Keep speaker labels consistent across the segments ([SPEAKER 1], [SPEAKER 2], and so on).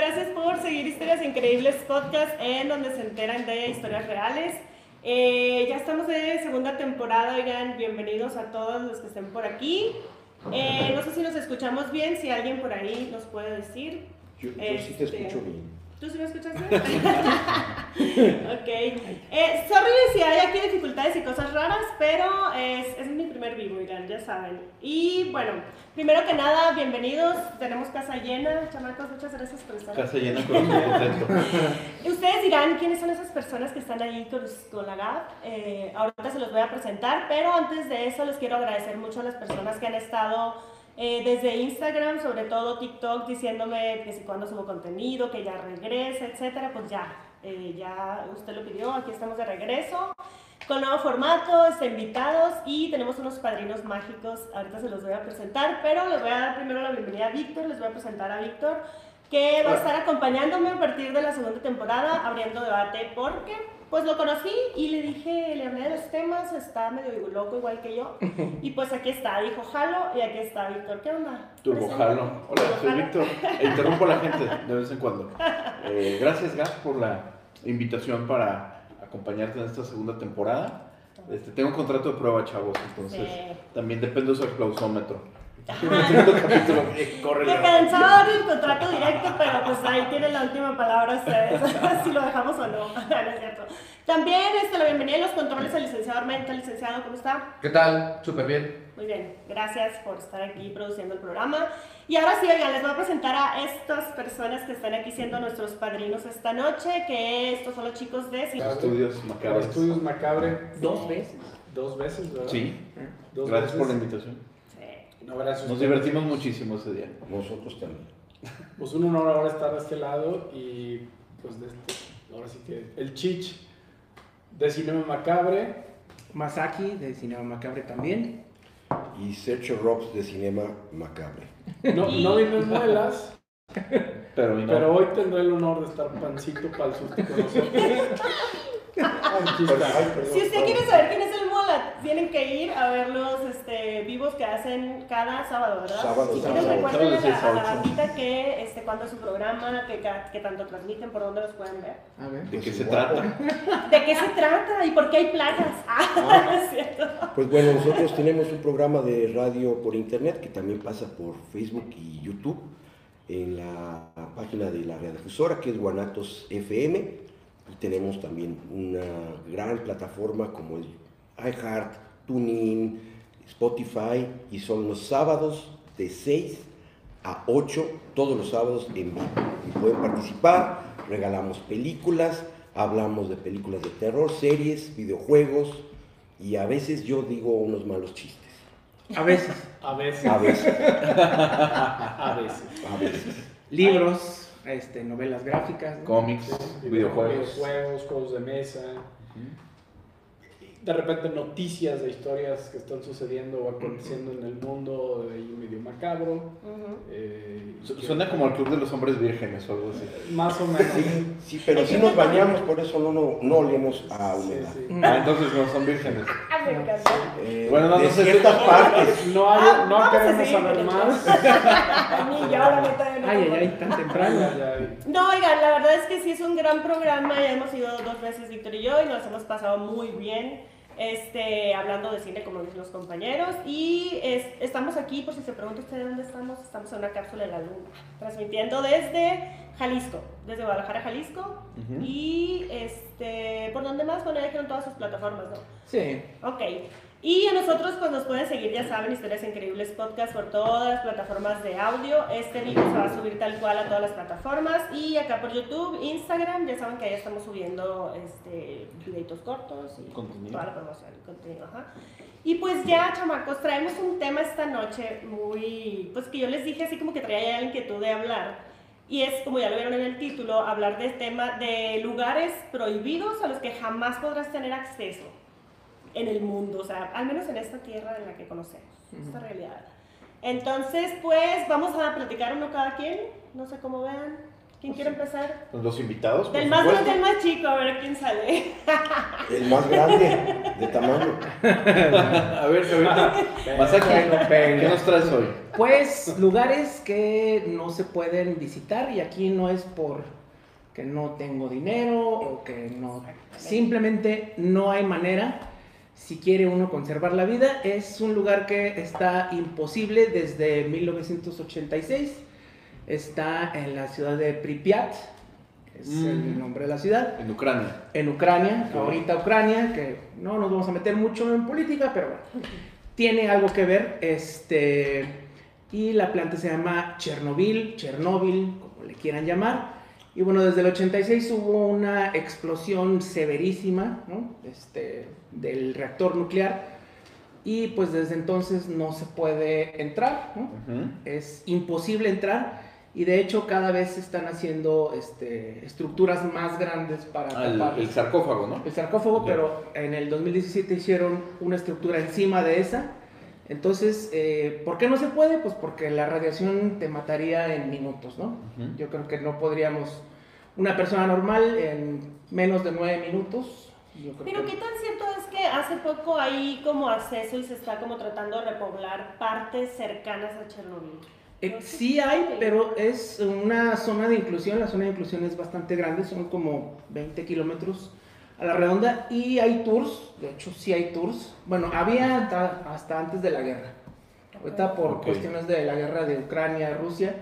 [SPEAKER 1] Eh, seguir Historias Increíbles Podcast, en donde se enteran de historias reales. Eh, ya estamos de segunda temporada, oigan, bienvenidos a todos los que estén por aquí. Eh, no sé si nos escuchamos bien, si alguien por ahí nos puede decir.
[SPEAKER 2] Yo, yo sí
[SPEAKER 1] Este-
[SPEAKER 2] te escucho bien.
[SPEAKER 1] ¿Tú sí me escuchas bien? ok. Eh, sorry si hay aquí dificultades y cosas raras, pero es, es mi primer vivo, Irán, ya saben. Y bueno, primero que nada, bienvenidos. Tenemos casa llena. Chamacos, muchas gracias por estar
[SPEAKER 3] Casa llena con un completo.
[SPEAKER 1] Ustedes dirán quiénes son esas personas que están ahí con, con la GAP. Eh, ahorita se los voy a presentar, pero antes de eso les quiero agradecer mucho a las personas que han estado eh, desde Instagram, sobre todo TikTok, diciéndome que si cuando subo contenido, que ya regrese, etcétera. Pues ya, eh, ya usted lo pidió, aquí estamos de regreso. Con nuevo formato, este, invitados y tenemos unos padrinos mágicos. Ahorita se los voy a presentar, pero les voy a dar primero la bienvenida a Víctor. Les voy a presentar a Víctor que va a estar acompañándome a partir de la segunda temporada, abriendo debate, porque pues lo conocí y le dije, le hablé de los temas, está medio loco igual que yo, y pues aquí está, dijo Jalo, y aquí está Víctor, ¿qué onda?
[SPEAKER 3] Turbo
[SPEAKER 1] Presenta.
[SPEAKER 3] Jalo. Hola, soy
[SPEAKER 1] Pues, Turbo
[SPEAKER 3] Víctor. E interrumpo a la gente de vez en cuando. Eh, gracias, Gas, por la invitación para acompañarte en esta segunda temporada. Este, tengo un contrato de prueba, chavos, entonces
[SPEAKER 1] Sí.
[SPEAKER 3] también dependo de su clausómetro.
[SPEAKER 1] Jalo.
[SPEAKER 3] Segundo capítulo, eh,
[SPEAKER 1] Me
[SPEAKER 3] córrele.
[SPEAKER 1] pensaba dar el contrato directo, pero pues ahí tienen la última palabra ustedes, si lo dejamos o no, no es cierto. También este, la bienvenida de los controles al licenciado Armenta, licenciado, ¿cómo está?
[SPEAKER 4] ¿Qué tal? Súper bien.
[SPEAKER 1] Muy bien, gracias por estar aquí produciendo el programa. Y ahora sí, oigan, les voy a presentar a estas personas que están aquí siendo nuestros padrinos esta noche, que estos son los chicos de... Sin-
[SPEAKER 3] Los Estudios
[SPEAKER 5] Para
[SPEAKER 3] macabros.
[SPEAKER 5] Estudios Macabre,
[SPEAKER 1] Dos
[SPEAKER 6] veces.
[SPEAKER 5] dos veces, ¿verdad?
[SPEAKER 3] Sí,
[SPEAKER 5] Dos
[SPEAKER 3] gracias
[SPEAKER 5] veces.
[SPEAKER 3] por la invitación.
[SPEAKER 1] Sí.
[SPEAKER 5] No, gracias.
[SPEAKER 3] Nos divertimos muchísimo ese día.
[SPEAKER 2] Nosotros también.
[SPEAKER 5] Pues un honor ahora estar de este lado y pues de este, ahora sí que el chich de Cinema Macabre.
[SPEAKER 6] Masaki de Cinema Macabre también.
[SPEAKER 2] Y Sergio Robs de Cinema Macabre.
[SPEAKER 5] No, no vino en muelas,
[SPEAKER 3] Pero, no.
[SPEAKER 5] pero hoy tendré el honor de estar pancito para el susto con nosotros. Aquí está. Ay, perdón.
[SPEAKER 1] Si usted quiere saber quién es el Mola, tienen que ir a ver los este, vivos que hacen cada sábado, ¿verdad?
[SPEAKER 2] Sábado,
[SPEAKER 1] y
[SPEAKER 2] sábado,
[SPEAKER 1] recuerden
[SPEAKER 3] sábado de seis
[SPEAKER 1] a
[SPEAKER 3] a
[SPEAKER 1] la
[SPEAKER 3] ocho.
[SPEAKER 1] bandita que este, cuándo es su programa, que, ca- que tanto transmiten, por dónde los pueden ver.
[SPEAKER 6] A ver.
[SPEAKER 3] ¿De
[SPEAKER 2] Pues
[SPEAKER 3] qué se
[SPEAKER 2] igual.
[SPEAKER 3] trata?
[SPEAKER 1] ¿De qué se trata y por qué hay plagas? Ah, no es cierto.
[SPEAKER 2] Pues bueno, nosotros tenemos un programa de radio por internet que también pasa por Facebook y YouTube en la página de la radiodifusora que es Guanatos FM y tenemos también una gran plataforma como el iHeart, TuneIn, Spotify y son los sábados de 6 a 8 todos los sábados en vivo y pueden participar, regalamos películas, hablamos de películas de terror, series, videojuegos, y a veces yo digo unos malos chistes.
[SPEAKER 6] A veces.
[SPEAKER 5] A veces,
[SPEAKER 2] A veces,
[SPEAKER 3] Ah.
[SPEAKER 5] a veces.
[SPEAKER 2] a veces.
[SPEAKER 6] Libros, este, novelas gráficas. ¿no?
[SPEAKER 3] Cómics, videojuegos.
[SPEAKER 5] Videojuegos, juegos de mesa.
[SPEAKER 3] Ujú.
[SPEAKER 5] de repente noticias de historias que están sucediendo o aconteciendo en el mundo de ahí medio macabro.
[SPEAKER 1] Ujú.
[SPEAKER 5] eh, y
[SPEAKER 3] Su-
[SPEAKER 5] que-
[SPEAKER 3] Suena como el Club de los Hombres Vírgenes o algo así.
[SPEAKER 5] Más o menos.
[SPEAKER 2] Sí, sí, pero sí nos bañamos, por eso no, no, no olemos a
[SPEAKER 5] Sí,
[SPEAKER 2] humedad.
[SPEAKER 1] Mm.
[SPEAKER 5] sí.
[SPEAKER 3] Ah, entonces no son vírgenes.
[SPEAKER 1] Ah, me encantó.
[SPEAKER 2] Eh,
[SPEAKER 3] Bueno, no,
[SPEAKER 2] de
[SPEAKER 3] no sé si-
[SPEAKER 2] ciertas partes.
[SPEAKER 5] No, hay-
[SPEAKER 1] Ah, vamos
[SPEAKER 5] no
[SPEAKER 1] a
[SPEAKER 5] queremos
[SPEAKER 1] seguir
[SPEAKER 5] saber
[SPEAKER 1] con esto.
[SPEAKER 5] más.
[SPEAKER 1] Ni yo, la neta, no
[SPEAKER 6] Ay, ay,
[SPEAKER 1] como-
[SPEAKER 6] ay, tan temprano.
[SPEAKER 5] Ya, ya.
[SPEAKER 1] No, oigan, la verdad es que sí es un gran programa, ya hemos ido dos veces Víctor y yo y nos hemos pasado muy bien este, hablando de cine como los compañeros y es- estamos aquí, por si se pregunta usted dónde estamos, estamos en una cápsula de la luna, transmitiendo desde Jalisco, desde Guadalajara, Jalisco y este, por donde más, bueno, ya dijeron todas sus plataformas, ¿no?
[SPEAKER 6] Sí.
[SPEAKER 1] Ok. Y a nosotros pues nos pueden seguir, ya saben, Historias Increíbles Podcast por todas las plataformas de audio. Este video se va a subir tal cual a todas las plataformas y acá por YouTube, Instagram, ya saben que ahí estamos subiendo este videitos cortos y
[SPEAKER 3] Contenido.
[SPEAKER 1] toda la promoción, el contenido, ajá. Y pues ya, chamacos, traemos un tema esta noche muy, pues que yo les dije así como que traía ya la inquietud de hablar. Y es, como ya lo vieron en el título, hablar de tema de lugares prohibidos a los que jamás podrás tener acceso en el mundo, o sea, al menos en esta tierra en la que conocemos, esta realidad. Entonces, pues vamos a platicar uno cada quien, no sé cómo vean. ¿Quién quiere empezar?
[SPEAKER 3] Pues Los invitados, por
[SPEAKER 1] Del más grande
[SPEAKER 3] supuesto.
[SPEAKER 1] al más chico, a ver quién sale.
[SPEAKER 2] El más grande de tamaño.
[SPEAKER 3] A ver, Sabrina, Masaki, ¿qué nos traes hoy?
[SPEAKER 6] Pues lugares que no se pueden visitar y aquí no es por que no tengo dinero o que no... Simplemente no hay manera. Si quiere uno conservar la vida, es un lugar que está imposible desde 1986. Está en la ciudad de Pripyat, que es el
[SPEAKER 3] Mm.
[SPEAKER 6] nombre de la ciudad
[SPEAKER 3] En Ucrania.
[SPEAKER 6] en Ucrania,
[SPEAKER 3] Ah.
[SPEAKER 6] ahorita Ucrania, que no nos vamos a meter mucho en política, pero bueno, tiene algo que ver. Este, y la planta se llama Chernobyl, Chernóbil, como le quieran llamar. Y bueno, desde el 86 hubo una explosión severísima ¿no? este, del reactor nuclear. Y pues desde entonces no se puede entrar, ¿no?
[SPEAKER 3] Ujú.
[SPEAKER 6] es imposible entrar y de hecho cada vez se están haciendo este, estructuras más grandes para
[SPEAKER 3] Ah, el,
[SPEAKER 6] tapar
[SPEAKER 3] el sarcófago, ¿no?
[SPEAKER 6] el sarcófago,
[SPEAKER 3] Ok.
[SPEAKER 6] pero en el 2017 hicieron una estructura encima de esa. Entonces, eh, ¿por qué no se puede? Pues porque la radiación te mataría en minutos, ¿no?
[SPEAKER 3] Ujú.
[SPEAKER 6] Yo creo que no podríamos, una persona normal en menos de nueve minutos. yo creo
[SPEAKER 1] Pero
[SPEAKER 6] que-
[SPEAKER 1] qué tan cierto es que hace poco hay como acceso y se está como tratando de repoblar partes cercanas a Chernobyl.
[SPEAKER 6] Eh, sí hay, pero es una zona de inclusión. La zona de inclusión es bastante grande, son como 20 kilómetros a la redonda y hay tours. De hecho, sí hay tours. Bueno, había hasta, hasta antes de la guerra. Ahorita por
[SPEAKER 3] Ok.
[SPEAKER 6] cuestiones de la guerra de Ucrania, Rusia,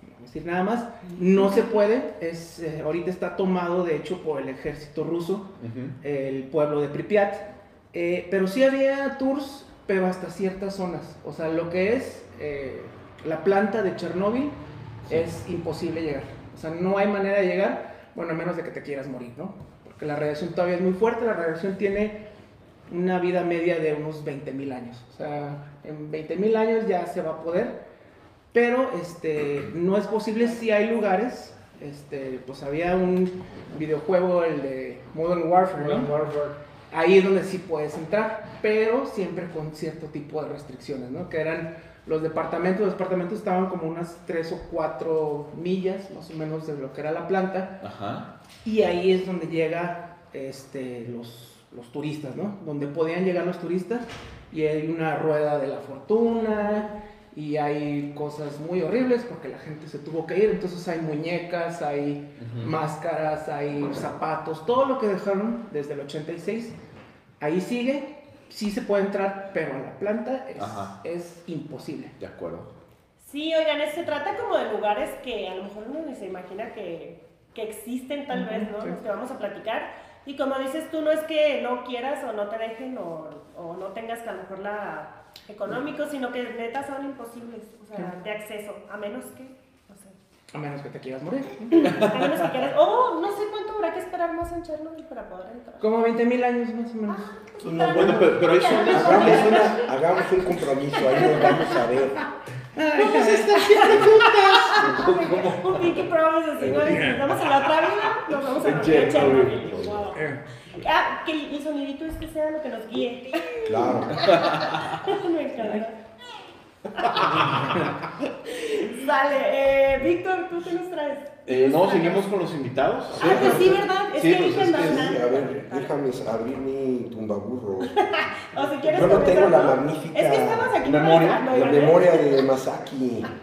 [SPEAKER 6] no voy a decir nada más, no se puede. Es, eh, ahorita está tomado, de hecho, por el ejército ruso
[SPEAKER 3] Ujú.
[SPEAKER 6] el pueblo de Pripyat. Eh, pero sí había tours, pero hasta ciertas zonas. O sea, lo que es eh, la planta de Chernóbil es imposible llegar. O sea, no hay manera de llegar, bueno, a menos de que te quieras morir, ¿no? Porque la radiación todavía es muy fuerte, la radiación tiene una vida media de unos 20.000 años. O sea, en 20.000 años ya se va a poder, pero este, no es posible si hay lugares. Este, pues había un videojuego, el de Modern Warfare, ¿no?
[SPEAKER 5] Modern Warfare.
[SPEAKER 6] ahí es donde sí puedes entrar, pero siempre con cierto tipo de restricciones, ¿no? Que eran los departamentos, los departamentos estaban como unas 3 o 4 millas más o menos de lo que era la planta,
[SPEAKER 3] Ajá.
[SPEAKER 6] y ahí es donde llega este, los, los turistas, ¿no? Donde podían llegar los turistas, y hay una rueda de la fortuna, y hay cosas muy horribles porque la gente se tuvo que ir, entonces hay muñecas, hay
[SPEAKER 3] Ujú.
[SPEAKER 6] máscaras, hay zapatos, todo lo que dejaron desde el 86, ahí sigue, sí se puede entrar, pero a la planta es,
[SPEAKER 3] Ajá.
[SPEAKER 6] es imposible.
[SPEAKER 3] De acuerdo.
[SPEAKER 1] Sí, oigan, es- se trata como de lugares que a lo mejor uno ni se imagina que, que existen tal
[SPEAKER 6] Ujú,
[SPEAKER 1] vez, ¿no?
[SPEAKER 6] sí.
[SPEAKER 1] Los que vamos a platicar. Y como dices tú, no es que no quieras o no te dejen o, o no tengas que a lo mejor la económico, sino que neta son imposibles, o sea,
[SPEAKER 6] Claro.
[SPEAKER 1] de acceso, a menos que, no sé,
[SPEAKER 6] A menos que te quieras morir.
[SPEAKER 1] a menos que quieras, oh, no sé cuánto habrá que esperar más en Chernobyl para poder entrar.
[SPEAKER 6] Como 20 mil años más o menos.
[SPEAKER 1] Para-
[SPEAKER 2] bueno,
[SPEAKER 3] pero- pero ahí son-
[SPEAKER 1] Oye, a lo mejor-
[SPEAKER 2] Hagamos, una- hagamos un compromiso, ahí nos vamos a ver.
[SPEAKER 1] Ah, pues Un Pinky Promise, así, ¿no? Nos vamos a la otra vida, nos vamos a la
[SPEAKER 3] Chernobyl.
[SPEAKER 1] Chernobyl. Wow.
[SPEAKER 6] Eh.
[SPEAKER 1] Ah, que el el sonidito es que sea lo que nos guíe.
[SPEAKER 2] Claro.
[SPEAKER 1] Me encanta. Sale, eh, Víctor, ¿tú qué nos traes?
[SPEAKER 3] Eh, no, seguimos con los invitados.
[SPEAKER 1] Ah, pues sí, ¿verdad? Es
[SPEAKER 3] Sí,
[SPEAKER 1] que
[SPEAKER 3] pues
[SPEAKER 1] dije
[SPEAKER 3] es que
[SPEAKER 2] Sí,
[SPEAKER 1] Magna.
[SPEAKER 2] a ver, déjame abrir mi tumbaburro.
[SPEAKER 1] O si quieres
[SPEAKER 2] Yo no
[SPEAKER 1] comenzar
[SPEAKER 2] tengo la
[SPEAKER 1] tú.
[SPEAKER 2] magnífica
[SPEAKER 1] Es que estamos aquí
[SPEAKER 3] memoria,
[SPEAKER 1] para- no,
[SPEAKER 2] La
[SPEAKER 1] Iván, ¿eh?
[SPEAKER 2] memoria de Masaki.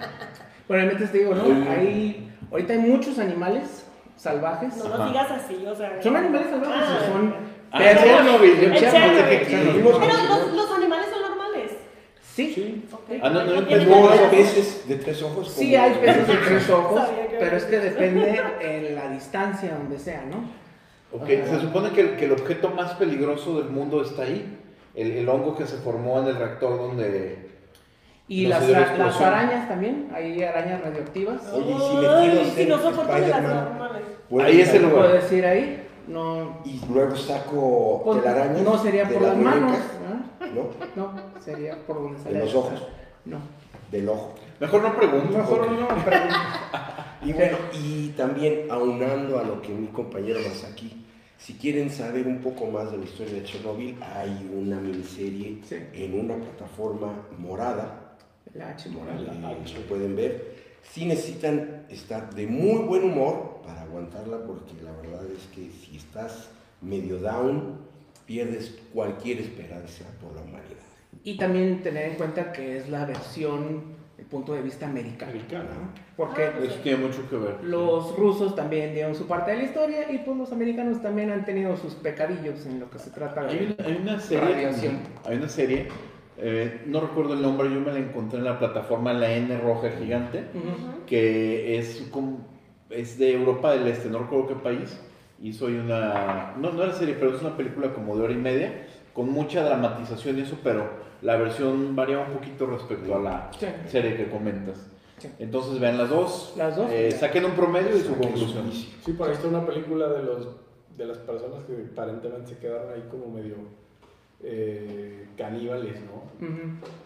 [SPEAKER 6] Bueno, realmente te digo,
[SPEAKER 2] Mm.
[SPEAKER 6] ¿no? Hay, ahorita hay muchos animales salvajes.
[SPEAKER 1] No nos
[SPEAKER 3] Ajá.
[SPEAKER 1] digas así, o sea.
[SPEAKER 6] Son animales salvajes,
[SPEAKER 1] Ah.
[SPEAKER 6] o son
[SPEAKER 3] Ah,
[SPEAKER 6] perros.
[SPEAKER 3] Chernobyl, yo
[SPEAKER 1] El
[SPEAKER 3] Chernobyl,
[SPEAKER 1] Chernobyl.
[SPEAKER 3] ¿de qué quieres?
[SPEAKER 2] Vimos-
[SPEAKER 1] Pero los, los animales son normales.
[SPEAKER 6] Sí,
[SPEAKER 1] Okay.
[SPEAKER 3] Ah, no, no,
[SPEAKER 1] tienen
[SPEAKER 2] No
[SPEAKER 1] nada.
[SPEAKER 2] hay peces de tres ojos. como-
[SPEAKER 6] Sí hay peces de tres ojos,
[SPEAKER 1] Sabía que
[SPEAKER 6] pero
[SPEAKER 1] era.
[SPEAKER 6] es que depende en la distancia donde sea, ¿no?
[SPEAKER 3] Ok, se supone que, el- que el objeto más peligroso del mundo está ahí. El, el hongo que se formó en el reactor donde...
[SPEAKER 6] Y
[SPEAKER 3] No
[SPEAKER 6] las,
[SPEAKER 3] se dio la
[SPEAKER 6] las
[SPEAKER 3] explosión.
[SPEAKER 6] arañas también, hay arañas radioactivas.
[SPEAKER 2] Oye, si me quiero
[SPEAKER 1] Ay,
[SPEAKER 2] hacer
[SPEAKER 1] si no soportan las
[SPEAKER 2] Spider-Man,
[SPEAKER 1] normales.
[SPEAKER 2] puedo
[SPEAKER 3] Ahí es el
[SPEAKER 2] salir
[SPEAKER 3] lugar.
[SPEAKER 6] Puedes ir ahí, no.
[SPEAKER 2] Y luego saco
[SPEAKER 6] pues,
[SPEAKER 2] telarañas.
[SPEAKER 6] no sería
[SPEAKER 2] de
[SPEAKER 6] por las manos,
[SPEAKER 2] muñecas, ¿no?
[SPEAKER 6] ¿no? No, sería por donde sale.
[SPEAKER 2] los
[SPEAKER 6] la-
[SPEAKER 2] ojos.
[SPEAKER 6] No.
[SPEAKER 2] Del ojo.
[SPEAKER 3] Mejor no pregunto.
[SPEAKER 6] Mejor
[SPEAKER 3] porque-
[SPEAKER 6] no, pero
[SPEAKER 2] Y bueno, y también aunando a lo que mi compañero Masaki, si quieren saber un poco más de la historia de Chernobyl, hay una miniserie
[SPEAKER 6] sí,
[SPEAKER 2] en una plataforma morada,
[SPEAKER 6] la H moral.
[SPEAKER 2] eh, lo pueden ver. Si necesitan estar de muy buen humor para aguantarla, porque la verdad es que si estás medio down, pierdes cualquier esperanza por la humanidad.
[SPEAKER 6] Y también tener en cuenta que es la versión el punto de vista americano.
[SPEAKER 5] Americano.
[SPEAKER 6] ¿no? Porque
[SPEAKER 1] Ah,
[SPEAKER 3] Eso tiene mucho que ver.
[SPEAKER 6] los rusos también dieron su parte de la historia y pues los americanos también han tenido sus pecadillos en lo que se trata
[SPEAKER 3] Hay
[SPEAKER 6] de...
[SPEAKER 3] una, hay una serie,
[SPEAKER 6] Radiación.
[SPEAKER 3] hay una serie eh, no recuerdo el nombre, yo me la encontré en la plataforma La N Roja Gigante,
[SPEAKER 6] Ujú.
[SPEAKER 3] que es, como- es de Europa del Este, no recuerdo qué país. Hizo ahí una, no, no era serie, pero es una película como de hora y media, con mucha dramatización y eso, pero la versión varía un poquito respecto a la
[SPEAKER 6] Sí.
[SPEAKER 3] serie que comentas.
[SPEAKER 6] Sí.
[SPEAKER 3] Entonces vean las dos,
[SPEAKER 6] Las dos.
[SPEAKER 3] eh, saquen un promedio y su conclusión.
[SPEAKER 5] Sí, por ahí está una película de los de las personas que aparentemente se quedaron ahí como medio eh, caníbales, ¿no?
[SPEAKER 6] Ujú.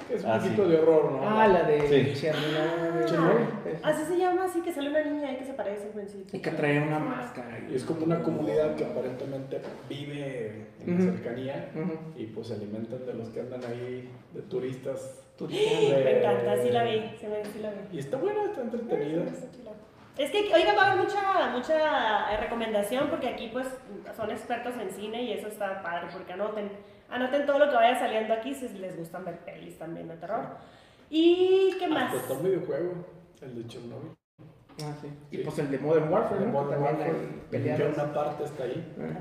[SPEAKER 5] Que es un
[SPEAKER 3] Ah,
[SPEAKER 5] poquito
[SPEAKER 3] sí.
[SPEAKER 5] de horror, ¿no?
[SPEAKER 6] Ah, la de
[SPEAKER 3] Sí.
[SPEAKER 6] Chernobyl.
[SPEAKER 5] Chernobyl.
[SPEAKER 6] Ah,
[SPEAKER 1] Así se llama, así que sale una niña ahí que se parece,
[SPEAKER 6] Y
[SPEAKER 1] jovencita.
[SPEAKER 6] que trae una máscara.
[SPEAKER 5] Y es como una comunidad que aparentemente vive en la
[SPEAKER 6] Ujú.
[SPEAKER 5] cercanía
[SPEAKER 6] Ujú.
[SPEAKER 5] y pues se alimentan de los que andan ahí, de turistas.
[SPEAKER 6] Tú-
[SPEAKER 1] Me encanta, sí la vi, se me, sí la vi.
[SPEAKER 5] Y está buena, está entretenida.
[SPEAKER 1] Es que, oiga, va a haber mucha, mucha eh, recomendación porque aquí pues son expertos en cine y eso está padre porque anoten, anoten todo lo que vaya saliendo aquí si les gustan ver pelis también de terror. ¿Y qué
[SPEAKER 5] Hasta
[SPEAKER 1] más?
[SPEAKER 5] Ah, pues, está un videojuego, el de Chernobyl.
[SPEAKER 6] Ah, sí. Y pues el de Modern Warfare,
[SPEAKER 5] De
[SPEAKER 6] ¿no?
[SPEAKER 5] Modern
[SPEAKER 6] Que
[SPEAKER 5] Warfare,
[SPEAKER 6] también hay peleas.
[SPEAKER 5] que una parte está ahí.
[SPEAKER 6] Ah,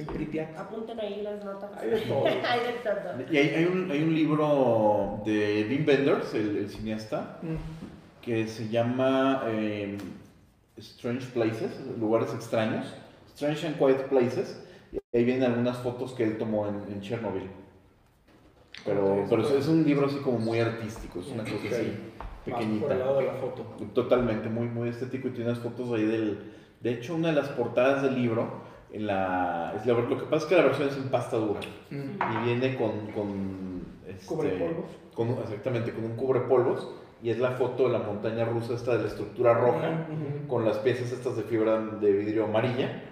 [SPEAKER 6] En Pripyat.
[SPEAKER 1] Apunten ahí las notas.
[SPEAKER 5] Hay de todo.
[SPEAKER 1] Hay de todo.
[SPEAKER 3] Y hay, hay un, hay un libro de Wim Wenders, el, el cineasta, que se llama eh, Strange Places, Lugares Extraños, Strange and Quiet Places. Y ahí vienen algunas fotos que él tomó en, en Chernobyl. Pero, pero es- es un libro así como muy artístico, es una cosa así
[SPEAKER 5] Más por el
[SPEAKER 3] pequeñita.
[SPEAKER 5] lado de la foto.
[SPEAKER 3] Totalmente, muy, muy estético y tiene unas fotos ahí del... De hecho, una de las portadas del libro, en la, es la- lo que pasa es que la versión es en pasta dura
[SPEAKER 6] Mm.
[SPEAKER 3] y viene con con este,
[SPEAKER 6] Cubrepolvos.
[SPEAKER 3] con un- exactamente con un cubrepolvos y es la foto de la montaña rusa esta de la estructura roja
[SPEAKER 6] Ujú.
[SPEAKER 3] con las piezas estas de fibra de vidrio amarilla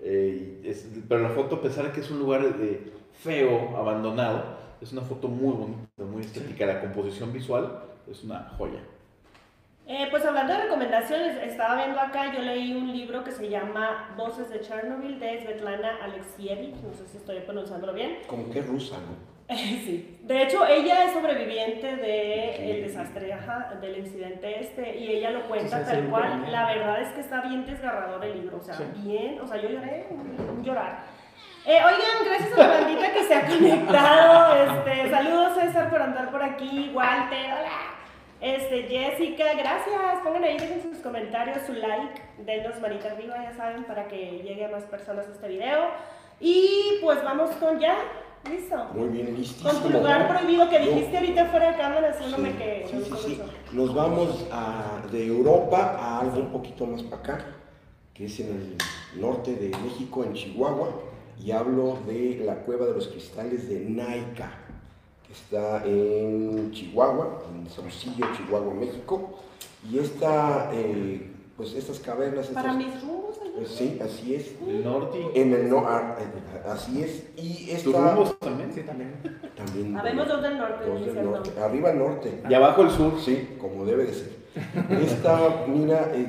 [SPEAKER 3] eh, y es- pero la foto a pesar de que es un lugar eh, feo abandonado es una foto muy bonita muy estética la composición visual es una joya
[SPEAKER 1] Eh, pues hablando de recomendaciones, estaba viendo acá, yo leí un libro que se llama Voces de Chernobyl de Svetlana Alexievich, no sé si estoy pronunciándolo bien.
[SPEAKER 2] Como que es rusa, ¿no?
[SPEAKER 1] Sí. De hecho, ella es sobreviviente del desastre, ajá, del incidente este, y ella lo cuenta
[SPEAKER 6] Entonces,
[SPEAKER 1] tal
[SPEAKER 6] es
[SPEAKER 1] cual.
[SPEAKER 6] ucraniana.
[SPEAKER 1] La verdad es que está bien desgarrador el libro, o sea,
[SPEAKER 6] Sí.
[SPEAKER 1] bien, o sea, yo lloré, un llorar. Eh, oigan, gracias a la bandita que se ha conectado. Este, saludos César por andar por aquí, Walter, hola. Este, Jessica, gracias. Pongan ahí, dejen sus comentarios, su like, denos manita arriba, ya saben, para que llegue a más personas este video. Y pues vamos con ya, listo.
[SPEAKER 2] Muy bien,
[SPEAKER 1] Con tu
[SPEAKER 2] listísimo.
[SPEAKER 1] lugar
[SPEAKER 2] ¿no?
[SPEAKER 1] prohibido que
[SPEAKER 2] Yo-
[SPEAKER 1] dijiste ahorita fuera de cámara, sí, no
[SPEAKER 2] Sí,
[SPEAKER 1] me quedé.
[SPEAKER 2] sí, sí, sí. Nos vamos a- de Europa a algo un poquito más para acá, que es en el norte de México, en Chihuahua, y hablo de la cueva de los cristales de Naica, que está en Chihuahua, en Saucillo, Chihuahua, México. Y esta, eh, pues estas cavernas,
[SPEAKER 1] Para
[SPEAKER 2] estas,
[SPEAKER 1] mis rumbos, ¿no?
[SPEAKER 2] pues sí, así es.
[SPEAKER 1] Mm.
[SPEAKER 3] el norte y-
[SPEAKER 2] En el no, ah, eh, así es. Y
[SPEAKER 3] tus
[SPEAKER 2] esta
[SPEAKER 3] rumbos también
[SPEAKER 6] Sí, también.
[SPEAKER 2] también.
[SPEAKER 1] Habemos dos del norte,
[SPEAKER 2] Dos
[SPEAKER 1] sí,
[SPEAKER 2] del
[SPEAKER 1] cierto.
[SPEAKER 2] norte. Arriba norte.
[SPEAKER 3] y abajo el sur
[SPEAKER 2] Sí, como debe de ser. Esta mina, eh,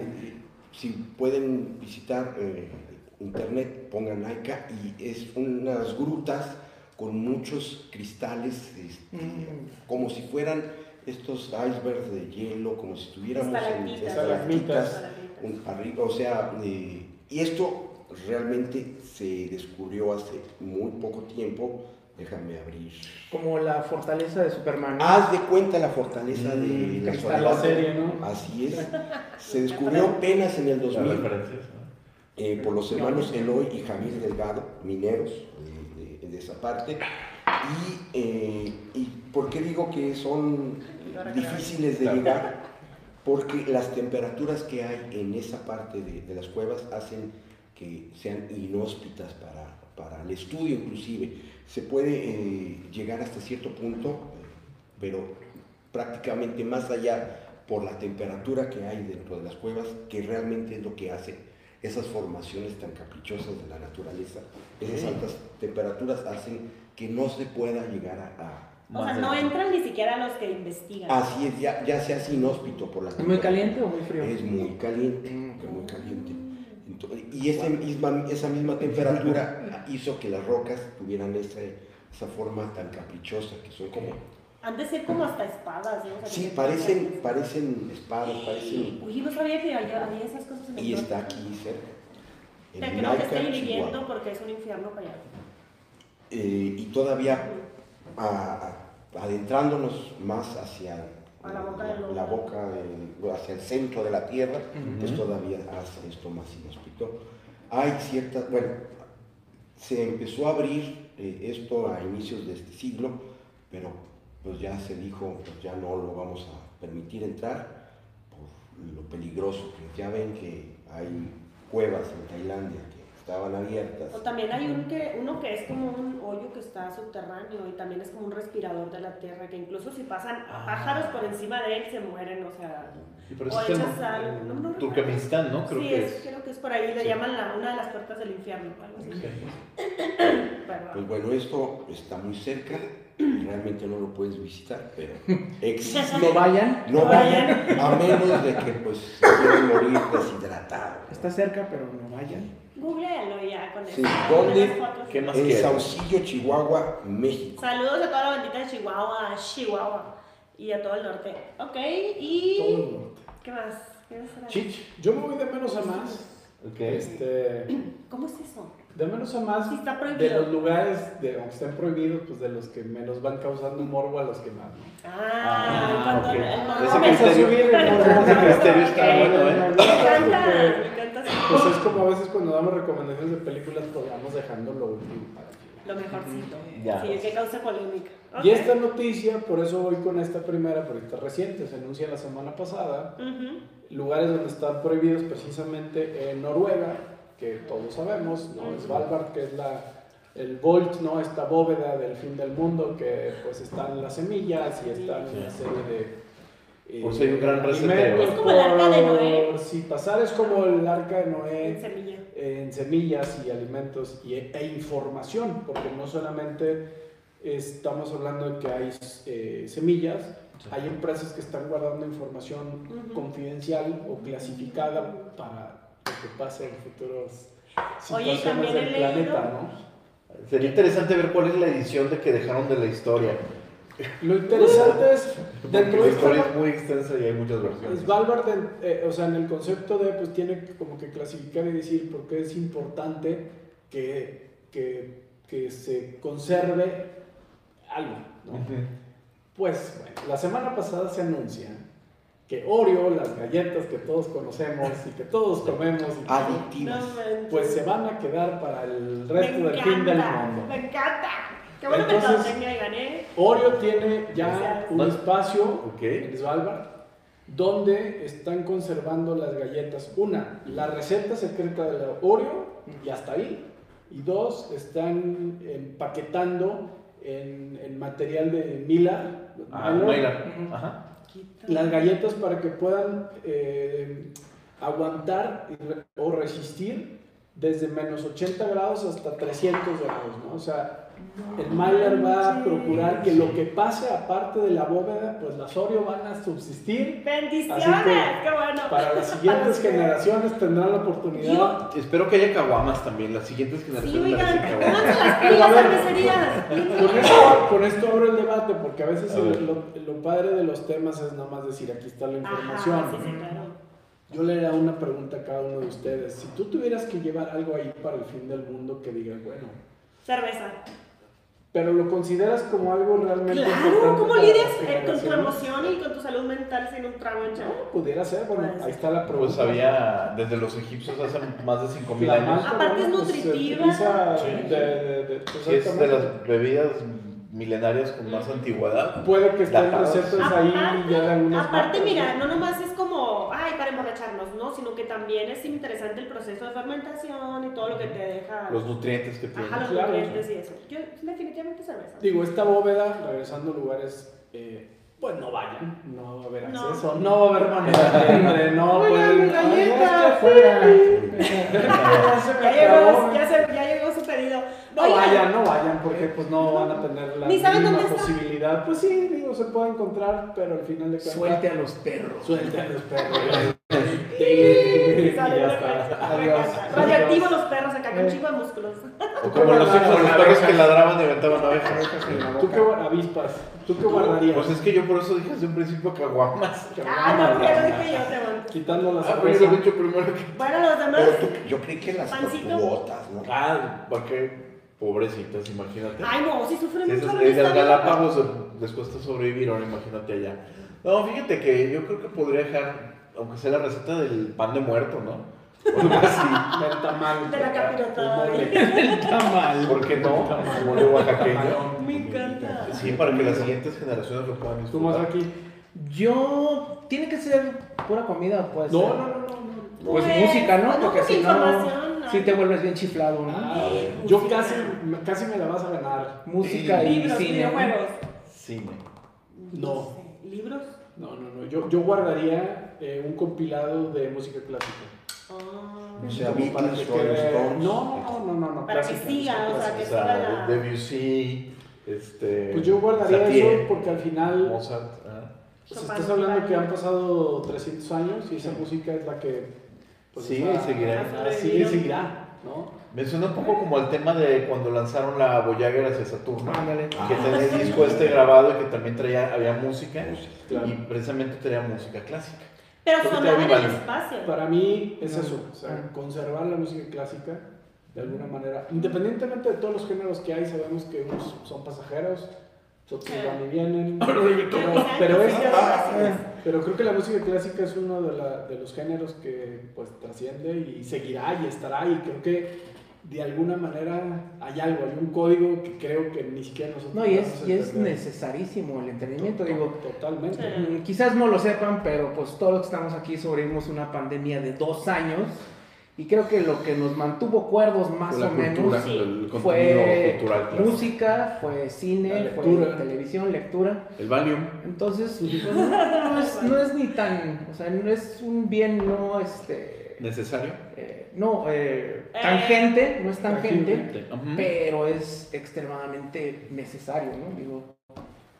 [SPEAKER 2] si pueden visitar eh, internet, pongan Laika y es unas grutas con muchos cristales, este,
[SPEAKER 6] Mm.
[SPEAKER 2] como si fueran estos icebergs de hielo, como si estuviéramos
[SPEAKER 1] Estalactitas.
[SPEAKER 2] estalactitas,
[SPEAKER 1] Estalactitas.
[SPEAKER 2] un- arriba, o sea, eh, y esto realmente se descubrió hace muy poco tiempo. Déjame abrir.
[SPEAKER 6] Como la fortaleza de Superman. ¿no?
[SPEAKER 2] Haz de cuenta la fortaleza
[SPEAKER 6] Mm,
[SPEAKER 2] de la
[SPEAKER 6] que
[SPEAKER 5] Está
[SPEAKER 6] está
[SPEAKER 5] Ah, la
[SPEAKER 2] soledad.
[SPEAKER 5] serie, ¿no?
[SPEAKER 2] Así es. Se descubrió apenas en el
[SPEAKER 3] Las
[SPEAKER 2] 2000
[SPEAKER 3] referencias, ¿no?
[SPEAKER 2] eh, por los hermanos Eloy y Javier Delgado, mineros de, de- de esa parte. Y, eh, ¿y por qué digo que son difíciles de llegar? Porque las temperaturas que hay en esa parte de, de las cuevas hacen que sean inhóspitas para, para el estudio inclusive. Se puede eh, llegar hasta cierto punto, eh, pero prácticamente más allá por la temperatura que hay dentro de las cuevas, que realmente es lo que hace esas formaciones tan caprichosas de la naturaleza. Esas altas temperaturas hacen que no se pueda llegar a...
[SPEAKER 1] O sea,
[SPEAKER 3] Más de-
[SPEAKER 1] no entran ni siquiera los que investigan.
[SPEAKER 2] a- así es, ya, ya se hace inhóspito por la
[SPEAKER 6] ¿Es muy
[SPEAKER 2] temperatura.
[SPEAKER 6] caliente o muy frío?
[SPEAKER 2] Es muy caliente,
[SPEAKER 6] Mm.
[SPEAKER 2] muy caliente.
[SPEAKER 1] Mm.
[SPEAKER 2] Ento- y ese misma- esa misma temperatura hizo que las rocas tuvieran esa, esa forma tan caprichosa, que son como
[SPEAKER 1] Han de ser como hasta espadas, ¿no? O sea,
[SPEAKER 2] Sí,
[SPEAKER 1] que-
[SPEAKER 2] parecen, parecen espadas, parecen...
[SPEAKER 1] Uy, no sabía que había, había esas cosas en el
[SPEAKER 2] Y está
[SPEAKER 1] norte.
[SPEAKER 2] aquí cerca.
[SPEAKER 1] O sea,
[SPEAKER 2] en
[SPEAKER 1] que no te
[SPEAKER 2] Naucalpan,
[SPEAKER 1] estoy
[SPEAKER 2] Chihuahua.
[SPEAKER 1] viviendo porque es un infierno para allá.
[SPEAKER 2] Eh, y todavía a- a- adentrándonos más hacia
[SPEAKER 1] A la boca del lobo.
[SPEAKER 2] la boca, eh, hacia el centro de la tierra,
[SPEAKER 6] Ujú.
[SPEAKER 2] pues todavía hace esto más inhóspito. Hay ciertas, bueno, se empezó a abrir eh, esto a inicios de este siglo, pero pues ya se dijo, pues ya no lo vamos a permitir entrar por lo peligroso que es. ya ven que hay cuevas en Tailandia que estaban abiertas.
[SPEAKER 1] O también hay un que, uno que es como un hoyo que está subterráneo y también es como un respirador de la tierra, que incluso si pasan pájaros por encima de él se mueren, o sea...
[SPEAKER 3] Sí, pero
[SPEAKER 1] o
[SPEAKER 3] eso está
[SPEAKER 1] echas algo, no, no
[SPEAKER 3] en
[SPEAKER 1] recuerdo.
[SPEAKER 3] Turkmenistán, ¿no? Creo
[SPEAKER 1] sí,
[SPEAKER 3] que
[SPEAKER 1] es,
[SPEAKER 3] es.
[SPEAKER 1] creo que es por ahí, le
[SPEAKER 3] Sí.
[SPEAKER 1] llaman la, una de las puertas del infierno, algo así. Pero,
[SPEAKER 2] Pues bueno, esto está muy cerca, realmente no lo puedes visitar, pero existe.
[SPEAKER 6] No vayan.
[SPEAKER 2] No vayan, a menos de que pues se quieran morir deshidratados.
[SPEAKER 6] Está cerca, pero no vayan.
[SPEAKER 1] googlealo ya con
[SPEAKER 2] Sí,
[SPEAKER 1] eso.
[SPEAKER 2] ¿dónde?
[SPEAKER 1] Con las fotos.
[SPEAKER 3] ¿Qué más
[SPEAKER 2] En
[SPEAKER 3] quieres?
[SPEAKER 2] Saucillo, Chihuahua, México.
[SPEAKER 1] Saludos a toda la bandita de Chihuahua, Chihuahua y a todo el norte. Ok,
[SPEAKER 5] Todo
[SPEAKER 1] y...
[SPEAKER 5] el norte.
[SPEAKER 1] ¿Qué más? ¿Qué más será?
[SPEAKER 3] Chich.
[SPEAKER 5] Yo me voy de menos a más.
[SPEAKER 3] Ok.
[SPEAKER 5] Este,
[SPEAKER 1] ¿Cómo es eso?
[SPEAKER 5] de menos a más.
[SPEAKER 1] Sí, está
[SPEAKER 5] Ah, De
[SPEAKER 1] prohibido.
[SPEAKER 5] los lugares de, aunque estén prohibidos, pues de los que menos van causando morbo a los que más. ¿no?
[SPEAKER 1] Ah, cuando
[SPEAKER 3] ok.
[SPEAKER 1] el morro
[SPEAKER 3] Ese
[SPEAKER 1] me-
[SPEAKER 3] criterio,
[SPEAKER 1] Perdón,
[SPEAKER 3] ese criterio está
[SPEAKER 1] ok.
[SPEAKER 3] bueno, ¿eh?
[SPEAKER 1] Me encanta, me encanta eso.
[SPEAKER 5] Pues es como a veces cuando damos recomendaciones de películas, pues vamos dejando lo último para ti.
[SPEAKER 1] Lo mejorcito.
[SPEAKER 3] Ya.
[SPEAKER 1] Sí, que causa polémica. Ok.
[SPEAKER 5] Y esta noticia, por eso voy con esta primera, porque está reciente, se anuncia la semana pasada.
[SPEAKER 1] Ujú.
[SPEAKER 5] Lugares donde están prohibidos precisamente en Noruega, que todos sabemos, ¿no? Es Svalbard, que es la, el Volt, ¿no? Esta bóveda del fin del mundo, que pues están las semillas y están una serie de... eh,
[SPEAKER 3] Por si hay un gran reseteo.
[SPEAKER 5] alimentos,
[SPEAKER 1] Es como el arca de Noé.
[SPEAKER 5] por Si pasar es como el arca de Noé
[SPEAKER 1] En semilla.
[SPEAKER 5] en semillas y alimentos y, e información, porque no solamente estamos hablando de que hay eh, semillas, hay empresas que están guardando información
[SPEAKER 1] Ujú.
[SPEAKER 5] confidencial o clasificada para lo que pase en futuros
[SPEAKER 1] Oye, y
[SPEAKER 5] situaciones
[SPEAKER 1] también
[SPEAKER 5] del
[SPEAKER 1] he leído-
[SPEAKER 5] planeta, ¿no?
[SPEAKER 3] Sería interesante ver cuál es la edición de que dejaron de la historia.
[SPEAKER 5] Lo
[SPEAKER 1] Uh.
[SPEAKER 5] interesante es,
[SPEAKER 3] Porque
[SPEAKER 5] dentro
[SPEAKER 3] la
[SPEAKER 5] de
[SPEAKER 3] historia
[SPEAKER 5] esta,
[SPEAKER 3] es muy extensa y hay muchas versiones.
[SPEAKER 5] Svalbard, Pues en- eh, o sea, en el concepto de, pues tiene que como que clasificar y decir por qué es importante que, que, que se conserve algo, ¿no?
[SPEAKER 3] Ujú.
[SPEAKER 5] Pues bueno, la semana pasada se anuncia que Oreo, las galletas que todos conocemos y que todos comemos, y que-
[SPEAKER 2] Adictivas.
[SPEAKER 1] No manches.
[SPEAKER 5] pues se van a quedar para el
[SPEAKER 1] Me
[SPEAKER 5] resto del fin del
[SPEAKER 1] encanta,
[SPEAKER 5] mundo.
[SPEAKER 1] me encanta. Qué bueno
[SPEAKER 5] Entonces-
[SPEAKER 1] que tenía y gané.
[SPEAKER 5] Oreo tiene ya un
[SPEAKER 3] Bueno.
[SPEAKER 5] espacio
[SPEAKER 3] Ok.
[SPEAKER 5] en Svalbard donde están conservando las galletas. Una, la receta secreta de la Oreo y hasta ahí. Y dos, están empaquetando en, en material de Mila.
[SPEAKER 3] Ah,
[SPEAKER 5] Milo,
[SPEAKER 3] Mayra.
[SPEAKER 6] Ujú.
[SPEAKER 3] Ajá.
[SPEAKER 5] las galletas para que puedan eh, aguantar y re- o resistir desde menos 80 grados hasta 300 grados, ¿no? O sea, el Mylar va a procurar que lo que pase aparte de la bóveda, pues las Oreo van a subsistir. Así
[SPEAKER 1] Bendiciones,
[SPEAKER 5] que,
[SPEAKER 1] qué bueno.
[SPEAKER 5] Para las siguientes generaciones tendrán la oportunidad.
[SPEAKER 3] Espero que haya caguamas también. Las siguientes
[SPEAKER 1] Sí,
[SPEAKER 3] generaciones
[SPEAKER 1] oigan,
[SPEAKER 3] merecen caguamas.
[SPEAKER 1] pónganse las
[SPEAKER 5] Pero a
[SPEAKER 1] pilas,
[SPEAKER 5] ver.
[SPEAKER 1] cervecerías.
[SPEAKER 5] Con esto, con esto abro el debate, porque a veces
[SPEAKER 3] A
[SPEAKER 5] el-
[SPEAKER 3] ver.
[SPEAKER 5] lo, lo padre de los temas es nada más decir, aquí está la información.
[SPEAKER 1] Ajá, Ah, sí, sí, claro.
[SPEAKER 5] Yo le haría una pregunta a cada uno de ustedes. Si tú tuvieras que llevar algo ahí para el fin del mundo que digas, bueno,
[SPEAKER 1] Cerveza.
[SPEAKER 5] pero lo consideras como algo realmente
[SPEAKER 1] Claro,
[SPEAKER 5] importante
[SPEAKER 1] ¿cómo
[SPEAKER 5] para
[SPEAKER 1] lidias
[SPEAKER 5] las
[SPEAKER 1] eh, con tu
[SPEAKER 5] generaciones?
[SPEAKER 1] emoción y con tu salud mental sin un trago en chavo?
[SPEAKER 5] No, Pudiera ser, bueno,
[SPEAKER 1] Puede
[SPEAKER 5] ahí
[SPEAKER 1] ser.
[SPEAKER 5] está la pregunta.
[SPEAKER 3] Pues había desde los egipcios hace más de 5000
[SPEAKER 5] La
[SPEAKER 3] años.
[SPEAKER 5] malta,
[SPEAKER 1] Aparte es
[SPEAKER 5] bueno, pues, se
[SPEAKER 1] nutritiva.
[SPEAKER 5] utiliza
[SPEAKER 3] Sí.
[SPEAKER 5] de- de- de- pues,
[SPEAKER 3] que es de
[SPEAKER 5] exactamente.
[SPEAKER 3] las bebidas milenarias con más antigüedad.
[SPEAKER 5] Puede que estén
[SPEAKER 3] Datados.
[SPEAKER 5] recetas pues ahí y ya de algunas
[SPEAKER 1] Aparte,
[SPEAKER 5] marcas,
[SPEAKER 1] mira,
[SPEAKER 5] ¿no?
[SPEAKER 1] no nomás es como, ay, para emborracharnos, no, sino que también es interesante el proceso de fermentación y todo lo que te deja.
[SPEAKER 3] Los nutrientes que tiene.
[SPEAKER 1] Ajá, los
[SPEAKER 5] Claro.
[SPEAKER 1] nutrientes y eso. Yo, definitivamente cerveza.
[SPEAKER 5] Digo, esta bóveda, regresando a lugares, eh, pues no vayan, no va a haber
[SPEAKER 1] No.
[SPEAKER 5] acceso, no, va a haber manera de entre, no
[SPEAKER 6] Oigan,
[SPEAKER 5] pueden...
[SPEAKER 6] mis
[SPEAKER 5] Ay, es que
[SPEAKER 6] galletas,
[SPEAKER 5] fuera.
[SPEAKER 1] ya,
[SPEAKER 5] Ya
[SPEAKER 1] llegó,
[SPEAKER 5] llegó,
[SPEAKER 1] ya, se- ya llegó su pedido.
[SPEAKER 5] No
[SPEAKER 1] Oigan,
[SPEAKER 5] vayan, no vayan, porque pues no van a tener la
[SPEAKER 1] Ni saben
[SPEAKER 5] mínima
[SPEAKER 1] dónde está.
[SPEAKER 5] posibilidad. Pues sí, digo, se puede encontrar, pero al final de cuentas.
[SPEAKER 6] Suelte a los perros.
[SPEAKER 5] Suelta a los perros. Y
[SPEAKER 1] Sale
[SPEAKER 5] ya
[SPEAKER 1] una
[SPEAKER 5] está.
[SPEAKER 1] mancha.
[SPEAKER 5] Adiós. Eh.
[SPEAKER 1] Radioactivos los perros acá, con un chingo de músculos.
[SPEAKER 3] O como los hijos de los perros que ladraban y aventaban abejas.
[SPEAKER 5] ¿Tú qué guar- avispas? ¿Tú qué guardarías?
[SPEAKER 3] Pues es que yo por eso dije desde un principio caguamas.
[SPEAKER 1] Ah, no, ya lo dije yo, según.
[SPEAKER 5] Quitando las
[SPEAKER 3] Ah, pero yo lo he
[SPEAKER 5] cerveza.
[SPEAKER 3] dicho primero que...
[SPEAKER 1] Bueno, los demás.
[SPEAKER 2] Pero tú- yo creí que las
[SPEAKER 1] Pancito.
[SPEAKER 2] tortugotas, ¿no?
[SPEAKER 3] Ah, ¿para qué? Pobrecitas, imagínate.
[SPEAKER 1] Ay, no, sí sufren
[SPEAKER 3] Si
[SPEAKER 1] mucho.
[SPEAKER 3] esas
[SPEAKER 1] no
[SPEAKER 3] leyes de
[SPEAKER 1] está bien.
[SPEAKER 3] las Galápagos eh, les cuesta sobrevivir, ahora imagínate allá. No, fíjate que yo creo que podría dejar, aunque sea la receta del pan de muerto, ¿no? O algo así.
[SPEAKER 5] Del tamal.
[SPEAKER 1] De la capirotada.
[SPEAKER 5] Un mole.
[SPEAKER 3] ¿Por qué no? Mole oaxaqueño.
[SPEAKER 5] Camarón.
[SPEAKER 1] Me encanta.
[SPEAKER 3] Sí, para que las siguientes generaciones lo puedan
[SPEAKER 5] ¿Tú más
[SPEAKER 3] disfrutar.
[SPEAKER 5] aquí?
[SPEAKER 6] Yo. Tiene que ser pura comida, pues.
[SPEAKER 5] No, no, no, no. no.
[SPEAKER 6] Pues música, ¿no? Porque si
[SPEAKER 1] información,
[SPEAKER 6] no. Si te vuelves bien chiflado, ¿no?
[SPEAKER 5] Ah, yo casi, me- casi me la vas a ganar.
[SPEAKER 6] Música y
[SPEAKER 1] Libros,
[SPEAKER 6] cine. ¿no?
[SPEAKER 1] videojuegos.
[SPEAKER 3] Sí, güey.
[SPEAKER 5] No.
[SPEAKER 1] sé, ¿Libros?
[SPEAKER 5] No, no, no. Yo, yo guardaría eh, un compilado de música clásica.
[SPEAKER 1] Ah.
[SPEAKER 2] O sea,
[SPEAKER 5] Como para
[SPEAKER 2] Beatles,
[SPEAKER 5] que
[SPEAKER 2] Rolling
[SPEAKER 5] quede-
[SPEAKER 2] Stones.
[SPEAKER 5] No, no, no, no, no.
[SPEAKER 1] Para que
[SPEAKER 5] clásica,
[SPEAKER 1] siga,
[SPEAKER 5] música
[SPEAKER 1] o sea,
[SPEAKER 5] clásica.
[SPEAKER 1] que
[SPEAKER 3] O
[SPEAKER 1] fuera
[SPEAKER 3] sea,
[SPEAKER 1] la-
[SPEAKER 3] Debussy, este...
[SPEAKER 5] Pues yo guardaría
[SPEAKER 3] Satie,
[SPEAKER 5] eso porque al final
[SPEAKER 3] Mozart, ah.
[SPEAKER 5] pues,
[SPEAKER 1] Chopin,
[SPEAKER 5] estás hablando
[SPEAKER 1] Chopin.
[SPEAKER 5] que han pasado 300 años y esa música es la que... pues,
[SPEAKER 3] Sí,
[SPEAKER 5] esa-
[SPEAKER 3] seguirá.
[SPEAKER 5] Ah, Sí, seguirá, ¿no?
[SPEAKER 3] Me suena un poco como el tema de cuando lanzaron la Voyager hacia Saturno.
[SPEAKER 6] Ándale.
[SPEAKER 3] Que tenía
[SPEAKER 5] Ah,
[SPEAKER 3] el disco este grabado y que también traía, había música.
[SPEAKER 5] Pues Claro.
[SPEAKER 3] Y precisamente traía música clásica.
[SPEAKER 1] Pero
[SPEAKER 3] Creo que
[SPEAKER 1] sonaba en
[SPEAKER 3] te
[SPEAKER 1] el
[SPEAKER 3] vale.
[SPEAKER 1] espacio.
[SPEAKER 5] Para mí es
[SPEAKER 6] No.
[SPEAKER 5] eso, o sea,
[SPEAKER 6] Ah.
[SPEAKER 5] conservar la música clásica de alguna manera, independientemente de todos los géneros que hay, sabemos que unos son pasajeros, otros
[SPEAKER 1] Sí.
[SPEAKER 5] van y vienen,
[SPEAKER 1] Pero
[SPEAKER 5] pero,
[SPEAKER 1] quizá
[SPEAKER 5] pero
[SPEAKER 1] que
[SPEAKER 5] es-
[SPEAKER 1] sea
[SPEAKER 5] ah,
[SPEAKER 1] clásica.
[SPEAKER 5] ah, pero creo que la música clásica es uno de, la- de los géneros que pues trasciende y seguirá y estará y creo que de alguna manera hay algo, hay un código que creo que ni siquiera nosotros
[SPEAKER 6] No, y es,
[SPEAKER 5] vamos a
[SPEAKER 6] y es
[SPEAKER 5] entender.
[SPEAKER 6] necesarísimo el entendimiento.
[SPEAKER 5] To-
[SPEAKER 6] Digo,
[SPEAKER 5] totalmente.
[SPEAKER 1] Sí.
[SPEAKER 6] Mm, Quizás no lo sepan, pero pues todos los que estamos aquí sobrevivimos una pandemia de dos años y creo que lo que nos mantuvo cuerdos más
[SPEAKER 3] Fue la
[SPEAKER 6] o
[SPEAKER 3] cultura,
[SPEAKER 6] menos
[SPEAKER 1] sí.
[SPEAKER 3] el contenido
[SPEAKER 6] fue
[SPEAKER 3] cultural clásico.
[SPEAKER 6] música, fue cine,
[SPEAKER 5] La
[SPEAKER 6] fue
[SPEAKER 5] lectura.
[SPEAKER 6] televisión, lectura.
[SPEAKER 3] El Valium.
[SPEAKER 6] Entonces, pues, no, no es, no es ni tan, o sea, no es un bien no, este,
[SPEAKER 3] Necesario.
[SPEAKER 6] eh, no, eh,
[SPEAKER 1] Eh.
[SPEAKER 6] tangente, no es tangente,
[SPEAKER 5] Tangible.
[SPEAKER 3] Ujú.
[SPEAKER 6] pero es extremadamente necesario, ¿no? Digo,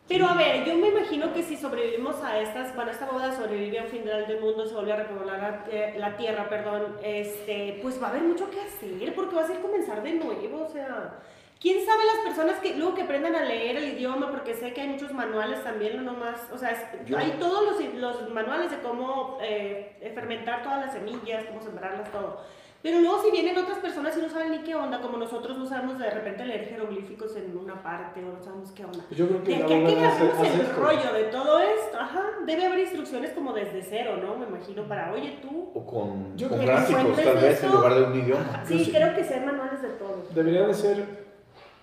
[SPEAKER 1] Pero a ver, yo me imagino que si sobrevivimos a estas, bueno, esta boda sobrevive a un final del mundo, se vuelve a repoblar la, tie- la tierra, perdón, este, pues va a haber mucho que hacer, porque va a ser comenzar de nuevo, o sea, quién sabe las personas que luego que aprendan a leer el idioma, porque sé que hay muchos manuales también, no nomás, o sea, es-
[SPEAKER 2] Yo-
[SPEAKER 1] hay todos los, los manuales de cómo eh, fermentar todas las semillas, cómo sembrarlas, todo. Pero luego si vienen otras personas y no saben ni qué onda, como nosotros no sabemos de repente leer jeroglíficos en una parte o no sabemos qué onda.
[SPEAKER 5] Yo creo
[SPEAKER 1] Y
[SPEAKER 5] que la
[SPEAKER 1] aquí hay que
[SPEAKER 5] verdad es-
[SPEAKER 1] agarrarnos
[SPEAKER 5] es
[SPEAKER 1] el
[SPEAKER 5] esto.
[SPEAKER 1] rollo de todo esto, ajá. Debe haber instrucciones como desde cero, ¿no? Me imagino para, oye, tú.
[SPEAKER 3] O con,
[SPEAKER 5] Yo creo
[SPEAKER 3] con
[SPEAKER 5] que
[SPEAKER 3] gráficos,
[SPEAKER 1] fuentes
[SPEAKER 3] tal
[SPEAKER 1] de
[SPEAKER 3] vez,
[SPEAKER 1] eso-
[SPEAKER 3] en lugar de un idioma.
[SPEAKER 1] Sí, creo que sean manuales de todo.
[SPEAKER 5] Debería de ser,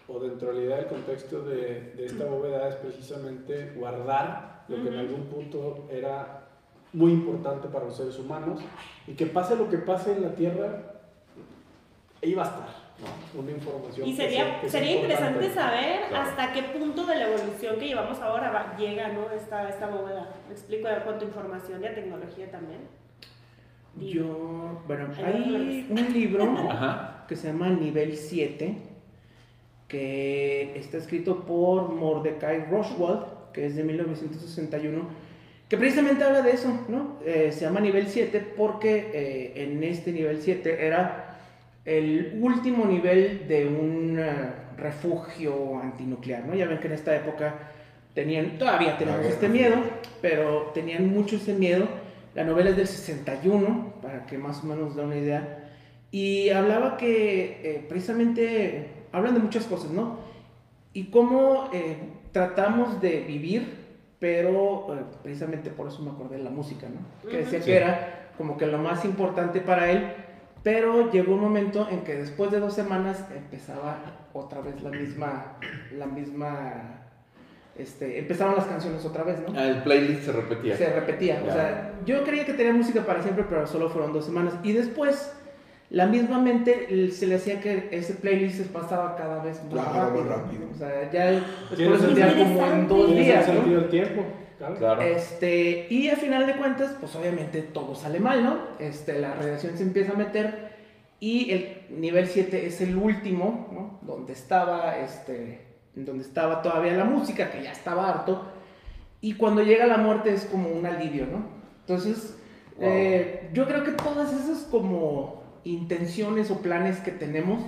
[SPEAKER 5] o dentro de la idea del contexto de, de esta bóveda, es precisamente guardar lo que en
[SPEAKER 1] Ujú.
[SPEAKER 5] algún punto era muy importante para los seres humanos y que pase lo que pase en la Tierra, ahí va a estar ¿no? una información.
[SPEAKER 1] Y
[SPEAKER 5] que sea-
[SPEAKER 1] sería,
[SPEAKER 5] que sea
[SPEAKER 1] sería
[SPEAKER 5] importante.
[SPEAKER 1] interesante saber
[SPEAKER 5] Claro.
[SPEAKER 1] hasta qué punto de la evolución que llevamos ahora va- llega, ¿no? Esta, esta bóveda. Me explico de cuánto información y a tecnología también. Digo,
[SPEAKER 6] yo, bueno,
[SPEAKER 1] Hay
[SPEAKER 6] hay un libro
[SPEAKER 3] Ajá.
[SPEAKER 6] que se llama Nivel 7, que está escrito por Mordecai Rochwald, que es de 1961, que precisamente habla de eso, ¿no? Eh, se llama Nivel 7 porque eh, en este Nivel 7 era el último nivel de un eh, refugio antinuclear, ¿no? Ya ven que en esta época tenían, todavía tenemos
[SPEAKER 2] guerra.
[SPEAKER 6] este miedo, pero tenían mucho ese miedo. La novela es del 61, para que más o menos da una idea. Y hablaba que eh, precisamente hablan de muchas cosas, ¿no? Y cómo eh, tratamos de vivir, pero eh, precisamente por eso me acordé de la música, ¿no? Que decía
[SPEAKER 1] Ujú.
[SPEAKER 6] que era como que lo más importante para él, pero llegó un momento en que después de dos semanas empezaba otra vez la misma, la misma, este, empezaban las canciones otra vez, ¿no?
[SPEAKER 3] Ah, el playlist se repetía.
[SPEAKER 6] Se repetía. O sea, yo creía que tenía música para siempre, pero solo fueron dos semanas. Y después, la misma mente l- se le hacía que ese playlist se pasaba cada vez más
[SPEAKER 2] Claro,
[SPEAKER 6] rápido.
[SPEAKER 2] más rápido.
[SPEAKER 6] O sea, ya el- después
[SPEAKER 5] Tiene
[SPEAKER 6] lo sentía
[SPEAKER 1] sentido.
[SPEAKER 6] como en dos
[SPEAKER 5] Tiene ese
[SPEAKER 6] días, ¿no?
[SPEAKER 5] sentido el tiempo, claro.
[SPEAKER 3] Claro.
[SPEAKER 6] Este, y al final de cuentas, pues obviamente todo sale mal, ¿no? Este, la radiación se empieza a meter y el nivel 7 es el último, ¿no? Donde estaba, este, donde estaba todavía la música, que ya estaba harto. Y cuando llega la muerte es como un alivio, ¿no? Entonces,
[SPEAKER 2] Wow.
[SPEAKER 6] Eh, yo creo que todas esas como intenciones o planes que tenemos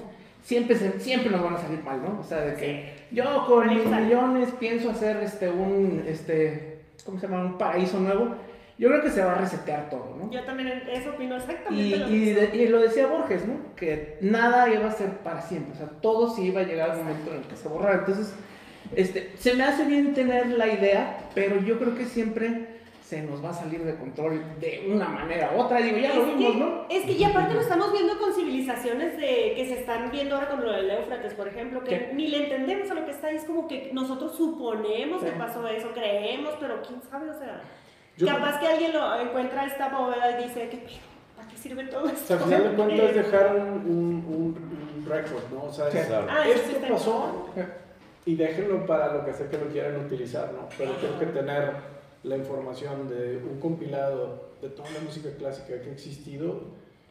[SPEAKER 6] siempre, se- siempre nos van a salir mal, ¿no? O sea, de que yo con mis
[SPEAKER 1] Exacto.
[SPEAKER 6] millones pienso hacer este un, este, ¿cómo se llama? Un paraíso nuevo. Yo creo que se va a resetear todo, ¿no?
[SPEAKER 1] Yo también eso opino exactamente
[SPEAKER 6] Y,
[SPEAKER 1] lo
[SPEAKER 6] y
[SPEAKER 1] mismo.
[SPEAKER 6] de- y lo decía Borges, ¿no? Que nada iba a ser para siempre, o sea, todo sí iba a llegar al momento en el que se borrara. Entonces, este, se me hace bien tener la idea, pero yo creo que siempre se nos va a salir de control de una manera u otra. Digo, ya lo
[SPEAKER 1] Es
[SPEAKER 6] vimos,
[SPEAKER 1] que,
[SPEAKER 6] ¿no?
[SPEAKER 1] es que y aparte lo estamos viendo con civilizaciones de, que se están viendo ahora con lo del Éufrates, por ejemplo, que
[SPEAKER 6] Sí.
[SPEAKER 1] ni le entendemos a lo que está ahí, es como que nosotros suponemos que
[SPEAKER 6] Sí.
[SPEAKER 1] pasó eso, creemos, pero quién sabe, o sea,
[SPEAKER 5] Yo-
[SPEAKER 1] capaz que alguien lo encuentra esta bóveda y dice, ¿qué pedo? ¿Para qué sirve todo
[SPEAKER 5] O
[SPEAKER 1] esto?
[SPEAKER 5] sea, al final de cuentas
[SPEAKER 1] Eh,
[SPEAKER 5] dejar un, un, un, un récord, ¿no? O sea,
[SPEAKER 6] Sí.
[SPEAKER 5] es-
[SPEAKER 3] Claro.
[SPEAKER 1] Ah, eso sí
[SPEAKER 5] esto
[SPEAKER 1] está
[SPEAKER 5] pasó y déjenlo para lo que sea que lo quieran utilizar, ¿no? Pero creo que tener la información de un compilado de toda la música clásica que ha existido,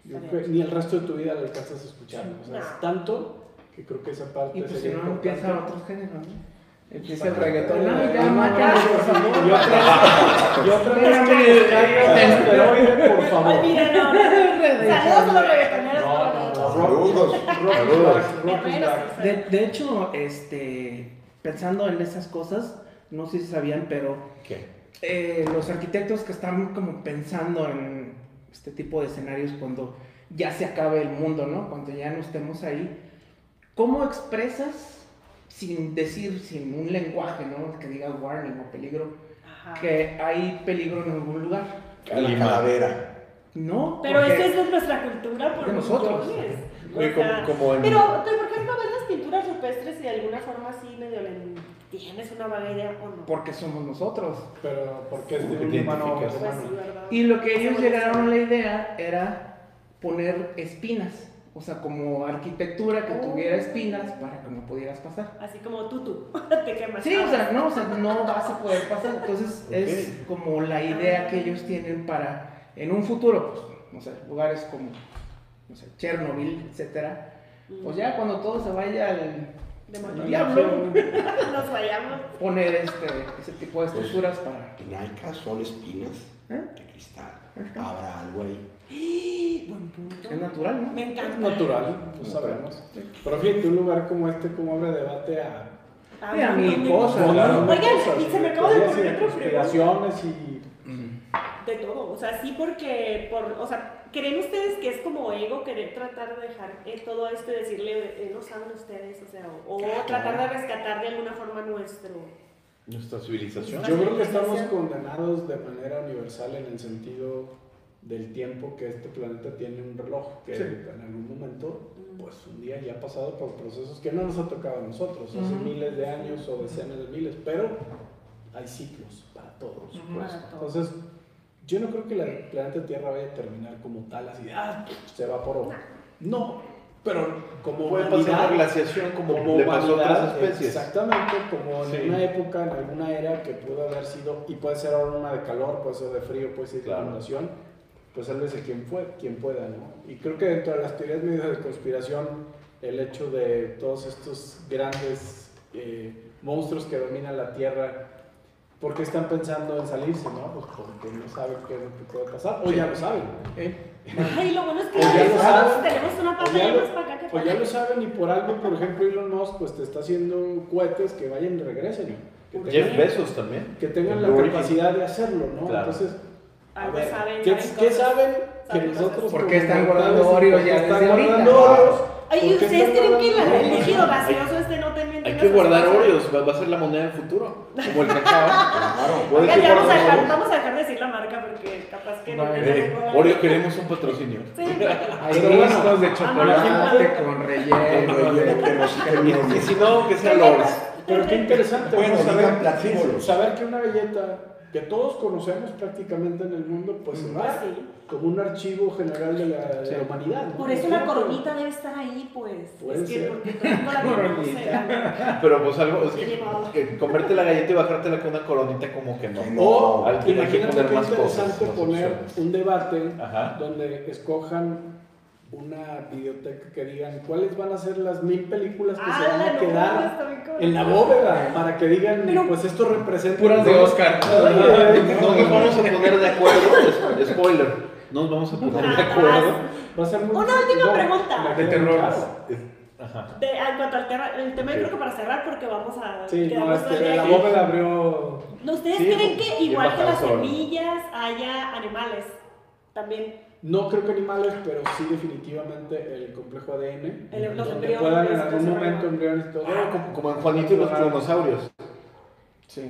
[SPEAKER 5] yo
[SPEAKER 1] Está
[SPEAKER 5] creo que ni el resto de tu vida la alcanzas a escuchar. O sea,
[SPEAKER 1] No.
[SPEAKER 5] es tanto que creo que esa parte
[SPEAKER 6] Y pues si
[SPEAKER 5] sería
[SPEAKER 6] no,
[SPEAKER 5] importante. Pues,
[SPEAKER 6] empieza otros géneros, ¿no? Empieza el
[SPEAKER 3] Para-
[SPEAKER 6] reggaetón.
[SPEAKER 5] Ah,
[SPEAKER 6] ¿no?
[SPEAKER 5] ya,
[SPEAKER 6] mata.
[SPEAKER 5] por favor. Y otra- Y otra vez que me descargas el esteroide, por favor.
[SPEAKER 1] Mira, no, no. Saludos a los reggaetoneros.
[SPEAKER 5] No, no, no.
[SPEAKER 2] Saludos.
[SPEAKER 5] Rock is back, rock is
[SPEAKER 1] Guerreros,
[SPEAKER 5] back.
[SPEAKER 1] o sea.
[SPEAKER 6] De, de hecho, este, pensando en esas cosas, no sé si sabían, pero
[SPEAKER 3] ¿Qué?
[SPEAKER 6] eh, los arquitectos que están como pensando en este tipo de escenarios cuando ya se acabe el mundo, ¿no? Cuando ya no estemos ahí, ¿cómo expresas sin decir, sin un lenguaje, ¿no? Que diga warning o peligro,
[SPEAKER 1] Ajá.
[SPEAKER 6] que hay peligro en algún lugar?
[SPEAKER 2] La calavera.
[SPEAKER 6] No,
[SPEAKER 1] Pero
[SPEAKER 6] porque-
[SPEAKER 1] eso es de nuestra cultura, por
[SPEAKER 6] De nosotros.
[SPEAKER 1] millones. O
[SPEAKER 3] Oye, como-
[SPEAKER 1] sea,
[SPEAKER 3] como en-
[SPEAKER 1] Pero, pero, por ejemplo, ves las pinturas rupestres y de alguna forma así medio le tienes una vaga idea o no.
[SPEAKER 6] porque somos nosotros.
[SPEAKER 5] Pero porque es de
[SPEAKER 3] Porque
[SPEAKER 5] un
[SPEAKER 3] te
[SPEAKER 5] humano
[SPEAKER 3] identificas.
[SPEAKER 1] Pues sí,
[SPEAKER 5] humano.
[SPEAKER 1] ¿verdad?
[SPEAKER 6] Y lo que ellos
[SPEAKER 1] Somos
[SPEAKER 6] llegaron a la
[SPEAKER 1] nosotros.
[SPEAKER 6] idea era poner espinas, o sea, como arquitectura que
[SPEAKER 1] Oh.
[SPEAKER 6] tuviera espinas para que no pudieras pasar.
[SPEAKER 1] Así como tú, tú, te quemas.
[SPEAKER 6] Sí, o sea, no, o sea, no vas a poder pasar. Entonces es como la idea que ellos tienen para, en un futuro, pues, no sé, lugares como, no sé, Chernobyl, etcétera.
[SPEAKER 1] Mm,
[SPEAKER 6] Pues ya cuando todo se vaya al
[SPEAKER 1] Demonio.
[SPEAKER 6] diablo,
[SPEAKER 1] pues, Nos vayamos.
[SPEAKER 6] poner este, ese tipo de estructuras para...
[SPEAKER 2] En Alca son espinas
[SPEAKER 6] ¿eh?
[SPEAKER 2] de cristal.
[SPEAKER 6] Ajá.
[SPEAKER 2] Habrá algo ahí.
[SPEAKER 1] Buen punto.
[SPEAKER 6] Es natural, ¿no?
[SPEAKER 1] Me encanta.
[SPEAKER 5] Es natural, no sabemos. Pero fíjate, un lugar como este, como abre debate a
[SPEAKER 1] Ah,
[SPEAKER 6] Mira,
[SPEAKER 1] un
[SPEAKER 6] mi
[SPEAKER 1] montón de-
[SPEAKER 6] cosa.
[SPEAKER 5] un montón de
[SPEAKER 1] Oigan,
[SPEAKER 5] cosas,
[SPEAKER 1] y se me
[SPEAKER 5] de
[SPEAKER 1] acaba de
[SPEAKER 5] teorías y
[SPEAKER 1] ocurrir otra pregunta.
[SPEAKER 5] conspiraciones y
[SPEAKER 1] De todo, o sea, sí porque, por, o sea, ¿creen ustedes que es como ego querer tratar de dejar eh, todo esto y decirle, eh, no saben ustedes, o sea, o, o tratar de rescatar de alguna forma nuestro?
[SPEAKER 3] Nuestra civilización.
[SPEAKER 5] Yo creo que estamos condenados de manera universal en el sentido del tiempo que este planeta tiene un reloj, que
[SPEAKER 6] Sí.
[SPEAKER 5] en algún momento, pues un día ya ha pasado por procesos que no nos ha tocado a nosotros, hace
[SPEAKER 6] Ujú.
[SPEAKER 5] miles de años o decenas de miles, pero hay ciclos para todos.
[SPEAKER 6] Ujú.
[SPEAKER 5] pues.
[SPEAKER 1] Para todos.
[SPEAKER 5] Entonces, yo no creo que el planeta Tierra vaya a terminar como tal, así, ah, se evaporó. No, pero como
[SPEAKER 3] Puede pasar una
[SPEAKER 5] humanidad,
[SPEAKER 3] glaciación como,
[SPEAKER 5] como
[SPEAKER 3] le pasó a otras
[SPEAKER 5] humanidad,
[SPEAKER 3] especies.
[SPEAKER 5] Exactamente, como en
[SPEAKER 3] Sí.
[SPEAKER 5] una época, en alguna era que pudo haber sido, y puede ser ahora una de calor, puede ser de frío, puede ser de
[SPEAKER 3] Claro.
[SPEAKER 5] inundación, pues sálvese quien, fue, quien pueda, ¿no? Y creo que dentro de las teorías medio de conspiración, el hecho de todos estos grandes eh, monstruos que dominan la Tierra, ¿por qué están pensando en salirse, no? Pues porque no saben qué es lo que puede pasar, o ya lo saben.
[SPEAKER 6] ¿Eh?
[SPEAKER 1] Ay, lo bueno es que
[SPEAKER 5] O ya lo
[SPEAKER 1] nosotros
[SPEAKER 5] sabes.
[SPEAKER 1] tenemos una
[SPEAKER 5] O ya
[SPEAKER 1] pantalla
[SPEAKER 5] lo-
[SPEAKER 1] más para acá que
[SPEAKER 5] o
[SPEAKER 1] para
[SPEAKER 5] Pues ya
[SPEAKER 1] allá.
[SPEAKER 5] lo saben y por algo, por ejemplo, Elon Musk pues te está haciendo cohetes que vayan y regresen. Que
[SPEAKER 3] Jeff
[SPEAKER 5] tengan,
[SPEAKER 3] Bezos también.
[SPEAKER 5] que tengan la
[SPEAKER 3] Origin.
[SPEAKER 5] capacidad de hacerlo, ¿no?
[SPEAKER 3] Claro.
[SPEAKER 5] Entonces, a
[SPEAKER 1] Algo
[SPEAKER 5] ver,
[SPEAKER 1] saben,
[SPEAKER 5] ¿qué,
[SPEAKER 1] saben
[SPEAKER 5] qué
[SPEAKER 1] cosas.
[SPEAKER 5] saben que
[SPEAKER 1] Saben
[SPEAKER 5] nosotros...
[SPEAKER 1] cosas.
[SPEAKER 6] ¿Por
[SPEAKER 5] como
[SPEAKER 6] qué están guardando
[SPEAKER 5] mortales,
[SPEAKER 6] Oreos
[SPEAKER 5] por qué
[SPEAKER 6] ya
[SPEAKER 5] están
[SPEAKER 6] desde ahorita?
[SPEAKER 5] guardando Oreos?
[SPEAKER 1] Ay,
[SPEAKER 5] ¿Por qué
[SPEAKER 1] ¿ustedes
[SPEAKER 5] están
[SPEAKER 1] creen que la-
[SPEAKER 5] guardando
[SPEAKER 1] el
[SPEAKER 5] Oreos?
[SPEAKER 1] líquido gaseoso este no te miente?
[SPEAKER 3] Hay que guardar Oreos, va, va a ser la moneda del futuro. Como el cacao.
[SPEAKER 2] Claro.
[SPEAKER 3] Puede
[SPEAKER 1] Oigan,
[SPEAKER 3] que
[SPEAKER 1] ya vamos a,
[SPEAKER 3] guardes
[SPEAKER 1] dejar,
[SPEAKER 3] Oreos.
[SPEAKER 1] vamos a dejar de decir la marca porque capaz que... no
[SPEAKER 6] Vale.
[SPEAKER 1] tenemos
[SPEAKER 3] Eh,
[SPEAKER 1] nada.
[SPEAKER 3] Oreo, queremos un patrocinio.
[SPEAKER 1] Sí.
[SPEAKER 6] Hay
[SPEAKER 5] Pero bueno,
[SPEAKER 6] discos de chocolate
[SPEAKER 5] imagínate-
[SPEAKER 6] con
[SPEAKER 2] El
[SPEAKER 6] relleno.
[SPEAKER 2] relleno
[SPEAKER 6] de-
[SPEAKER 2] que nos termina.
[SPEAKER 3] Y si no, que sea Lores.
[SPEAKER 5] Pero qué interesante,
[SPEAKER 2] Bueno,
[SPEAKER 5] ¿no?
[SPEAKER 2] digan
[SPEAKER 5] saber,
[SPEAKER 2] platíbulos.
[SPEAKER 5] saber que una galleta que todos conocemos prácticamente en el mundo, pues se va
[SPEAKER 1] Sí.
[SPEAKER 5] como un archivo general de la, de la humanidad. ¿no?
[SPEAKER 1] Por eso la
[SPEAKER 5] Siempre.
[SPEAKER 1] coronita debe estar ahí, pues.
[SPEAKER 5] Puede
[SPEAKER 1] es que
[SPEAKER 5] ser.
[SPEAKER 1] porque todo el mundo la conoce.
[SPEAKER 3] Pero pues algo, es
[SPEAKER 1] Qué
[SPEAKER 3] que,
[SPEAKER 1] llevado.
[SPEAKER 3] que comerte la galleta y bajártela con una coronita como que no.
[SPEAKER 2] Que no.
[SPEAKER 5] O
[SPEAKER 3] Hay que- hay que
[SPEAKER 5] imagínate
[SPEAKER 3] poner
[SPEAKER 5] qué
[SPEAKER 3] más
[SPEAKER 5] interesante
[SPEAKER 3] cosas, más
[SPEAKER 5] poner
[SPEAKER 3] opciones.
[SPEAKER 5] un debate
[SPEAKER 3] Ajá.
[SPEAKER 5] donde escojan una videoteca que digan cuáles van a ser las mil películas que se
[SPEAKER 1] Ah,
[SPEAKER 5] van
[SPEAKER 1] la
[SPEAKER 5] a quedar en la
[SPEAKER 1] boca.
[SPEAKER 5] bóveda para que digan,
[SPEAKER 1] pues, Pero-
[SPEAKER 5] pues esto representa.
[SPEAKER 4] Puras de Oscar.
[SPEAKER 3] No nos vamos a poner de acuerdo, es- spoiler, no nos vamos a poner de acuerdo.
[SPEAKER 5] Va a ser muy
[SPEAKER 1] Una
[SPEAKER 5] difícil.
[SPEAKER 1] última pregunta.
[SPEAKER 5] La
[SPEAKER 4] De
[SPEAKER 5] que-
[SPEAKER 4] terror.
[SPEAKER 5] claro.
[SPEAKER 3] Ajá.
[SPEAKER 1] De, en cuanto al tema, el tema yo creo que para cerrar, porque vamos a.
[SPEAKER 5] Sí, no,
[SPEAKER 1] quedarnos
[SPEAKER 5] es
[SPEAKER 1] todo el
[SPEAKER 5] que
[SPEAKER 1] día
[SPEAKER 5] la
[SPEAKER 1] aquí.
[SPEAKER 5] bóveda abrió.
[SPEAKER 1] ¿No, ¿Ustedes
[SPEAKER 3] Sí, pues,
[SPEAKER 1] creen que
[SPEAKER 3] bien
[SPEAKER 1] igual que
[SPEAKER 3] bajado
[SPEAKER 1] las
[SPEAKER 3] sobre.
[SPEAKER 1] semillas haya animales también?
[SPEAKER 5] No creo que animales, pero sí definitivamente el complejo ADN.
[SPEAKER 1] El- los
[SPEAKER 5] donde
[SPEAKER 1] embriones,
[SPEAKER 5] puedan en
[SPEAKER 1] los
[SPEAKER 5] algún momento
[SPEAKER 1] embriones.
[SPEAKER 5] embriones y todo.
[SPEAKER 3] Ah, Como- Como en Juanito y los dinosaurios.
[SPEAKER 5] Sí.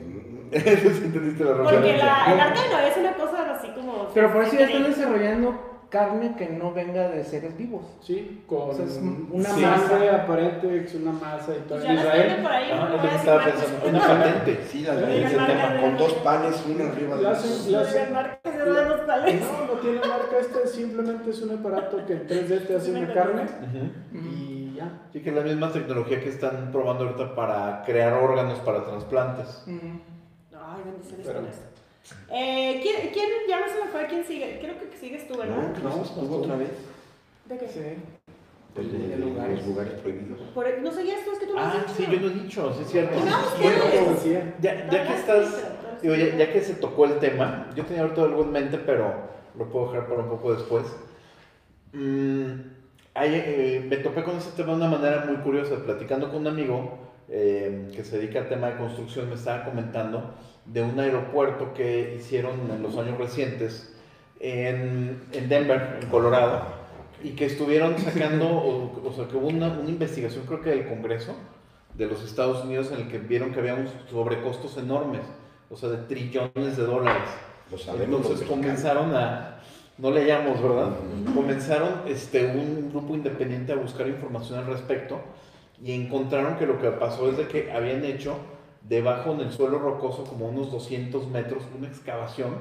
[SPEAKER 3] ¿Entendiste la
[SPEAKER 1] Porque
[SPEAKER 3] referencia?
[SPEAKER 1] la, el arte de Noé es una cosa así como.
[SPEAKER 6] Pero por eso ya están
[SPEAKER 1] increíble.
[SPEAKER 6] desarrollando carne que no venga de seres vivos.
[SPEAKER 5] Sí, con
[SPEAKER 6] O sea, es una
[SPEAKER 5] sí. sangre aparente, es una masa y todo.
[SPEAKER 1] Pues ya las tienen por ahí.
[SPEAKER 3] Ah,
[SPEAKER 1] no
[SPEAKER 3] es
[SPEAKER 1] voy
[SPEAKER 3] lo
[SPEAKER 1] a
[SPEAKER 3] que
[SPEAKER 1] decir
[SPEAKER 3] estaba
[SPEAKER 1] marcas.
[SPEAKER 3] pensando. Una patente, sí, la
[SPEAKER 5] Sí,
[SPEAKER 3] de ese
[SPEAKER 1] la
[SPEAKER 3] tema.
[SPEAKER 1] marca.
[SPEAKER 2] Con dos panes, una arriba de
[SPEAKER 5] Ya
[SPEAKER 2] la
[SPEAKER 5] se-
[SPEAKER 1] No
[SPEAKER 5] ya
[SPEAKER 1] digan marcas, ya sabemos
[SPEAKER 3] ¿Eh?
[SPEAKER 1] cuáles.
[SPEAKER 5] No, no tiene marca este, simplemente es un aparato que en 3D te hace una carne y ya.
[SPEAKER 3] Sí, que es la misma tecnología que están probando ahorita para crear órganos para trasplantes.
[SPEAKER 6] Ujú.
[SPEAKER 1] Ay, bendiciones
[SPEAKER 5] Pero-
[SPEAKER 1] con eso. Eh, ¿quién, ¿Quién ya no se me fue? ¿Quién sigue? Creo que sigues tú,
[SPEAKER 3] Ah,
[SPEAKER 1] ¿verdad?
[SPEAKER 2] No, estuvo otra vez.
[SPEAKER 1] ¿De qué?
[SPEAKER 6] Sí.
[SPEAKER 2] El de-
[SPEAKER 6] De
[SPEAKER 2] de
[SPEAKER 6] lugares.
[SPEAKER 2] los lugares prohibidos.
[SPEAKER 1] Por- e-, ¿No seguías tú? Es que tú no has
[SPEAKER 3] Ah,
[SPEAKER 1] dicho.
[SPEAKER 3] sí, yo no he dicho, sí es cierto.
[SPEAKER 1] No,
[SPEAKER 3] Bueno,
[SPEAKER 1] ustedes.
[SPEAKER 5] Como decía,
[SPEAKER 3] ya, ya que estás, digo, ya, ya que se tocó el tema, yo tenía ahorita algo en mente, pero lo puedo dejar para un poco después. Mm, hay, eh, me topé con ese tema de una manera muy curiosa, platicando con un amigo eh, que se dedica al tema de construcción, me estaba comentando de un aeropuerto que hicieron en los años recientes en, en Denver, en Colorado, y que estuvieron sacando, o, o sea, que hubo una, una investigación creo que del Congreso de los Estados Unidos en el que vieron que había unos sobrecostos enormes, o sea, de trillones de dólares.
[SPEAKER 2] Lo sabemos. los
[SPEAKER 3] Entonces
[SPEAKER 2] mexicanos.
[SPEAKER 3] comenzaron a, no leíamos, ¿verdad?
[SPEAKER 2] Ujú.
[SPEAKER 3] Comenzaron este, un grupo independiente a buscar información al respecto y encontraron que lo que pasó es de que habían hecho debajo en el suelo rocoso como unos 200 metros una excavación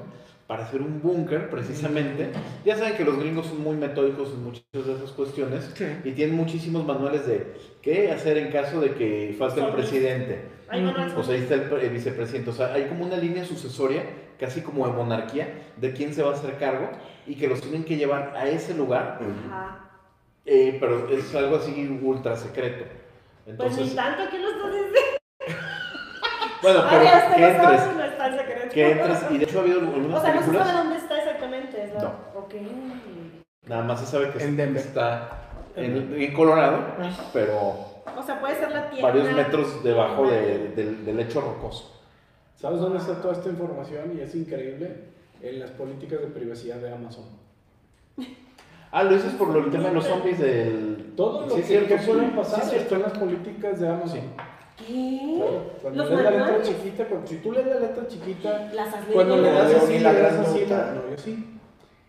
[SPEAKER 3] para hacer un búnker precisamente. Ya saben que los gringos son muy metódicos en muchas de esas cuestiones
[SPEAKER 6] Sí.
[SPEAKER 3] y tienen muchísimos manuales de qué hacer en caso de que falte el
[SPEAKER 1] Sí.
[SPEAKER 3] presidente.
[SPEAKER 1] Ay, no, no, no.
[SPEAKER 3] O sea, ahí está el, pre- el vicepresidente. O sea, hay como una línea sucesoria, casi como de monarquía, de quién se va a hacer cargo y que los tienen que llevar a ese lugar,
[SPEAKER 2] Ujú.
[SPEAKER 1] Ajá.
[SPEAKER 3] eh, pero es algo así ultra secreto.
[SPEAKER 1] Pues ni
[SPEAKER 3] Entonces,
[SPEAKER 1] tanto, ¿quién lo estás diciendo?
[SPEAKER 3] bueno, pero
[SPEAKER 1] Ay, hasta
[SPEAKER 3] que
[SPEAKER 1] los
[SPEAKER 3] entres,
[SPEAKER 1] sábados no está el secreto.
[SPEAKER 3] que entres. Y de hecho ha habido
[SPEAKER 1] O
[SPEAKER 3] algunas
[SPEAKER 1] sea, no se sabe
[SPEAKER 3] películas,
[SPEAKER 1] dónde está exactamente. ¿no? Ok.
[SPEAKER 3] nada más se sabe que
[SPEAKER 6] En Denver.
[SPEAKER 3] está en, en Colorado,
[SPEAKER 6] Pues,
[SPEAKER 3] pero
[SPEAKER 1] O sea, puede ser la tierra.
[SPEAKER 3] varios metros debajo de- del, del lecho rocoso.
[SPEAKER 5] ¿sabes dónde está toda esta información? Y es increíble en las políticas de privacidad de Amazon.
[SPEAKER 3] Ah, lo dices por lo, el tema de los zombies del...
[SPEAKER 5] Todo lo
[SPEAKER 3] Sí,
[SPEAKER 5] que,
[SPEAKER 3] es cierto,
[SPEAKER 5] que pueden
[SPEAKER 3] sí,
[SPEAKER 5] pasar
[SPEAKER 3] sí, es
[SPEAKER 5] está
[SPEAKER 3] cierto.
[SPEAKER 5] en las políticas de Amazon.
[SPEAKER 1] ¿Qué?
[SPEAKER 5] Claro, Cuando
[SPEAKER 1] Los
[SPEAKER 5] lees la letra
[SPEAKER 1] manuales.
[SPEAKER 5] chiquita, cuando- si tú lees la letra chiquita,
[SPEAKER 1] Las has
[SPEAKER 5] cuando le
[SPEAKER 1] leído.
[SPEAKER 5] das
[SPEAKER 2] Leo
[SPEAKER 5] así,
[SPEAKER 2] ni
[SPEAKER 5] le
[SPEAKER 2] la
[SPEAKER 5] das
[SPEAKER 2] gran
[SPEAKER 5] así,
[SPEAKER 2] nota.
[SPEAKER 5] la- no, yo sí.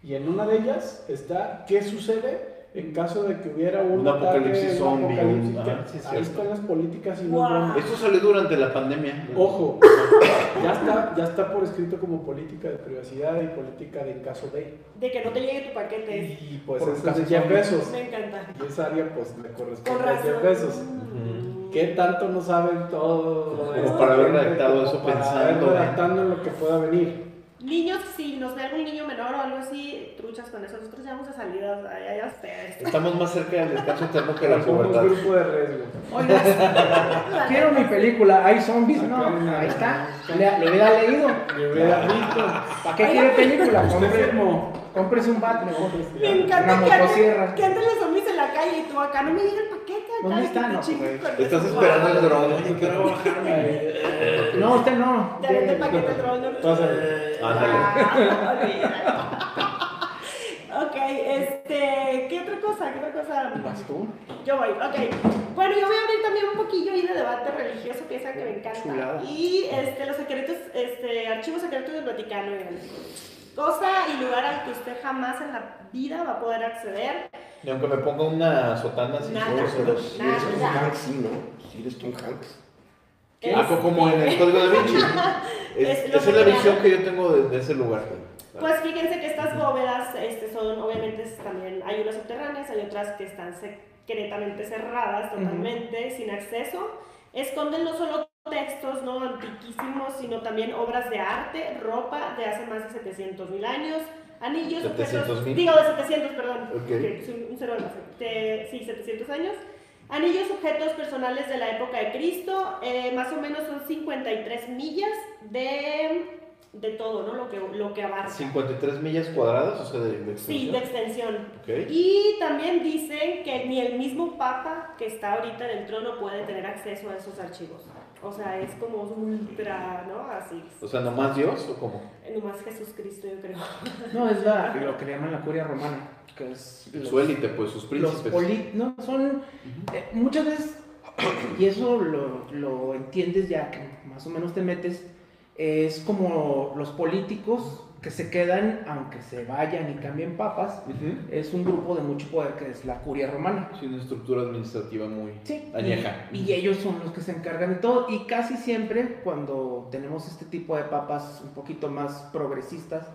[SPEAKER 5] Y en una de ellas está qué sucede en caso de que hubiera un,
[SPEAKER 3] Un
[SPEAKER 5] ataque,
[SPEAKER 3] apocalipsis
[SPEAKER 5] un
[SPEAKER 3] zombie,
[SPEAKER 5] apocalipsis,
[SPEAKER 3] un- ajá,
[SPEAKER 5] que-
[SPEAKER 3] sí, es
[SPEAKER 5] ahí
[SPEAKER 3] cierto.
[SPEAKER 5] están las políticas y no
[SPEAKER 1] Guau.
[SPEAKER 5] bromas.
[SPEAKER 3] Esto salió durante la pandemia.
[SPEAKER 5] Ojo, ya está, ya está por escrito como política de privacidad y política de en caso de.
[SPEAKER 1] De que no te llegue tu paquete.
[SPEAKER 5] Y pues
[SPEAKER 6] Por
[SPEAKER 5] esa es de
[SPEAKER 6] casos
[SPEAKER 5] Jeff
[SPEAKER 6] zombie.
[SPEAKER 5] Bezos.
[SPEAKER 1] Me encanta.
[SPEAKER 5] Y esa área pues le
[SPEAKER 1] Con
[SPEAKER 5] corresponde a
[SPEAKER 1] razón.
[SPEAKER 5] Jeff Bezos.
[SPEAKER 3] Ujú.
[SPEAKER 5] ¿Qué tanto no saben todo?
[SPEAKER 3] Como
[SPEAKER 5] esto?
[SPEAKER 3] para haber redactado eso
[SPEAKER 5] para
[SPEAKER 3] pensando,
[SPEAKER 5] Haber
[SPEAKER 3] ¿eh?
[SPEAKER 5] redactando en lo que pueda venir.
[SPEAKER 1] Niños, si nos ve algún niño menor o algo así, truchas con eso. Nosotros ya vamos a salir a, a, a ustedes.
[SPEAKER 3] Estamos más cerca del descanso eterno que la
[SPEAKER 5] Como un
[SPEAKER 3] pubertad.
[SPEAKER 5] grupo de riesgo.
[SPEAKER 6] Oigan, quiero mi película. Hay zombies. No, ahí está. Le, lo hubiera leído.
[SPEAKER 5] Yo hubiera visto.
[SPEAKER 6] ¿Para qué quiere película?
[SPEAKER 5] Usted
[SPEAKER 6] Compre-
[SPEAKER 5] firmó.
[SPEAKER 6] Cómprese un bat, mejor.
[SPEAKER 1] Me encanta
[SPEAKER 6] Una
[SPEAKER 1] que anden,
[SPEAKER 6] motosierra.
[SPEAKER 1] que anden los zombies en la calle y tú acá no me llega el paquete. Acá
[SPEAKER 6] ¿Dónde
[SPEAKER 1] de
[SPEAKER 6] está?
[SPEAKER 1] que te
[SPEAKER 6] No,
[SPEAKER 1] chingues con
[SPEAKER 3] Estás
[SPEAKER 1] eso.
[SPEAKER 3] esperando el dron.
[SPEAKER 6] No, usted no.
[SPEAKER 1] Te vende el paquete el dron.
[SPEAKER 3] Ah,
[SPEAKER 1] ¿no?
[SPEAKER 5] Pásale.
[SPEAKER 3] Ándale.
[SPEAKER 1] Ah, olvídalo. Ok, este, ¿qué otra cosa? ¿Qué otra cosa?
[SPEAKER 6] ¿Vas tú?
[SPEAKER 1] Yo voy, ok. Bueno, yo voy a abrir también un poquillo ahí de debate religioso, que es algo que me encanta.
[SPEAKER 6] Chulada.
[SPEAKER 1] Y este, los secretos, este, archivos secretos del Vaticano. oigan. Cosa y lugar al que usted jamás en la vida va a poder acceder.
[SPEAKER 3] Y aunque me ponga una sotana así.
[SPEAKER 1] Nada.
[SPEAKER 2] Bueno, pero si eres Tom
[SPEAKER 1] Nada.
[SPEAKER 2] Hanks, sí, ¿no? Si eres Tom Hanks.
[SPEAKER 3] Ah, co- como en el código de Vinci. Es-
[SPEAKER 1] Es lo
[SPEAKER 3] esa es la
[SPEAKER 1] que-
[SPEAKER 3] visión que yo tengo de, de ese lugar.
[SPEAKER 1] Pues fíjense que estas bóvedas este, son, obviamente, es- también hay unas subterráneas, hay otras que están secretamente cerradas totalmente, sin acceso. Esconden no solo textos no antiquísimos, sino también obras de arte, ropa de hace más de 700 mil años, Anillos,
[SPEAKER 3] 700
[SPEAKER 1] objetos,
[SPEAKER 3] mil.
[SPEAKER 1] digo, 700, perdón,
[SPEAKER 3] Ok.
[SPEAKER 1] que es un- un cero más, este, sí, 700 años. Anillos, objetos personales de la época de Cristo, eh, más o menos son 53 millas de, de todo, ¿no? Lo que, lo que abarca.
[SPEAKER 3] 53 millas cuadradas, o sea, de, de
[SPEAKER 1] Sí, de extensión.
[SPEAKER 3] extensión. Ok.
[SPEAKER 1] Y también dicen que ni el mismo Papa que está ahorita en el trono puede tener acceso a esos archivos. O sea, es como ultra, ¿no? Así.
[SPEAKER 3] O sea, nomás Dios o cómo?
[SPEAKER 1] Nomás Jesús Cristo, yo creo.
[SPEAKER 6] No, es la, lo que le llaman la curia romana, que es... los-
[SPEAKER 3] Su élite, pues sus
[SPEAKER 6] los
[SPEAKER 3] príncipes.
[SPEAKER 6] poli- no, son eh, muchas veces, y eso lo, lo entiendes ya que más o menos te metes, es como los políticos que se quedan, aunque se vayan y cambien papas,
[SPEAKER 3] Ujú.
[SPEAKER 6] es un grupo de mucho poder que es la curia romana.
[SPEAKER 3] Sí, una estructura administrativa muy
[SPEAKER 6] Sí.
[SPEAKER 3] añeja.
[SPEAKER 6] Y ellos son los que se encargan de todo. Y casi siempre, cuando tenemos este tipo de papas un poquito más progresistas,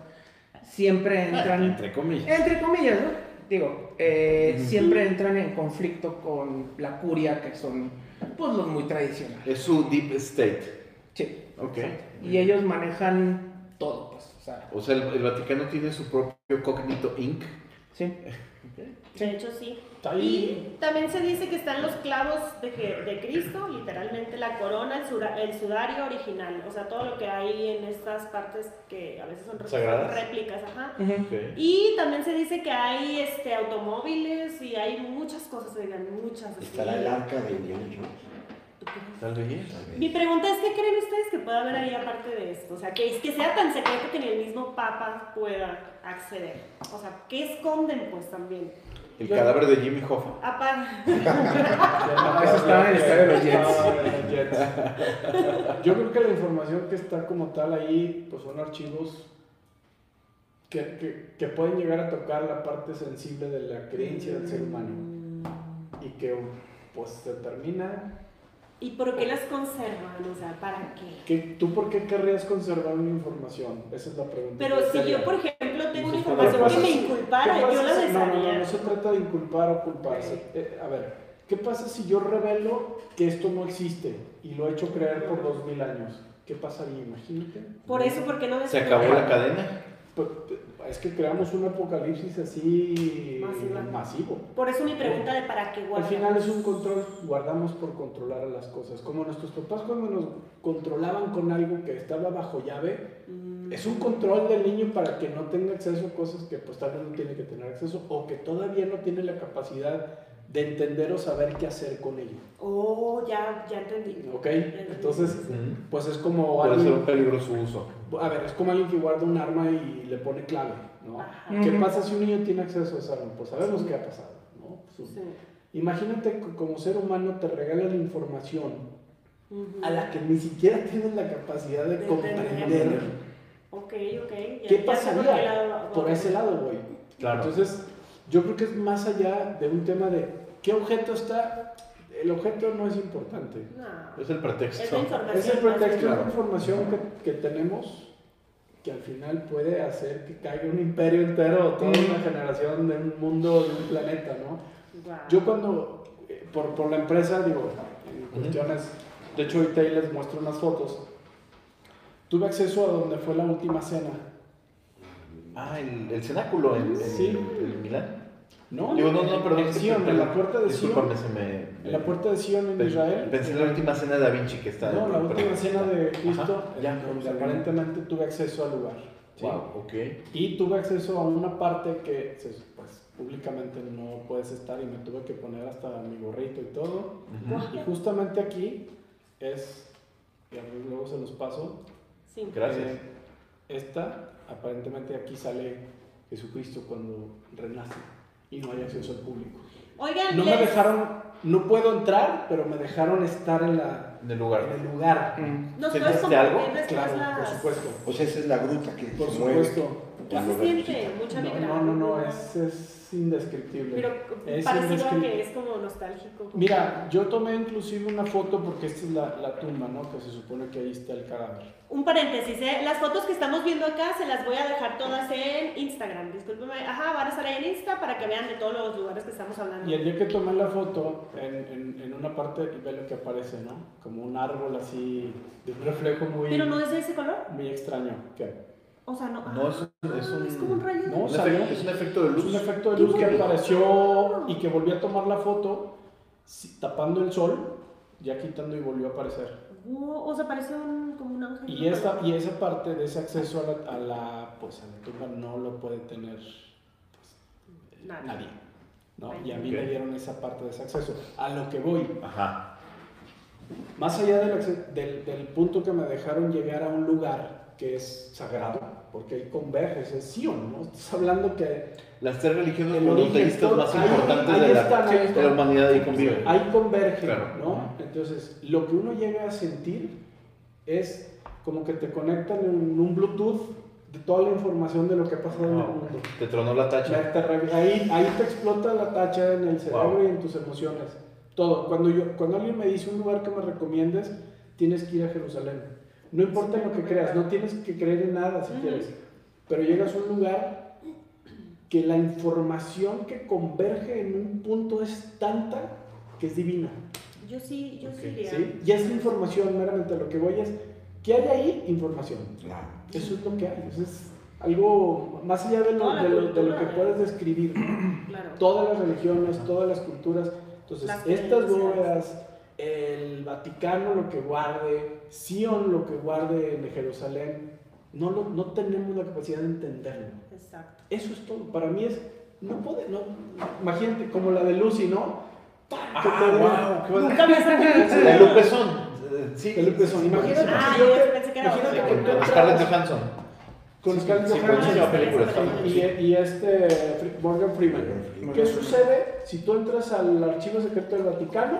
[SPEAKER 6] siempre entran.
[SPEAKER 3] Ah, Entre comillas.
[SPEAKER 6] Entre comillas, ¿no? Digo, eh,
[SPEAKER 3] Ujú.
[SPEAKER 6] siempre entran en conflicto con la curia, que son pues los muy tradicionales.
[SPEAKER 3] Es su deep state.
[SPEAKER 6] Sí.
[SPEAKER 3] Ok.
[SPEAKER 6] Y ellos manejan todo, pues. O sea,
[SPEAKER 3] O sea, el, el Vaticano tiene su propio Cognito Inc.
[SPEAKER 6] sí.
[SPEAKER 1] De hecho, sí.
[SPEAKER 5] Está ahí.
[SPEAKER 1] Y también se dice que están los clavos de, Je- de Cristo, literalmente la corona, el, sura- el sudario original, o sea, todo lo que hay en estas partes que a veces son re-
[SPEAKER 3] Sagradas.
[SPEAKER 1] réplicas, ajá.
[SPEAKER 6] Ujú.
[SPEAKER 3] Ok.
[SPEAKER 1] Y también se dice que hay este, automóviles y hay muchas cosas, oigan, muchas. así.
[SPEAKER 2] Estará el arca de Indiana Jones.
[SPEAKER 3] Tal vez.
[SPEAKER 2] tal vez.
[SPEAKER 1] Mi pregunta es, ¿qué creen ustedes que pueda haber ahí aparte de esto? O sea, que, que sea tan secreto que ni el mismo Papa pueda acceder. O sea, ¿qué esconden pues también?
[SPEAKER 3] El
[SPEAKER 5] Yo-
[SPEAKER 3] cadáver de Jimmy Hoffa.
[SPEAKER 1] Aparte,
[SPEAKER 5] Ya
[SPEAKER 6] Ah, Eso estaba en el estadio de los Jets.
[SPEAKER 5] Estaba en el Jets. Yo creo que la información que está como tal ahí, pues son archivos que, que- que pueden llegar a tocar la parte sensible de la creencia del ser humano y que pues se termina.
[SPEAKER 1] ¿y por qué las conservan? O sea, ¿para qué?
[SPEAKER 5] ¿Qué- ¿Tú por qué querrías conservar una información? Esa es la pregunta. que
[SPEAKER 1] Pero si
[SPEAKER 5] haría.
[SPEAKER 1] yo, por ejemplo, tengo una
[SPEAKER 3] Insisto,
[SPEAKER 5] ¿qué
[SPEAKER 1] información que me
[SPEAKER 5] pasa si- ¿Qué
[SPEAKER 1] inculpara,
[SPEAKER 5] pasa si-
[SPEAKER 1] yo la
[SPEAKER 5] no, no, no,
[SPEAKER 1] desharía.
[SPEAKER 5] no se trata de inculpar o culparse.
[SPEAKER 1] Ok.
[SPEAKER 5] Eh, a ver, ¿qué pasa si yo revelo que esto no existe y lo he hecho creer por dos mil años? ¿Qué pasaría? Imagínate.
[SPEAKER 1] Por eso, ¿por qué no
[SPEAKER 3] Se
[SPEAKER 1] desharía?
[SPEAKER 3] acabó la cadena.
[SPEAKER 5] Pues, Es que creamos un apocalipsis así
[SPEAKER 1] Masiva.
[SPEAKER 5] masivo.
[SPEAKER 1] Por eso mi pregunta de para qué
[SPEAKER 5] Al
[SPEAKER 1] guardar.
[SPEAKER 5] final es un control, guardamos por controlar a las cosas. Como nuestros papás cuando nos controlaban con algo que estaba bajo llave,
[SPEAKER 1] Mm.
[SPEAKER 5] es un control del niño para que no tenga acceso a cosas que pues tal vez no tiene que tener acceso o que todavía no tiene la capacidad de entender o saber qué hacer con ello.
[SPEAKER 1] Oh, ya, ya entendí.
[SPEAKER 5] ¿Ok? Entonces,
[SPEAKER 3] Ujú.
[SPEAKER 5] pues es como
[SPEAKER 3] Puede ser
[SPEAKER 5] alguien,
[SPEAKER 3] un peligro su uso.
[SPEAKER 5] a ver, es como alguien que guarda un arma y le pone clave, ¿no?
[SPEAKER 1] Ajá.
[SPEAKER 6] Mm.
[SPEAKER 5] ¿Qué
[SPEAKER 6] Ujú.
[SPEAKER 5] pasa si un niño tiene acceso a esa arma? Pues sabemos
[SPEAKER 1] Sí.
[SPEAKER 5] qué ha pasado, ¿no? Pues,
[SPEAKER 1] Sí.
[SPEAKER 5] Imagínate que como ser humano te regalan información
[SPEAKER 1] Ujú.
[SPEAKER 5] a la que ni siquiera tienes la capacidad de
[SPEAKER 1] De
[SPEAKER 5] comprender.
[SPEAKER 1] entender. Ok, ok. ya-
[SPEAKER 5] ¿Qué
[SPEAKER 1] ya sé por qué
[SPEAKER 5] pasaría?
[SPEAKER 1] la-
[SPEAKER 5] Por ese lado, güey.
[SPEAKER 3] Claro.
[SPEAKER 5] Entonces, yo creo que es más allá de un tema de qué objeto está. El objeto no es importante.
[SPEAKER 1] No.
[SPEAKER 3] Es el
[SPEAKER 1] Es la
[SPEAKER 3] pretexto.
[SPEAKER 1] información.
[SPEAKER 5] Es el pretexto de
[SPEAKER 3] Claro.
[SPEAKER 5] la información que, que tenemos que al final puede hacer que caiga un imperio entero, toda una generación de un mundo, de un planeta, ¿no?
[SPEAKER 1] Guau.
[SPEAKER 5] Yo cuando, eh, por, por la empresa, digo, en cuestiones, de hecho ahorita ahí les muestro unas fotos, tuve acceso a donde fue la última cena.
[SPEAKER 3] Ah, el, el cenáculo en, en-
[SPEAKER 5] Sí.
[SPEAKER 3] en Milán.
[SPEAKER 5] No,
[SPEAKER 3] Digo, no, no,
[SPEAKER 5] en-
[SPEAKER 3] perdón.
[SPEAKER 5] En Sion, en la puerta de
[SPEAKER 3] Discúlpame,
[SPEAKER 5] Sion.
[SPEAKER 3] se me.
[SPEAKER 5] En la puerta de Sion en
[SPEAKER 3] Pe-
[SPEAKER 5] Israel.
[SPEAKER 3] Pensé en la última cena de Da Vinci que está.
[SPEAKER 5] No, la última cena de Cristo,
[SPEAKER 3] Ajá,
[SPEAKER 5] ya,
[SPEAKER 3] ya.
[SPEAKER 5] donde aparentemente tuve acceso al lugar. ¿sí?
[SPEAKER 3] Wow, ok.
[SPEAKER 5] Y tuve acceso a una parte que se- pues, públicamente no puedes estar y me tuve que poner hasta mi gorrito y todo.
[SPEAKER 3] Ujú.
[SPEAKER 5] Y justamente aquí es, y a mí luego se los paso,
[SPEAKER 1] Sí.
[SPEAKER 3] Gracias.
[SPEAKER 5] eh, esta, aparentemente aquí sale Jesucristo cuando renace y no hay acceso al público.
[SPEAKER 1] Oigan,
[SPEAKER 5] No me
[SPEAKER 1] les-
[SPEAKER 5] dejaron, no puedo entrar, pero me dejaron estar en, la,
[SPEAKER 3] En el
[SPEAKER 5] en
[SPEAKER 3] lugar.
[SPEAKER 5] el lugar.
[SPEAKER 6] Mm.
[SPEAKER 1] ¿Nos puedes
[SPEAKER 3] ¿Sentiste algo?
[SPEAKER 1] compartir después
[SPEAKER 5] Claro, por
[SPEAKER 1] las-
[SPEAKER 5] supuesto.
[SPEAKER 2] O sea, Pues esa es la gruta que
[SPEAKER 5] Por
[SPEAKER 2] se mueve.
[SPEAKER 5] supuesto.
[SPEAKER 1] ¿Qué se siente? Mucha
[SPEAKER 5] No,
[SPEAKER 1] vibra.
[SPEAKER 5] no, no, no, es, es indescriptible.
[SPEAKER 1] Pero
[SPEAKER 5] Es
[SPEAKER 1] parecido a
[SPEAKER 5] indescriptible.
[SPEAKER 1] que es como nostálgico. como-
[SPEAKER 5] Mira, yo tomé inclusive una foto porque esta es la, la tumba, ¿no? Que se supone que ahí está el cadáver.
[SPEAKER 1] Un paréntesis, ¿eh? las fotos que estamos viendo acá se las voy a dejar todas en Instagram. Discúlpeme, ajá, van a estar ahí en Insta para que vean de todos los lugares que estamos hablando.
[SPEAKER 5] Y el día que tomé la foto, en, en- en una parte ve lo que aparece, ¿no? Como un árbol así, de un reflejo muy,
[SPEAKER 1] Pero no es de ese color.
[SPEAKER 5] muy extraño. Que,
[SPEAKER 1] Ok. O sea, no. Ah,
[SPEAKER 3] No, es, es un.
[SPEAKER 1] es como un rayo.
[SPEAKER 5] No,
[SPEAKER 3] un
[SPEAKER 5] salió.
[SPEAKER 3] efecto- es un efecto de
[SPEAKER 5] Es un
[SPEAKER 3] luz.
[SPEAKER 5] efecto de
[SPEAKER 1] Qué
[SPEAKER 5] luz que
[SPEAKER 1] bonito.
[SPEAKER 5] apareció y que volvió a tomar la foto si- tapando el sol, ya quitando y volvió a aparecer.
[SPEAKER 1] Wow, o sea, parece un, como un ángel.
[SPEAKER 5] Y esa, y esa parte de ese acceso a la, a la, pues, a la tumba no lo puede tener pues,
[SPEAKER 1] Nadie.
[SPEAKER 5] nadie. ¿no? Y a mí
[SPEAKER 3] Ok.
[SPEAKER 5] me dieron esa parte de ese acceso. A lo que voy,
[SPEAKER 3] Ajá.
[SPEAKER 5] Más allá del, acce- del- del punto que me dejaron llegar a un lugar que es sagrado, porque ahí converges, es Sion, ¿no? Estás hablando que
[SPEAKER 3] Las tres religiones
[SPEAKER 5] El origen,
[SPEAKER 3] monoteístas
[SPEAKER 5] todo-
[SPEAKER 3] más
[SPEAKER 5] ahí-
[SPEAKER 3] importantes
[SPEAKER 5] ahí
[SPEAKER 3] de, la,
[SPEAKER 5] están, ahí
[SPEAKER 3] de la
[SPEAKER 5] están.
[SPEAKER 3] humanidad ahí conviven.
[SPEAKER 5] ahí convergen,
[SPEAKER 3] Claro.
[SPEAKER 5] ¿no? Entonces, lo que uno llega a sentir es como que te conectan en un Bluetooth de toda la información de lo que ha pasado en el
[SPEAKER 3] Wow.
[SPEAKER 5] mundo.
[SPEAKER 3] Te tronó la tacha.
[SPEAKER 5] Ya te re- Ahí, ahí te explota la tacha en el cerebro
[SPEAKER 3] Wow.
[SPEAKER 5] y en tus emociones. Todo. Cuando, yo, cuando alguien me dice un lugar que me recomiendes, tienes que ir a Jerusalén. No importa lo que creas, no tienes que creer en nada si
[SPEAKER 1] Ujú.
[SPEAKER 5] quieres. Pero llegas a un lugar que la información que converge en un punto es tanta que es divina.
[SPEAKER 1] Yo sí, yo
[SPEAKER 3] Ok,
[SPEAKER 1] sí iría.
[SPEAKER 5] ¿sí? Y es información, meramente lo que voy es, ¿qué hay ahí? Información.
[SPEAKER 2] Claro.
[SPEAKER 5] Eso es lo que hay. eso es algo más allá de lo,
[SPEAKER 1] Toda la
[SPEAKER 5] de lo- de lo
[SPEAKER 1] cultura,
[SPEAKER 5] que
[SPEAKER 1] ¿eh?
[SPEAKER 5] puedes describir. ¿no?
[SPEAKER 1] Claro.
[SPEAKER 5] todas las religiones, todas las culturas. Entonces,
[SPEAKER 1] Las
[SPEAKER 5] estas
[SPEAKER 1] creencias.
[SPEAKER 5] bóvedas, el Vaticano lo que guarde, Sion lo que guarde en Jerusalén, no, lo- no tenemos la capacidad de entenderlo.
[SPEAKER 1] Exacto.
[SPEAKER 5] Eso es todo. Para mí es, no puede, no. Imagínate, como la de Lucy, ¿no? ¡Tac! Que te
[SPEAKER 3] Ah,
[SPEAKER 5] vea.
[SPEAKER 3] wow, qué
[SPEAKER 1] Nunca me
[SPEAKER 3] bueno. La Lupezón. eh, Sí.
[SPEAKER 5] El Lupezón, imagínate.
[SPEAKER 1] Ah,
[SPEAKER 5] que yo
[SPEAKER 1] yo
[SPEAKER 5] te-
[SPEAKER 1] pensé que era
[SPEAKER 5] imagínate
[SPEAKER 1] otra.
[SPEAKER 5] que tú
[SPEAKER 3] Con
[SPEAKER 5] entras
[SPEAKER 3] Scarlett Johansson.
[SPEAKER 5] con Scarlett
[SPEAKER 3] Sí,
[SPEAKER 5] Johansson.
[SPEAKER 3] buenísima película. está
[SPEAKER 1] Johansson.
[SPEAKER 5] Y, y este Fr- Morgan Freeman. ¿Qué sucede si tú entras al archivo secreto del Vaticano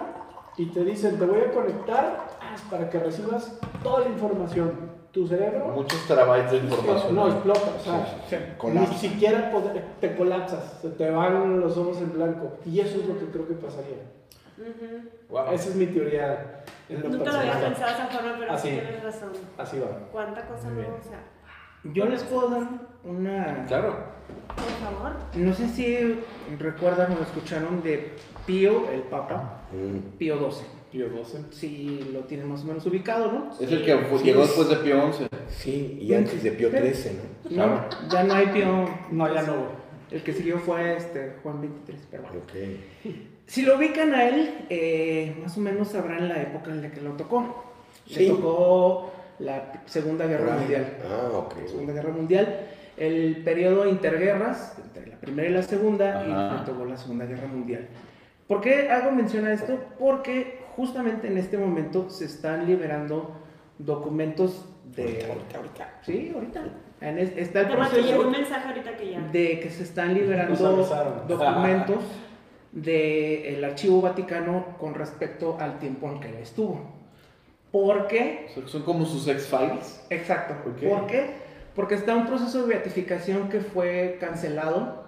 [SPEAKER 5] y te dicen te voy a conectar ah, para que recibas toda la información? Tu cerebro
[SPEAKER 3] Muchos terabytes de
[SPEAKER 5] no,
[SPEAKER 3] información.
[SPEAKER 5] no, explota, o sea,
[SPEAKER 2] Colapsa.
[SPEAKER 5] ni siquiera pod- te colapsas, se te van los ojos en blanco. Y eso es lo que creo que pasaría.
[SPEAKER 1] Ujú.
[SPEAKER 3] Wow.
[SPEAKER 5] Esa es mi teoría. en lo
[SPEAKER 1] Nunca lo había
[SPEAKER 5] personal.
[SPEAKER 1] pensado de esa forma, pero
[SPEAKER 5] Así.
[SPEAKER 1] sí tienes razón.
[SPEAKER 5] Así va.
[SPEAKER 1] ¿Cuánta cosa
[SPEAKER 3] Muy
[SPEAKER 1] no?
[SPEAKER 3] bien.
[SPEAKER 1] O sea,
[SPEAKER 6] Yo les puedo dar una...
[SPEAKER 3] Claro.
[SPEAKER 1] por favor.
[SPEAKER 6] No sé si recuerdan o escucharon de Pío, el Papa,
[SPEAKER 2] Mm.
[SPEAKER 6] Pío XII.
[SPEAKER 5] Pío 12.
[SPEAKER 6] Si lo tienen más o menos ubicado, ¿no?
[SPEAKER 3] Es el que fue- llegó después de Pío XI.
[SPEAKER 2] Sí, y antes de Pío XIII, ¿no?
[SPEAKER 6] No, ya no hay Pío.
[SPEAKER 5] No, ya no. güey.
[SPEAKER 6] El que siguió fue este Juan 23, pero bueno.
[SPEAKER 2] Ok.
[SPEAKER 6] Si lo ubican a él, eh, más o menos sabrán la época en la que lo tocó.
[SPEAKER 2] Sí.
[SPEAKER 6] Le tocó la Segunda Guerra
[SPEAKER 2] Ah,
[SPEAKER 6] Mundial.
[SPEAKER 2] Ah, ok.
[SPEAKER 6] La Segunda Guerra Mundial, el periodo interguerras, entre la primera y la segunda, y
[SPEAKER 3] Ajá.
[SPEAKER 6] le tocó la Segunda Guerra Mundial. ¿Por qué hago mención a esto? Porque justamente en este momento se están liberando documentos de...
[SPEAKER 2] Ahorita, ahorita.
[SPEAKER 6] Sí, ahorita. En es- está el
[SPEAKER 1] Te mandé
[SPEAKER 6] proceso
[SPEAKER 1] llegó un mensaje ahorita que ya.
[SPEAKER 6] de que se están
[SPEAKER 2] Pues,
[SPEAKER 5] Nos
[SPEAKER 6] liberando
[SPEAKER 5] avisaron.
[SPEAKER 6] documentos del Archivo Vaticano con respecto al tiempo en que él estuvo. ¿Por qué?
[SPEAKER 3] Son- Son como sus ex-files.
[SPEAKER 6] Exacto.
[SPEAKER 3] ¿Por qué?
[SPEAKER 6] ¿Por qué? Porque está un proceso de beatificación que fue cancelado,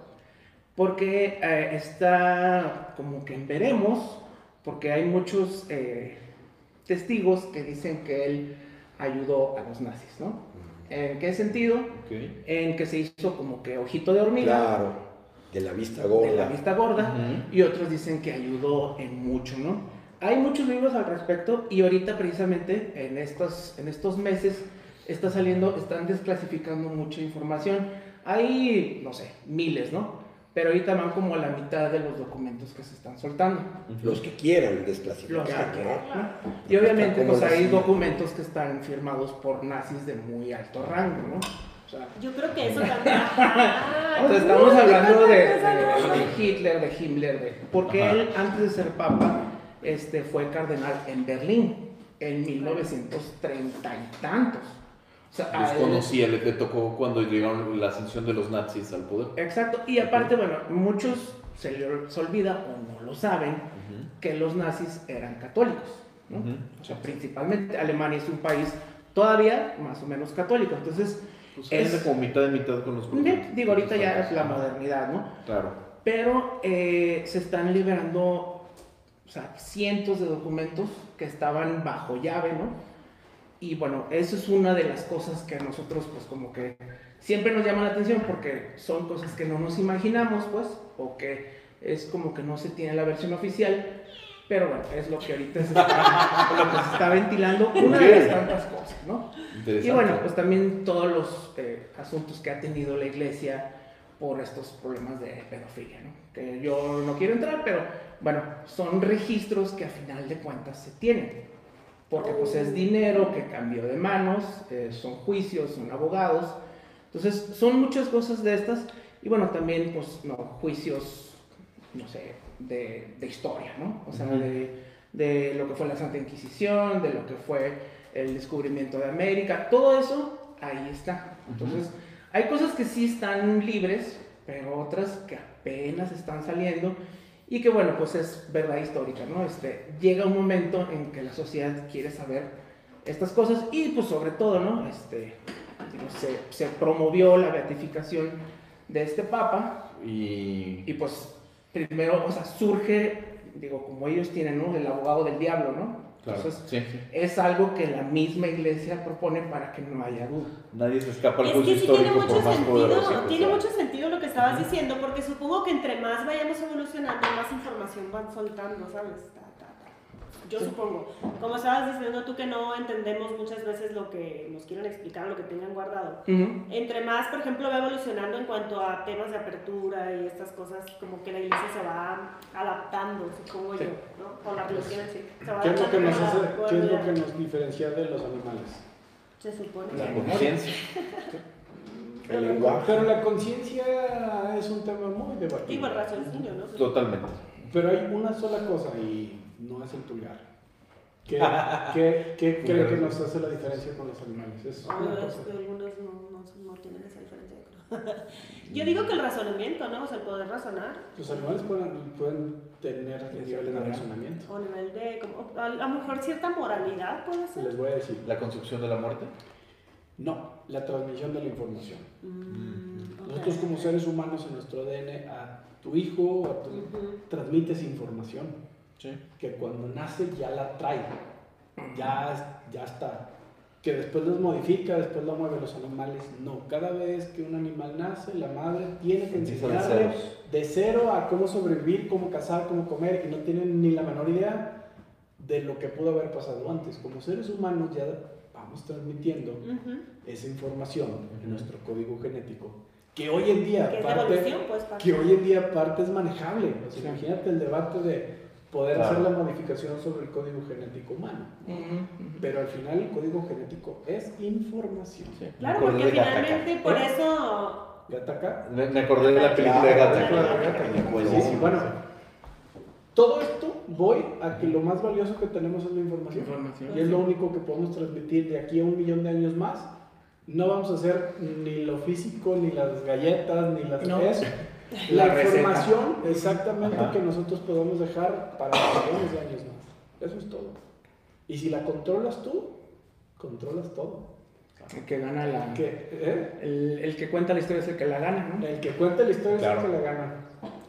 [SPEAKER 6] porque eh, está como que en veremos, porque hay muchos eh, testigos que dicen que él ayudó a los nazis, ¿no?
[SPEAKER 2] Mm.
[SPEAKER 6] ¿En qué sentido?
[SPEAKER 3] Ok.
[SPEAKER 6] En que se hizo como que ojito de hormiga
[SPEAKER 2] Claro, de la vista
[SPEAKER 6] de la
[SPEAKER 2] gorda.
[SPEAKER 6] vista gorda
[SPEAKER 3] Ujú.
[SPEAKER 6] y otros dicen que ayudó en mucho, ¿no? Hay muchos libros al respecto y ahorita precisamente en estos, en estos meses está saliendo, están desclasificando mucha información. Hay, no sé, miles, ¿no? Pero ahorita van como a la mitad de los documentos que se están soltando.
[SPEAKER 2] Los que quieran
[SPEAKER 6] Los que
[SPEAKER 2] desclasificar,
[SPEAKER 6] quieran,
[SPEAKER 2] ¿no?
[SPEAKER 6] ¿no? Y obviamente
[SPEAKER 2] Como
[SPEAKER 6] pues
[SPEAKER 2] la
[SPEAKER 6] hay
[SPEAKER 2] CIA.
[SPEAKER 6] documentos que están firmados por nazis de muy alto rango, ¿no? O sea,
[SPEAKER 1] Yo creo que eso también. Ajá.
[SPEAKER 6] O sea, estamos
[SPEAKER 1] No,
[SPEAKER 6] hablando de,
[SPEAKER 1] no, no, no, no.
[SPEAKER 6] de- de Hitler, de Himmler, de, porque
[SPEAKER 3] Ajá.
[SPEAKER 6] él antes de ser papa este, fue cardenal en Berlín en 1930 y tantos. O
[SPEAKER 5] Ah,
[SPEAKER 6] sea,
[SPEAKER 5] eh.
[SPEAKER 6] a él-
[SPEAKER 3] Desconocía, le, le tocó cuando llegaron la ascensión de los nazis al poder.
[SPEAKER 6] exacto, y aparte, bueno, muchos se les olvida o no lo saben
[SPEAKER 3] Ujú.
[SPEAKER 6] que los nazis eran católicos, ¿no?
[SPEAKER 3] Ujú.
[SPEAKER 6] O sea, principalmente Alemania es un país todavía más o menos católico, entonces,
[SPEAKER 3] Pues
[SPEAKER 6] Es-
[SPEAKER 3] es como mitad de mitad con los
[SPEAKER 6] digo, ahorita ya es la modernidad, ¿no?
[SPEAKER 3] Claro.
[SPEAKER 6] pero eh, se están liberando o sea, cientos de documentos que estaban bajo llave, ¿no? Y bueno, eso es una de las cosas que a nosotros pues como que siempre nos llama la atención porque son cosas que no nos imaginamos pues o que es como que no se tiene la versión oficial, Pero bueno, es lo que ahorita se está, lo que se está ventilando, una
[SPEAKER 3] Ok.
[SPEAKER 6] de las tantas cosas, ¿no?
[SPEAKER 3] Interesante.
[SPEAKER 6] Y bueno, pues también todos los eh, asuntos que ha tenido la iglesia por estos problemas de pedofilia, ¿no? Que yo no quiero entrar, pero bueno, son registros que a final de cuentas se tienen. Porque pues es dinero que cambió de manos, eh, son juicios, son abogados. Entonces, son muchas cosas de estas. Y bueno, también pues no, juicios, no sé, de, de historia, ¿no? O sea,
[SPEAKER 3] Ujú.
[SPEAKER 6] de, de lo que fue la Santa Inquisición, de lo que fue el descubrimiento de América, todo eso ahí está. Entonces, hay cosas que sí están libres, pero otras que apenas están saliendo y que bueno, pues es verdad histórica, ¿no? Este, llega un momento en que la sociedad quiere saber estas cosas y pues sobre todo, ¿no? Este, digo, se, se promovió la beatificación de este papa
[SPEAKER 3] Y.
[SPEAKER 6] y pues primero, o sea, surge, digo, como ellos tienen, ¿no? El abogado del diablo, ¿no?
[SPEAKER 3] Claro,
[SPEAKER 6] Entonces,
[SPEAKER 3] sí, sí.
[SPEAKER 6] pues es algo que la misma iglesia propone para que no haya duda.
[SPEAKER 3] Nadie se escapa al
[SPEAKER 1] Es
[SPEAKER 3] juicio
[SPEAKER 1] que sí tiene
[SPEAKER 3] histórico
[SPEAKER 1] mucho
[SPEAKER 3] por más poderoso.
[SPEAKER 1] sentido,
[SPEAKER 3] que
[SPEAKER 1] tiene
[SPEAKER 3] sea.
[SPEAKER 1] mucho sentido lo que estabas diciendo, porque supongo que entre más vayamos evolucionando, más información van soltando, ¿sabes? Ta, ta, ta. Yo supongo. Como estabas diciendo tú que no entendemos muchas veces lo que nos quieren explicar o lo que tengan guardado. Entre más, por ejemplo, va evolucionando en cuanto a temas de apertura y estas cosas, como que la iglesia se va adaptando, supongo
[SPEAKER 6] Sí.
[SPEAKER 1] yo, ¿no? O la religión, sí. Se va
[SPEAKER 5] ¿Qué es lo que nos hace,
[SPEAKER 1] adaptando a la
[SPEAKER 5] qué es lo
[SPEAKER 1] cultura,
[SPEAKER 5] que nos diferencia de los animales?
[SPEAKER 1] Se supone.
[SPEAKER 3] La conciencia.
[SPEAKER 2] El lenguaje.
[SPEAKER 5] Pero la conciencia es un tema muy
[SPEAKER 1] Y
[SPEAKER 5] debatible.
[SPEAKER 1] por raciocinio, ¿no?
[SPEAKER 3] Totalmente.
[SPEAKER 5] Pero hay una sola cosa y no es el pulgar. ¿Qué, qué, qué cree que nos hace la diferencia con los animales? Es una
[SPEAKER 1] Algunos,
[SPEAKER 5] cosa.
[SPEAKER 1] este, algunos no, no, no tienen esa diferencia, yo creo. Yo digo que el razonamiento, ¿no? O sea, el poder razonar,
[SPEAKER 5] Los animales pueden, pueden tener niveles de razonamiento.
[SPEAKER 1] o nivel de, como, a a lo mejor cierta moralidad puede
[SPEAKER 5] Les
[SPEAKER 1] ser.
[SPEAKER 5] voy a decir,
[SPEAKER 3] La concepción de la muerte.
[SPEAKER 5] no, la transmisión de la información.
[SPEAKER 1] Mm, ok.
[SPEAKER 5] Nosotros como seres humanos en nuestro ADN a tu hijo, a tu,
[SPEAKER 1] Ujú.
[SPEAKER 5] transmites información
[SPEAKER 3] Sí.
[SPEAKER 5] que cuando nace ya la trae, ya, ya está. Que después los modifica, después lo mueve los animales. No, cada vez que un animal nace, la madre tiene que
[SPEAKER 3] Empieza de
[SPEAKER 5] enseñarle
[SPEAKER 3] ceros.
[SPEAKER 5] de cero a cómo sobrevivir, cómo cazar, cómo comer, y no tienen ni la menor idea de lo que pudo haber pasado antes. Como seres humanos ya vamos transmitiendo
[SPEAKER 1] Ujú.
[SPEAKER 5] esa información
[SPEAKER 3] Ujú.
[SPEAKER 5] en nuestro código genético, que hoy en día,
[SPEAKER 1] Que es la
[SPEAKER 5] parte,
[SPEAKER 1] evolución, pues, parte.
[SPEAKER 5] que hoy en día parte es manejable. O sea, imagínate el debate de poder
[SPEAKER 3] Claro.
[SPEAKER 5] hacer la modificación sobre el código genético humano. Pero al final el código genético es información.
[SPEAKER 1] Claro,
[SPEAKER 3] Me acordé
[SPEAKER 1] porque
[SPEAKER 3] de Gattaca.
[SPEAKER 1] finalmente por eso...
[SPEAKER 5] ¿Gataca?
[SPEAKER 3] Me me acordé de la película de
[SPEAKER 1] Claro,
[SPEAKER 3] Gattaca.
[SPEAKER 1] claro,
[SPEAKER 2] Ah, claro.
[SPEAKER 3] Bueno,
[SPEAKER 5] Sí, sí, bueno. Todo esto voy a que lo más valioso que tenemos es la información.
[SPEAKER 6] Información.
[SPEAKER 5] Y es lo único que podemos transmitir de aquí a un millón de años más. No vamos a hacer ni lo físico, ni las galletas, ni las...
[SPEAKER 6] No.
[SPEAKER 5] eso. La,
[SPEAKER 6] La receta.
[SPEAKER 5] información exactamente
[SPEAKER 3] Ajá.
[SPEAKER 5] que nosotros podamos dejar para millones de años más. Eso es todo. Y si la controlas tú, controlas todo.
[SPEAKER 6] El que gana la.
[SPEAKER 5] Que, ¿eh?
[SPEAKER 6] El, el que cuenta la historia es el que la gana, ¿no?
[SPEAKER 5] El que cuenta la historia
[SPEAKER 3] Claro.
[SPEAKER 5] es el que la gana.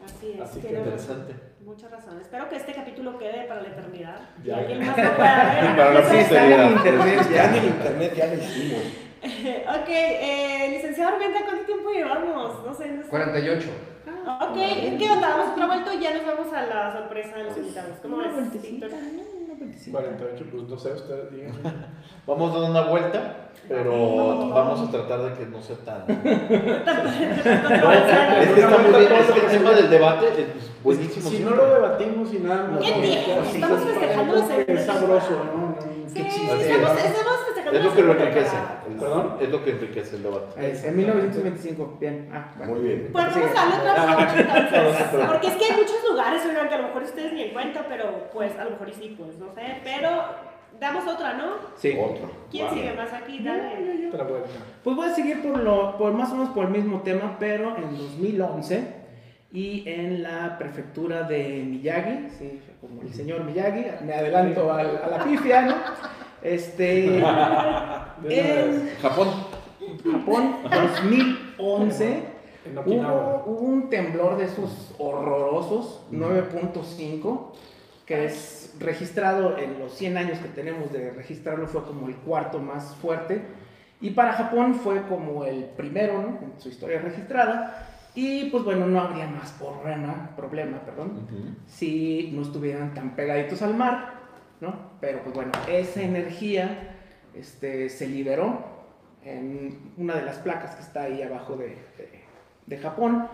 [SPEAKER 1] Así es,
[SPEAKER 5] Así que
[SPEAKER 1] tiene
[SPEAKER 3] interesante.
[SPEAKER 1] razón, Mucha razón. Espero que este capítulo quede para la eternidad. Y
[SPEAKER 5] Ya.
[SPEAKER 1] alguien más lo pueda ver.
[SPEAKER 3] Y para la
[SPEAKER 1] Entonces,
[SPEAKER 3] posteridad.
[SPEAKER 6] en internet
[SPEAKER 2] Ya en
[SPEAKER 6] ya.
[SPEAKER 2] el internet ya lo hicimos.
[SPEAKER 1] Ok, eh, licenciado Armenta, ¿cuánto tiempo llevamos? No sé, no sé.
[SPEAKER 4] 48.
[SPEAKER 1] Ok, ¿qué onda? Damos otra vuelta y ya nos vamos a la sorpresa de los
[SPEAKER 3] Pues,
[SPEAKER 1] invitados. ¿Cómo
[SPEAKER 6] Una
[SPEAKER 1] ves?
[SPEAKER 6] vueltecita,
[SPEAKER 1] Víctor?
[SPEAKER 6] ¿no? Una vueltecita.
[SPEAKER 5] 48, pues no sé, ustedes digan.
[SPEAKER 3] Vamos dando una vuelta, pero
[SPEAKER 1] No.
[SPEAKER 3] vamos a tratar de que no sea tan.
[SPEAKER 1] ¿Qué
[SPEAKER 3] Es que está muy bien, es que el tema del debate es buenísimo.
[SPEAKER 5] Si no
[SPEAKER 3] siempre.
[SPEAKER 5] lo debatimos y nada más.
[SPEAKER 1] ¿Qué
[SPEAKER 5] lo
[SPEAKER 1] tienes?
[SPEAKER 5] dejamos,
[SPEAKER 1] Estamos
[SPEAKER 5] es
[SPEAKER 1] festejando
[SPEAKER 5] algo
[SPEAKER 1] los
[SPEAKER 5] que Es
[SPEAKER 1] centros.
[SPEAKER 5] sabroso, ¿no?
[SPEAKER 1] Sí,
[SPEAKER 5] Qué
[SPEAKER 1] estamos,
[SPEAKER 3] chido.
[SPEAKER 1] estamos festejando
[SPEAKER 3] Es lo que lo
[SPEAKER 1] la
[SPEAKER 3] enriquece.
[SPEAKER 1] temporada.
[SPEAKER 3] es-
[SPEAKER 5] ¿Perdón?
[SPEAKER 3] Es lo que enriquece el debate.
[SPEAKER 6] Es, en 1925. Bien. Ah, bueno.
[SPEAKER 2] Muy bien.
[SPEAKER 1] Pues
[SPEAKER 6] Sigue.
[SPEAKER 1] vamos a la otra opción, entonces.
[SPEAKER 3] pero-
[SPEAKER 1] Porque es que hay muchos lugares, oigan, que a lo mejor ustedes ni en cuenta, pero pues a lo mejor y sí, pues no sé. Pero damos otra, ¿no?
[SPEAKER 6] Sí.
[SPEAKER 3] Oh.
[SPEAKER 2] Otro.
[SPEAKER 1] ¿Quién sigue más aquí? Dale.
[SPEAKER 5] Otra vuelta.
[SPEAKER 6] Pues voy a seguir por, lo, por más o menos por el mismo tema, pero en 2011 y en la prefectura de Miyagi, sí, como el señor Miyagi, me adelanto al- a, la pifia, ¿no? Este,
[SPEAKER 5] De una
[SPEAKER 6] en
[SPEAKER 5] vez,
[SPEAKER 3] Japón.
[SPEAKER 6] Japón 2011
[SPEAKER 5] en
[SPEAKER 6] hubo,
[SPEAKER 5] Okinawa.
[SPEAKER 6] hubo un temblor de esos horrorosos, 9.5, que es registrado en los 100 años que tenemos de registrarlo, fue como el cuarto más fuerte. Y para Japón fue como el primero ¿no? en su historia registrada. Y pues bueno, no habría más problema, problema perdón,
[SPEAKER 3] Ujú.
[SPEAKER 6] si no estuvieran tan pegaditos al mar, ¿no? Pero pues bueno, esa energía este, se liberó en una de las placas que está ahí abajo de, de- de Japón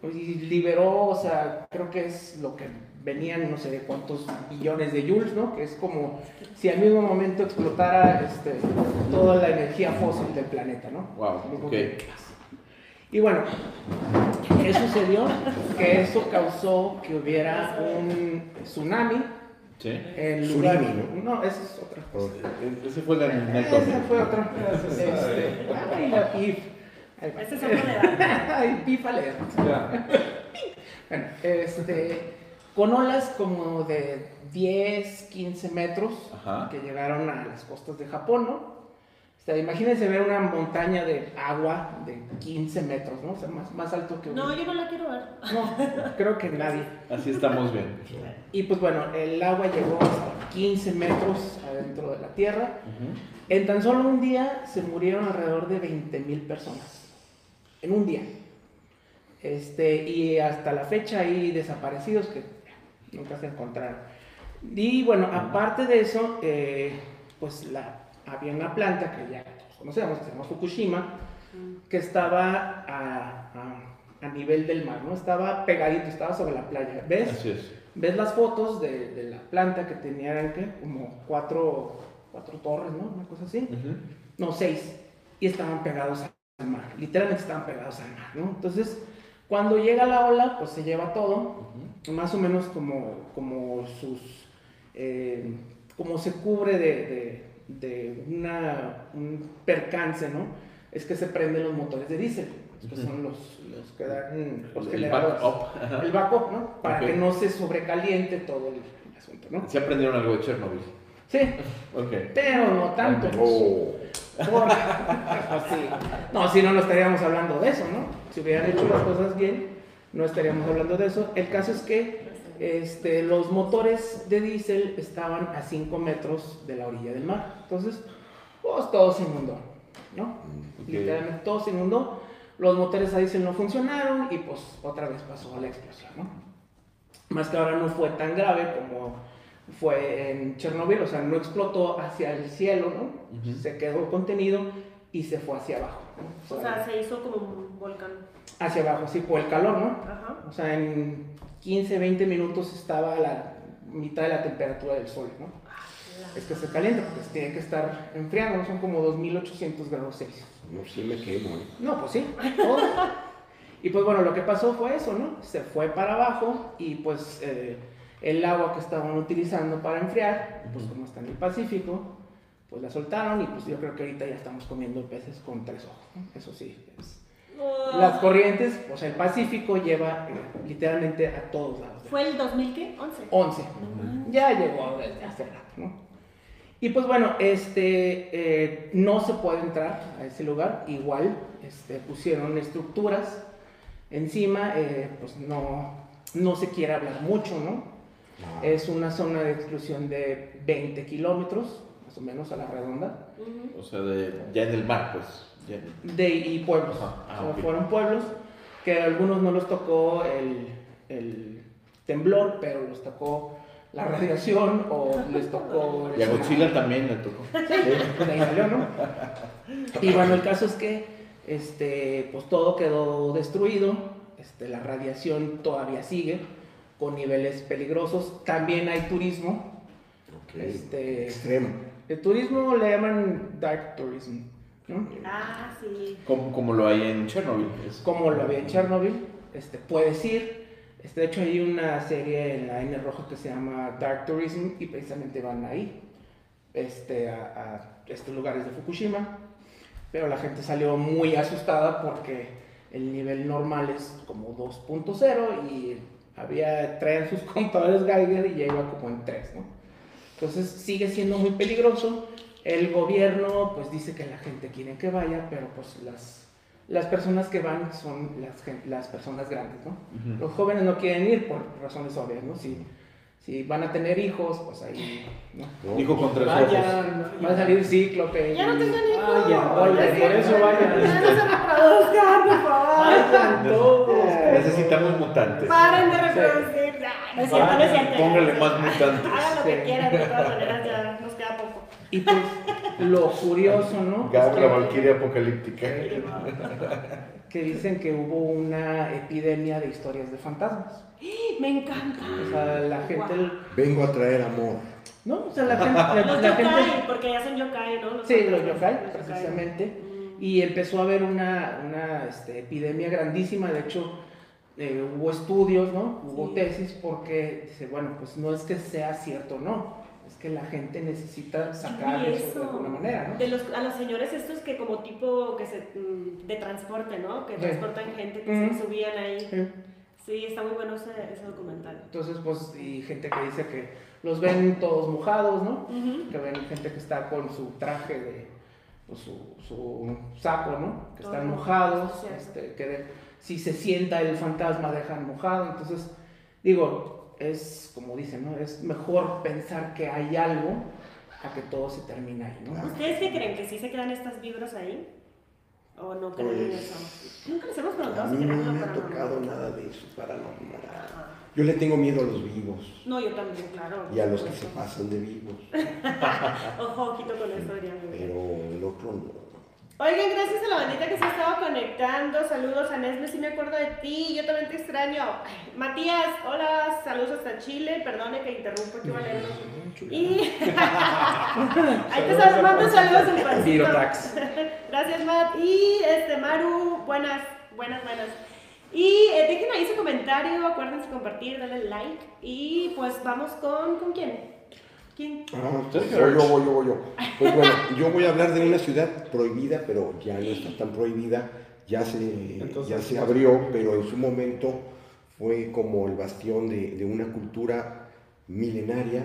[SPEAKER 6] Pues, y liberó, o sea, creo que es lo que venían no sé de cuántos billones de joules, ¿no? Que es como si al mismo momento explotara este, toda la energía fósil del planeta, ¿no?
[SPEAKER 3] Wow,
[SPEAKER 6] Mismo
[SPEAKER 3] ok.
[SPEAKER 6] que- Y bueno, ¿qué sucedió? Que eso causó que hubiera un tsunami
[SPEAKER 3] Sí.
[SPEAKER 6] en lugar...
[SPEAKER 2] Tsunami,
[SPEAKER 6] ¿no? es otra cosa.
[SPEAKER 3] E- Ese fue el
[SPEAKER 6] Esa
[SPEAKER 3] anécdota.
[SPEAKER 6] fue otra. Este, ay, la pif. Ahí va.
[SPEAKER 1] Este es otro de
[SPEAKER 6] Ay, pífale. Bueno, este, con olas como de 10, 15 metros
[SPEAKER 3] Ajá.
[SPEAKER 6] que llegaron a las costas de Japón, ¿no? O sea, imagínense ver una montaña de agua de 15 metros, ¿no? O sea, más, más alto que... un-
[SPEAKER 1] No, yo no la quiero ver.
[SPEAKER 6] No, creo que nadie.
[SPEAKER 3] Así estamos bien.
[SPEAKER 6] Y pues bueno, el agua llegó hasta 15 metros adentro de la tierra.
[SPEAKER 3] Ujú.
[SPEAKER 6] En tan solo un día se murieron alrededor de 20 mil personas. En un día. Este, y hasta la fecha hay desaparecidos que nunca se encontraron. Y bueno, aparte de eso, eh, pues la, había una planta que ya todos conocemos, que se llama Fukushima, que estaba a, a- a nivel del mar, ¿no? Estaba pegadito, estaba sobre la playa. ¿Ves?
[SPEAKER 3] Así es.
[SPEAKER 6] ves las fotos de, de la planta que tenían ¿qué? como cuatro, cuatro torres, ¿no? Una cosa así.
[SPEAKER 3] Ujú.
[SPEAKER 6] No, seis. Y estaban pegados al mar. Literalmente estaban pegados al mar, ¿no? Entonces, cuando llega la ola, pues se lleva todo,
[SPEAKER 3] Ujú.
[SPEAKER 6] más o menos como, como sus. eh, como se cubre de, de- de una, un percance, ¿no? Es que se prenden los motores de diésel, que
[SPEAKER 3] Ujú.
[SPEAKER 6] son los, los que dan los
[SPEAKER 3] El
[SPEAKER 6] generadores
[SPEAKER 3] back up. Ajá.
[SPEAKER 6] el backup, ¿no? Para
[SPEAKER 3] Ok.
[SPEAKER 6] que no se sobrecaliente todo el, el asunto, ¿no?
[SPEAKER 3] Sí aprendieron algo de Chernobyl.
[SPEAKER 6] Sí,
[SPEAKER 3] Ok.
[SPEAKER 6] pero no tanto.
[SPEAKER 2] Oh,
[SPEAKER 6] Por- Así. No, si no, no estaríamos hablando de eso, ¿no? Si hubieran hecho las cosas bien, no estaríamos hablando de eso. El caso es que este, los motores de diésel estaban a 5 metros de la orilla del mar. Entonces, pues todo se inundó, ¿no?
[SPEAKER 3] Ok.
[SPEAKER 6] Literalmente todo se inundó. Los motores a diésel no funcionaron y pues otra vez pasó la explosión, ¿no? Más que ahora no fue tan grave como fue en Chernobyl, o sea, no explotó hacia el cielo, ¿no?
[SPEAKER 3] Ujú.
[SPEAKER 6] Se quedó contenido y se fue hacia abajo, ¿no?
[SPEAKER 1] O sea, se hizo como un volcán.
[SPEAKER 6] hacia abajo, sí, por el calor, ¿no?
[SPEAKER 1] Ajá.
[SPEAKER 6] O sea, en 15, 20 minutos estaba a la mitad de la temperatura del sol, ¿no? Es que se calienta porque se tiene que estar enfriando, ¿no? son como 2800 grados Celsius.
[SPEAKER 2] no sé, me quemo. ¿eh?
[SPEAKER 6] No, pues sí. todo. y pues bueno, lo que pasó fue eso, ¿no? Se fue para abajo y pues eh, el agua que estaban utilizando para enfriar, pues como está en el Pacífico, pues la soltaron y pues yo creo que ahorita ya estamos comiendo peces con tres ojos. ¿no? Eso sí. es- Las corrientes, o sea, el Pacífico lleva eh, literalmente a todos lados.
[SPEAKER 1] ¿Fue el 2000 qué? 11.
[SPEAKER 6] 11.
[SPEAKER 1] No,
[SPEAKER 6] Ya llegó desde hace rato, ¿no? Y pues bueno, este, eh, no se puede entrar a ese lugar, igual este, pusieron estructuras encima, eh, pues no, no se quiere hablar mucho, ¿no?
[SPEAKER 2] Ah,
[SPEAKER 6] Es una zona de exclusión de 20 kilómetros, más o menos a la redonda,
[SPEAKER 1] Ujú.
[SPEAKER 3] O sea, de, ya en el mar, pues. Ya en-
[SPEAKER 6] de, y pueblos,
[SPEAKER 3] Ajá, ah,
[SPEAKER 6] o sea,
[SPEAKER 3] ok.
[SPEAKER 6] fueron pueblos que a algunos no los tocó el, el temblor, pero los tocó la radiación o les tocó... el
[SPEAKER 3] Y a
[SPEAKER 6] tsunami.
[SPEAKER 3] Godzilla también le tocó.
[SPEAKER 6] De ahí salió, ¿no? Y bueno, el caso es que este, pues todo quedó destruido, este, la radiación todavía sigue con niveles peligrosos, también hay turismo,
[SPEAKER 2] ok.
[SPEAKER 6] este-
[SPEAKER 2] Extremo.
[SPEAKER 6] el turismo le llaman dark tourism, ¿no?
[SPEAKER 1] Ah, sí.
[SPEAKER 3] Como, como lo hay en Chernobyl. Es
[SPEAKER 6] como lo había en Chernobyl, este, puedes ir, este, de hecho hay una serie en la N roja que se llama Dark Tourism y precisamente van ahí, este, a, a estos lugares de Fukushima, pero la gente salió muy asustada porque el nivel normal es como 2.0 y había traían sus contadores Geiger y ya iba como en 3, ¿no? Entonces sigue siendo muy peligroso. El gobierno pues dice que la gente quiere que vaya, pero pues las, las personas que van son las, gen- las personas grandes, ¿no?
[SPEAKER 3] Ujú.
[SPEAKER 6] Los jóvenes no quieren ir por razones obvias, ¿no? Si Si van a tener hijos, pues ahí. ¿no?
[SPEAKER 2] ¿no?
[SPEAKER 3] Dijo con tres ojos.
[SPEAKER 5] Vayan.
[SPEAKER 6] Va a salir cíclope.
[SPEAKER 1] Ya no
[SPEAKER 6] y-
[SPEAKER 1] tengo ni
[SPEAKER 6] Ah,
[SPEAKER 5] Vayan, vayan, por eso vayan.
[SPEAKER 1] Ya no se reproduzcan, por favor.
[SPEAKER 5] Vayan todos.
[SPEAKER 3] Necesitamos mutantes.
[SPEAKER 1] Paren de reproducir. Nah, No es cierto, no es cierto.
[SPEAKER 3] Póngale más mutantes.
[SPEAKER 1] Hagan lo que quieran, de todas maneras ya nos queda poco.
[SPEAKER 6] Y pues, lo curioso, ¿no? Es
[SPEAKER 3] Gab,
[SPEAKER 6] que-
[SPEAKER 3] la valquiria apocalíptica.
[SPEAKER 6] que dicen que hubo una epidemia de historias de fantasmas.
[SPEAKER 1] Me encanta.
[SPEAKER 6] O sea, la gente.
[SPEAKER 2] Vengo a traer amor.
[SPEAKER 6] No, o sea, la gente. La,
[SPEAKER 1] Los
[SPEAKER 6] la gente
[SPEAKER 1] yokai, porque ya son yokai, ¿no?
[SPEAKER 6] sí, los
[SPEAKER 1] fantasmas,
[SPEAKER 6] yokai,
[SPEAKER 1] los yokai.
[SPEAKER 6] precisamente.
[SPEAKER 1] Mm.
[SPEAKER 6] Y empezó a haber una, una este, epidemia grandísima. De hecho, eh, hubo estudios, ¿no? Hubo
[SPEAKER 1] Sí.
[SPEAKER 6] tesis, porque dice, bueno, pues no es que sea cierto o no. Es que la gente necesita sacar
[SPEAKER 1] Sí,
[SPEAKER 6] eso,
[SPEAKER 1] eso.
[SPEAKER 6] de alguna manera, ¿no?
[SPEAKER 1] De los, a los señores estos que como tipo que se, mm, de transporte, ¿no? Que
[SPEAKER 6] Sí.
[SPEAKER 1] transportan gente, que
[SPEAKER 6] Mm.
[SPEAKER 1] se subían ahí.
[SPEAKER 6] Sí.
[SPEAKER 1] Sí, está muy bueno ese, ese documental.
[SPEAKER 6] Entonces, pues, y gente que dice que los ven todos mojados, ¿no?
[SPEAKER 1] Ujú.
[SPEAKER 6] que ven gente que está con su traje de o su, su saco, ¿no? Que están
[SPEAKER 1] Todo.
[SPEAKER 6] mojados,
[SPEAKER 1] Sí, cierto.
[SPEAKER 6] este, que de- si se sienta el fantasma dejan mojado, entonces digo, es como dicen, ¿no? Es mejor pensar que hay algo a que todo se termina ahí, ¿no?
[SPEAKER 2] Claro.
[SPEAKER 1] ¿Ustedes qué creen? ¿Que sí se crean estas vibras ahí? ¿O no creen en
[SPEAKER 2] Pues,
[SPEAKER 1] eso? Nunca les hemos
[SPEAKER 2] A
[SPEAKER 1] preguntado si
[SPEAKER 2] mí
[SPEAKER 1] creen en lo
[SPEAKER 2] no me ha
[SPEAKER 1] paranormal.
[SPEAKER 2] tocado nada de eso paranormal.
[SPEAKER 1] Ah.
[SPEAKER 2] Yo le tengo miedo a los vivos
[SPEAKER 1] No, yo también, claro.
[SPEAKER 2] y a los que se pasan de vivos,
[SPEAKER 1] Ojo, ojito con eso, Adrián.
[SPEAKER 2] pero el otro no.
[SPEAKER 1] Oigan, gracias a la bandita que se ha estado conectando. Saludos a Nesme, sí me acuerdo de ti. Yo también te extraño. Matías, hola, saludos hasta Chile. Perdone que interrumpo, que iba a leerlo. Y. Ahí te sal- mando saludos en
[SPEAKER 6] Virotax.
[SPEAKER 1] Gracias, Matt. Y este, Maru, buenas, buenas, buenas. Y eh, dejen ahí su comentario, acuérdense de compartir, darle like. Y pues vamos con. ¿Con quién? ¿Quién?
[SPEAKER 2] Ah,
[SPEAKER 3] Usted
[SPEAKER 2] pues,
[SPEAKER 3] es
[SPEAKER 2] voy
[SPEAKER 3] George.
[SPEAKER 2] yo, voy yo, voy yo. Pues bueno, yo voy a hablar de una ciudad prohibida, pero ya no está tan prohibida. Ya se,
[SPEAKER 5] Entonces-
[SPEAKER 2] ya se abrió, pero en su momento fue como el bastión de, de una cultura milenaria,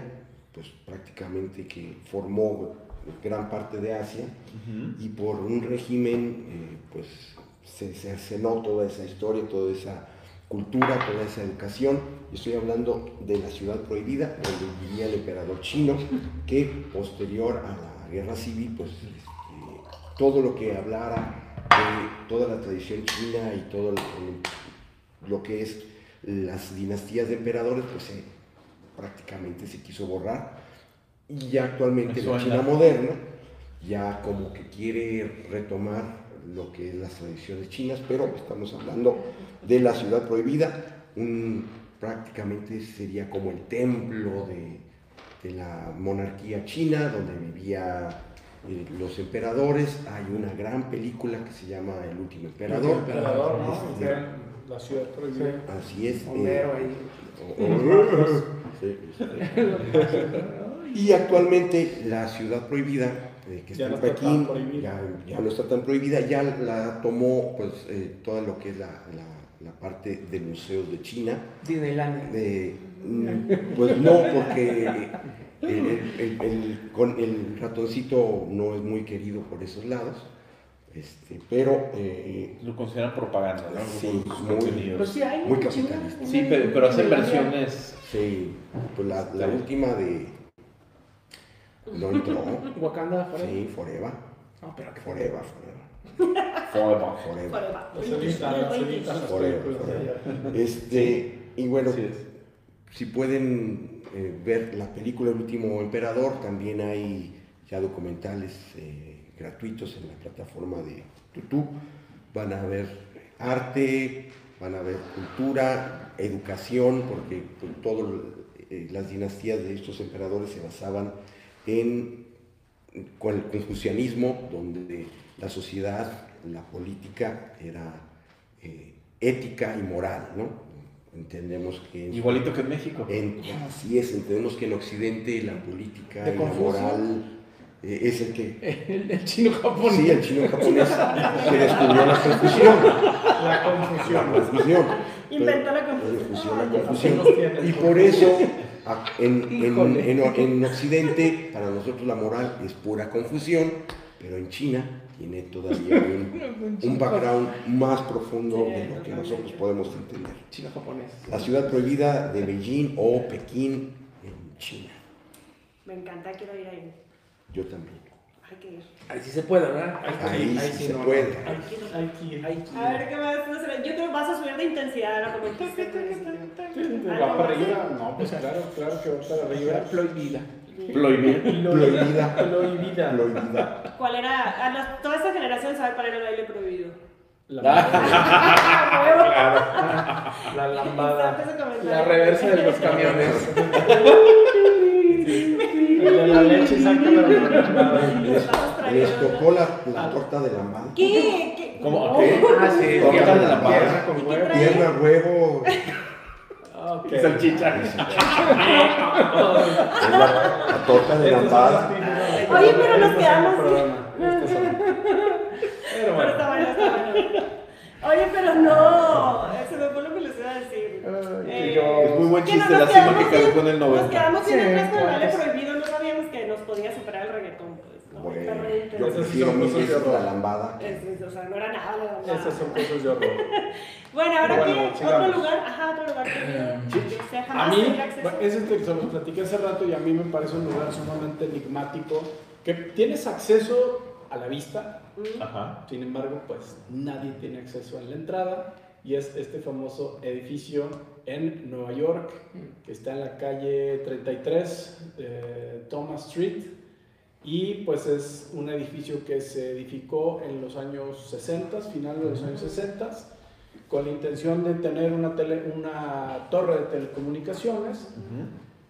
[SPEAKER 2] pues prácticamente que formó gran parte de Asia.
[SPEAKER 3] Ujú.
[SPEAKER 2] y por un régimen, eh, pues se cercenó toda esa historia, toda esa cultura, toda esa educación. Y Estoy hablando de la ciudad prohibida, donde vivía el emperador chino, que posterior a la guerra civil, pues este, todo lo que hablara de toda la tradición china y todo lo, lo que es las dinastías de emperadores, pues se- prácticamente se quiso borrar. Y ya actualmente
[SPEAKER 3] Me
[SPEAKER 2] la
[SPEAKER 3] suena.
[SPEAKER 2] China moderna ya como que quiere retomar lo que es las tradiciones chinas, pero estamos hablando de la ciudad prohibida, un, prácticamente sería como el templo de, de la monarquía china, donde vivían Eh, los emperadores. Hay una gran película que se llama El último emperador.
[SPEAKER 5] Emperador, ¿no?
[SPEAKER 2] Este,
[SPEAKER 5] Era La ciudad prohibida.
[SPEAKER 2] Así es. eh,
[SPEAKER 6] Homero ahí.
[SPEAKER 2] o- o- Sí, y actualmente la ciudad prohibida, eh, que
[SPEAKER 5] Ya
[SPEAKER 2] está
[SPEAKER 5] no está
[SPEAKER 2] en
[SPEAKER 5] tan
[SPEAKER 2] Pekín,
[SPEAKER 5] prohibida.
[SPEAKER 2] ya, ya no está tan prohibida, ya la tomó pues eh, toda lo que es la, la- la parte del Museo de China.
[SPEAKER 6] Disneylandia.
[SPEAKER 2] De, mm, pues no, porque el, el- el- el- con el ratoncito no es muy querido por esos lados, este, pero eh,
[SPEAKER 3] Lo consideran propaganda, ¿no?
[SPEAKER 2] Sí,
[SPEAKER 3] Sus
[SPEAKER 2] muy-
[SPEAKER 3] contenidos.
[SPEAKER 6] Pero sí hay
[SPEAKER 2] Muy
[SPEAKER 6] una chinga,
[SPEAKER 2] capitalista.
[SPEAKER 6] una
[SPEAKER 3] Sí, pero, pero hacen
[SPEAKER 6] Disneylandia.
[SPEAKER 3] versiones.
[SPEAKER 2] sí, pues la, la última de... No entró,
[SPEAKER 6] Wakanda afuera.
[SPEAKER 2] sí, Forever,
[SPEAKER 6] No, pero que fuera.
[SPEAKER 2] Forever, Forever,
[SPEAKER 3] Forever.
[SPEAKER 2] Forever.
[SPEAKER 1] Forever.
[SPEAKER 5] Las editan, las editan las
[SPEAKER 2] Forever,
[SPEAKER 5] películas de
[SPEAKER 2] forever.
[SPEAKER 5] allá.
[SPEAKER 2] Este, y bueno,
[SPEAKER 3] Así es.
[SPEAKER 2] si pueden eh, ver la película El último emperador, también hay ya documentales eh, gratuitos en la plataforma de YouTube. Van a ver arte, van a ver cultura, educación, porque todas las dinastías de estos emperadores se basaban en con el confucianismo, donde la sociedad, la política era eh, ética y moral, ¿no? Entendemos que en su
[SPEAKER 3] Igualito que en México.
[SPEAKER 2] en- así es, entendemos que en Occidente la política
[SPEAKER 6] ¿De
[SPEAKER 2] y la
[SPEAKER 6] Confucio?
[SPEAKER 2] moral eh, es el que...
[SPEAKER 6] El, el chino japonés.
[SPEAKER 2] Sí, el chino japonés que descubrió la confusión.
[SPEAKER 5] La
[SPEAKER 2] La
[SPEAKER 5] confusión.
[SPEAKER 2] confusión.
[SPEAKER 1] Inventó la
[SPEAKER 2] Pero-
[SPEAKER 1] confusión. Ah,
[SPEAKER 2] la
[SPEAKER 5] Ay,
[SPEAKER 2] confusión.
[SPEAKER 5] los tiene.
[SPEAKER 2] Y por eso, a- en, en-
[SPEAKER 6] Híjole.
[SPEAKER 2] en- en Occidente, para nosotros la moral es pura confusión, pero en China tiene todavía un, un background más profundo de lo que nosotros podemos entender.
[SPEAKER 6] Chino japonés.
[SPEAKER 2] La ciudad prohibida de Beijing o Pekín China.
[SPEAKER 1] Me encanta, quiero ir ahí.
[SPEAKER 2] Yo también.
[SPEAKER 1] Hay que ir.
[SPEAKER 4] Ahí sí se puede, ¿verdad?
[SPEAKER 2] Ahí sí se
[SPEAKER 4] no, no.
[SPEAKER 2] puede.
[SPEAKER 5] Hay que ir, hay que ir.
[SPEAKER 1] A ver qué más. No sé, yo creo que vas a subir de intensidad ahora como dijiste,
[SPEAKER 5] ¿Va para arriba? No, pues claro, claro que va para arriba.
[SPEAKER 6] Prohibida.
[SPEAKER 3] Ploibir.
[SPEAKER 2] Prohibida.
[SPEAKER 5] Prohibida.
[SPEAKER 2] Prohibida.
[SPEAKER 1] ¿Cuál era? A la- toda esta generación sabe cuál era el baile prohibido. Ah,
[SPEAKER 5] La, la
[SPEAKER 1] Interesante
[SPEAKER 5] lambada.
[SPEAKER 1] ese comentario.
[SPEAKER 4] La reversa de los camiones.
[SPEAKER 5] El de la leche saca la lambada.
[SPEAKER 2] Les,
[SPEAKER 1] Estamos trayendo.
[SPEAKER 2] les tocó la, la torta de la madre.
[SPEAKER 1] ¿Qué? ¿Qué?
[SPEAKER 3] ¿Cómo?
[SPEAKER 1] No.
[SPEAKER 3] ¿A qué?
[SPEAKER 4] Ah, sí,
[SPEAKER 3] Torta
[SPEAKER 4] tierra
[SPEAKER 3] de la paz.
[SPEAKER 4] tierra con huevo.
[SPEAKER 1] trae?
[SPEAKER 2] Pierna, huevo.
[SPEAKER 5] Ok.
[SPEAKER 3] Y salchicha.
[SPEAKER 2] es La, la torta de la madre.
[SPEAKER 1] Oye, pero nos quedamos-
[SPEAKER 5] Pero
[SPEAKER 1] Pero
[SPEAKER 5] bueno.
[SPEAKER 1] está bueno, está bueno. Oye, pero no. Se me fue lo que les iba a decir. Eh,
[SPEAKER 3] Es muy buen
[SPEAKER 1] que
[SPEAKER 3] chiste,
[SPEAKER 1] nos
[SPEAKER 3] lástima que
[SPEAKER 1] quedamos
[SPEAKER 3] quedó
[SPEAKER 1] sin-
[SPEAKER 3] con el 90.
[SPEAKER 1] Nos quedamos sin
[SPEAKER 6] Sí,
[SPEAKER 1] el resto del baile
[SPEAKER 6] pues.
[SPEAKER 1] prohibido. No sabíamos que nos podía superar el reggaetón. Pues, ¿no? Está
[SPEAKER 2] Bueno,
[SPEAKER 1] re
[SPEAKER 2] yo
[SPEAKER 1] interesante.
[SPEAKER 5] Esas sí
[SPEAKER 2] prefiero
[SPEAKER 5] son
[SPEAKER 2] mil
[SPEAKER 5] cosas de
[SPEAKER 2] veces la
[SPEAKER 5] horror.
[SPEAKER 2] lambada. que-
[SPEAKER 1] Es- es- o sea, no era nada. nada.
[SPEAKER 5] Esas son cosas de horror.
[SPEAKER 1] Bueno, ahora
[SPEAKER 5] Bueno,
[SPEAKER 1] qué? otro
[SPEAKER 5] sigamos.
[SPEAKER 1] lugar, ajá, otro lugar que, que sea
[SPEAKER 5] A
[SPEAKER 1] jamás
[SPEAKER 5] mí,
[SPEAKER 1] tendrá acceso.
[SPEAKER 5] bueno, ese es el que se los platiqué hace rato y a mí me parece un lugar sumamente enigmático que tienes acceso a la vista,
[SPEAKER 1] Mm.
[SPEAKER 3] Ajá.
[SPEAKER 5] sin embargo, pues nadie tiene acceso en la entrada y es este famoso edificio en Nueva York que está en la calle 33, eh, Thomas Street y pues es un edificio que se edificó en los años 60, finales de los años 60 con la intención de tener una, tele- una torre de telecomunicaciones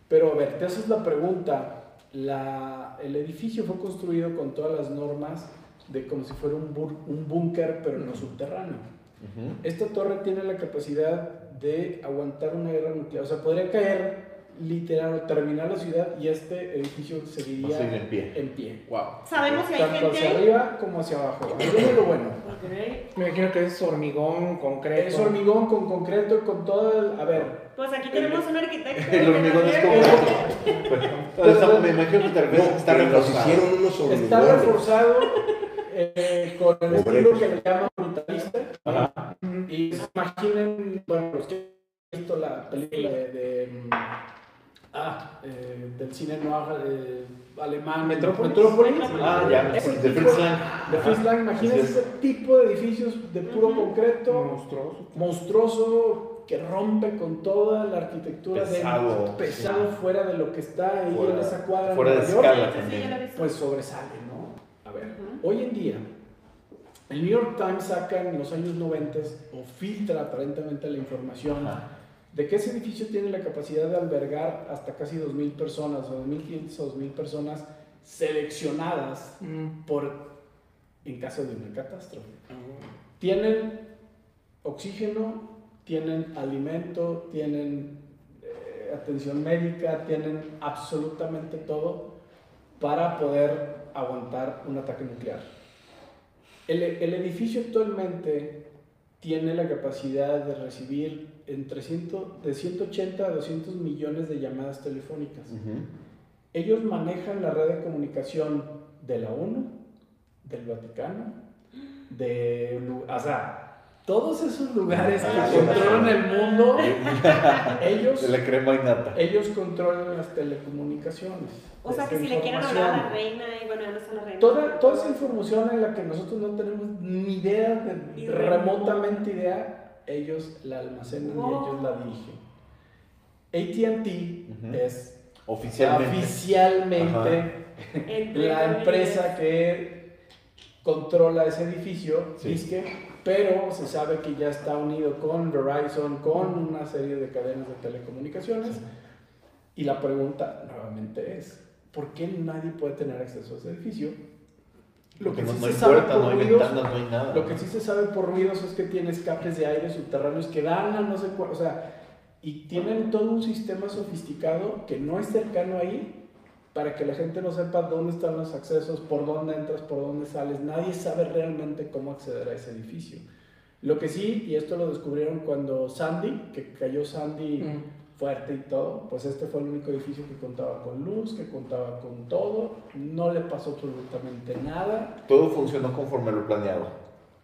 [SPEAKER 5] pero a ver, te haces la pregunta. La, el edificio fue construido con todas las normas de como si fuera un bur- un búnker, pero no subterráneo.
[SPEAKER 3] Ujú.
[SPEAKER 5] Esta torre tiene la capacidad de aguantar una guerra nuclear. O sea, podría caer literal o terminar la ciudad y este edificio
[SPEAKER 3] Va a
[SPEAKER 5] seguiría
[SPEAKER 3] seguir en pie.
[SPEAKER 5] en pie.
[SPEAKER 3] Wow.
[SPEAKER 1] Sabemos que hay
[SPEAKER 5] Tanto
[SPEAKER 1] gente
[SPEAKER 5] hacia
[SPEAKER 1] ahí.
[SPEAKER 5] arriba como hacia abajo. Eso es lo bueno.
[SPEAKER 1] Ok.
[SPEAKER 6] Me imagino que es hormigón, concreto.
[SPEAKER 5] Es hormigón con concreto, con todo el... A ver,
[SPEAKER 1] Pues aquí tenemos un arquitecto.
[SPEAKER 3] El hormigón es como. Entonces, está- me imagino que te refieres a que está
[SPEAKER 2] No, que nos
[SPEAKER 3] reforzado.
[SPEAKER 2] hicieron unos
[SPEAKER 5] está
[SPEAKER 2] hormigones.
[SPEAKER 5] reforzado eh, con el estilo que le llaman brutalista.
[SPEAKER 3] Ajá.
[SPEAKER 6] Ujú.
[SPEAKER 5] Y se imaginen, bueno, los que han visto la película de, de, mm, ah, eh, del cine noir eh, alemán,
[SPEAKER 6] Metrópolis.
[SPEAKER 3] Ah, ya.
[SPEAKER 5] Ese
[SPEAKER 3] De
[SPEAKER 5] tipo-
[SPEAKER 3] Fritz Lang.
[SPEAKER 5] De Fritz Lang, imagínense
[SPEAKER 3] Así es.
[SPEAKER 5] ese tipo de edificios de puro
[SPEAKER 1] Ujú.
[SPEAKER 5] concreto,
[SPEAKER 6] monstruoso.
[SPEAKER 5] monstruoso, que rompe con toda la arquitectura de
[SPEAKER 3] Pesado.
[SPEAKER 5] pesado fuera de lo que está ahí
[SPEAKER 3] Fuera-
[SPEAKER 5] en esa cuadra. en
[SPEAKER 3] fuera de
[SPEAKER 5] Nueva York
[SPEAKER 3] escala
[SPEAKER 1] Sí, ya lo he
[SPEAKER 3] también.
[SPEAKER 1] visto.
[SPEAKER 5] pues sobresale, ¿no? A ver,
[SPEAKER 1] Ujú.
[SPEAKER 5] hoy en día, el New York Times saca en los años 90 o filtra aparentemente la información
[SPEAKER 3] Ajá.
[SPEAKER 5] de que ese edificio tiene la capacidad de albergar hasta casi 2.000 personas, o 2.500 o 2.000 personas seleccionadas
[SPEAKER 6] Mm.
[SPEAKER 5] por, en caso de una catástrofe.
[SPEAKER 6] Mm.
[SPEAKER 5] Tienen oxígeno, tienen alimento, tienen eh, atención médica, tienen absolutamente todo para poder aguantar un ataque nuclear. El, el edificio actualmente tiene la capacidad de recibir entre 100 de 180 a 200 millones de llamadas telefónicas.
[SPEAKER 3] Ujú.
[SPEAKER 5] Ellos manejan la red de comunicación de la ONU, del Vaticano, de. lu- O sea, todos esos lugares
[SPEAKER 1] Ah,
[SPEAKER 5] que controlan el mundo, ellos,
[SPEAKER 3] De la crema innata.
[SPEAKER 5] ellos controlan las telecomunicaciones.
[SPEAKER 1] O sea que
[SPEAKER 5] Esa
[SPEAKER 1] si le quieren hablar a
[SPEAKER 5] información.
[SPEAKER 1] la reina, y bueno, ya no está la reina.
[SPEAKER 5] Toda, toda esa información en la que nosotros no tenemos ni idea, de-
[SPEAKER 1] Ni
[SPEAKER 5] remotamente idea, ellos la almacenan y
[SPEAKER 1] Wow.
[SPEAKER 5] ellos la dirigen. ATT
[SPEAKER 3] Ujú.
[SPEAKER 5] es
[SPEAKER 3] Oficialmente.
[SPEAKER 5] oficialmente
[SPEAKER 3] Ajá.
[SPEAKER 1] Entre
[SPEAKER 5] la
[SPEAKER 1] comillas.
[SPEAKER 5] empresa que controla ese edificio,
[SPEAKER 3] Sí.
[SPEAKER 5] disque, pero se sabe que ya está unido con Verizon, con una serie de cadenas de telecomunicaciones. Y la pregunta nuevamente es, ¿por qué nadie puede tener acceso a ese edificio? Lo que sí
[SPEAKER 3] no, no
[SPEAKER 5] se
[SPEAKER 3] hay
[SPEAKER 5] sabe
[SPEAKER 3] puertas, no
[SPEAKER 5] por
[SPEAKER 3] hay
[SPEAKER 5] ruidos,
[SPEAKER 3] ventanas, no hay nada.
[SPEAKER 5] lo que sí se sabe por ruidos es que tiene escapes de aire subterráneos que dan a no sé cuál, o sea, y tienen todo un sistema sofisticado que no es cercano ahí para que la gente no sepa dónde están los accesos, por dónde entras, por dónde sales. Nadie sabe realmente cómo acceder a ese edificio. Lo que sí, y esto lo descubrieron cuando Sandy, que cayó Sandy
[SPEAKER 6] Mm.
[SPEAKER 5] fuerte y todo, pues este fue el único edificio que contaba con luz, que contaba con todo, no le pasó absolutamente nada.
[SPEAKER 3] Todo funcionó conforme lo planeado.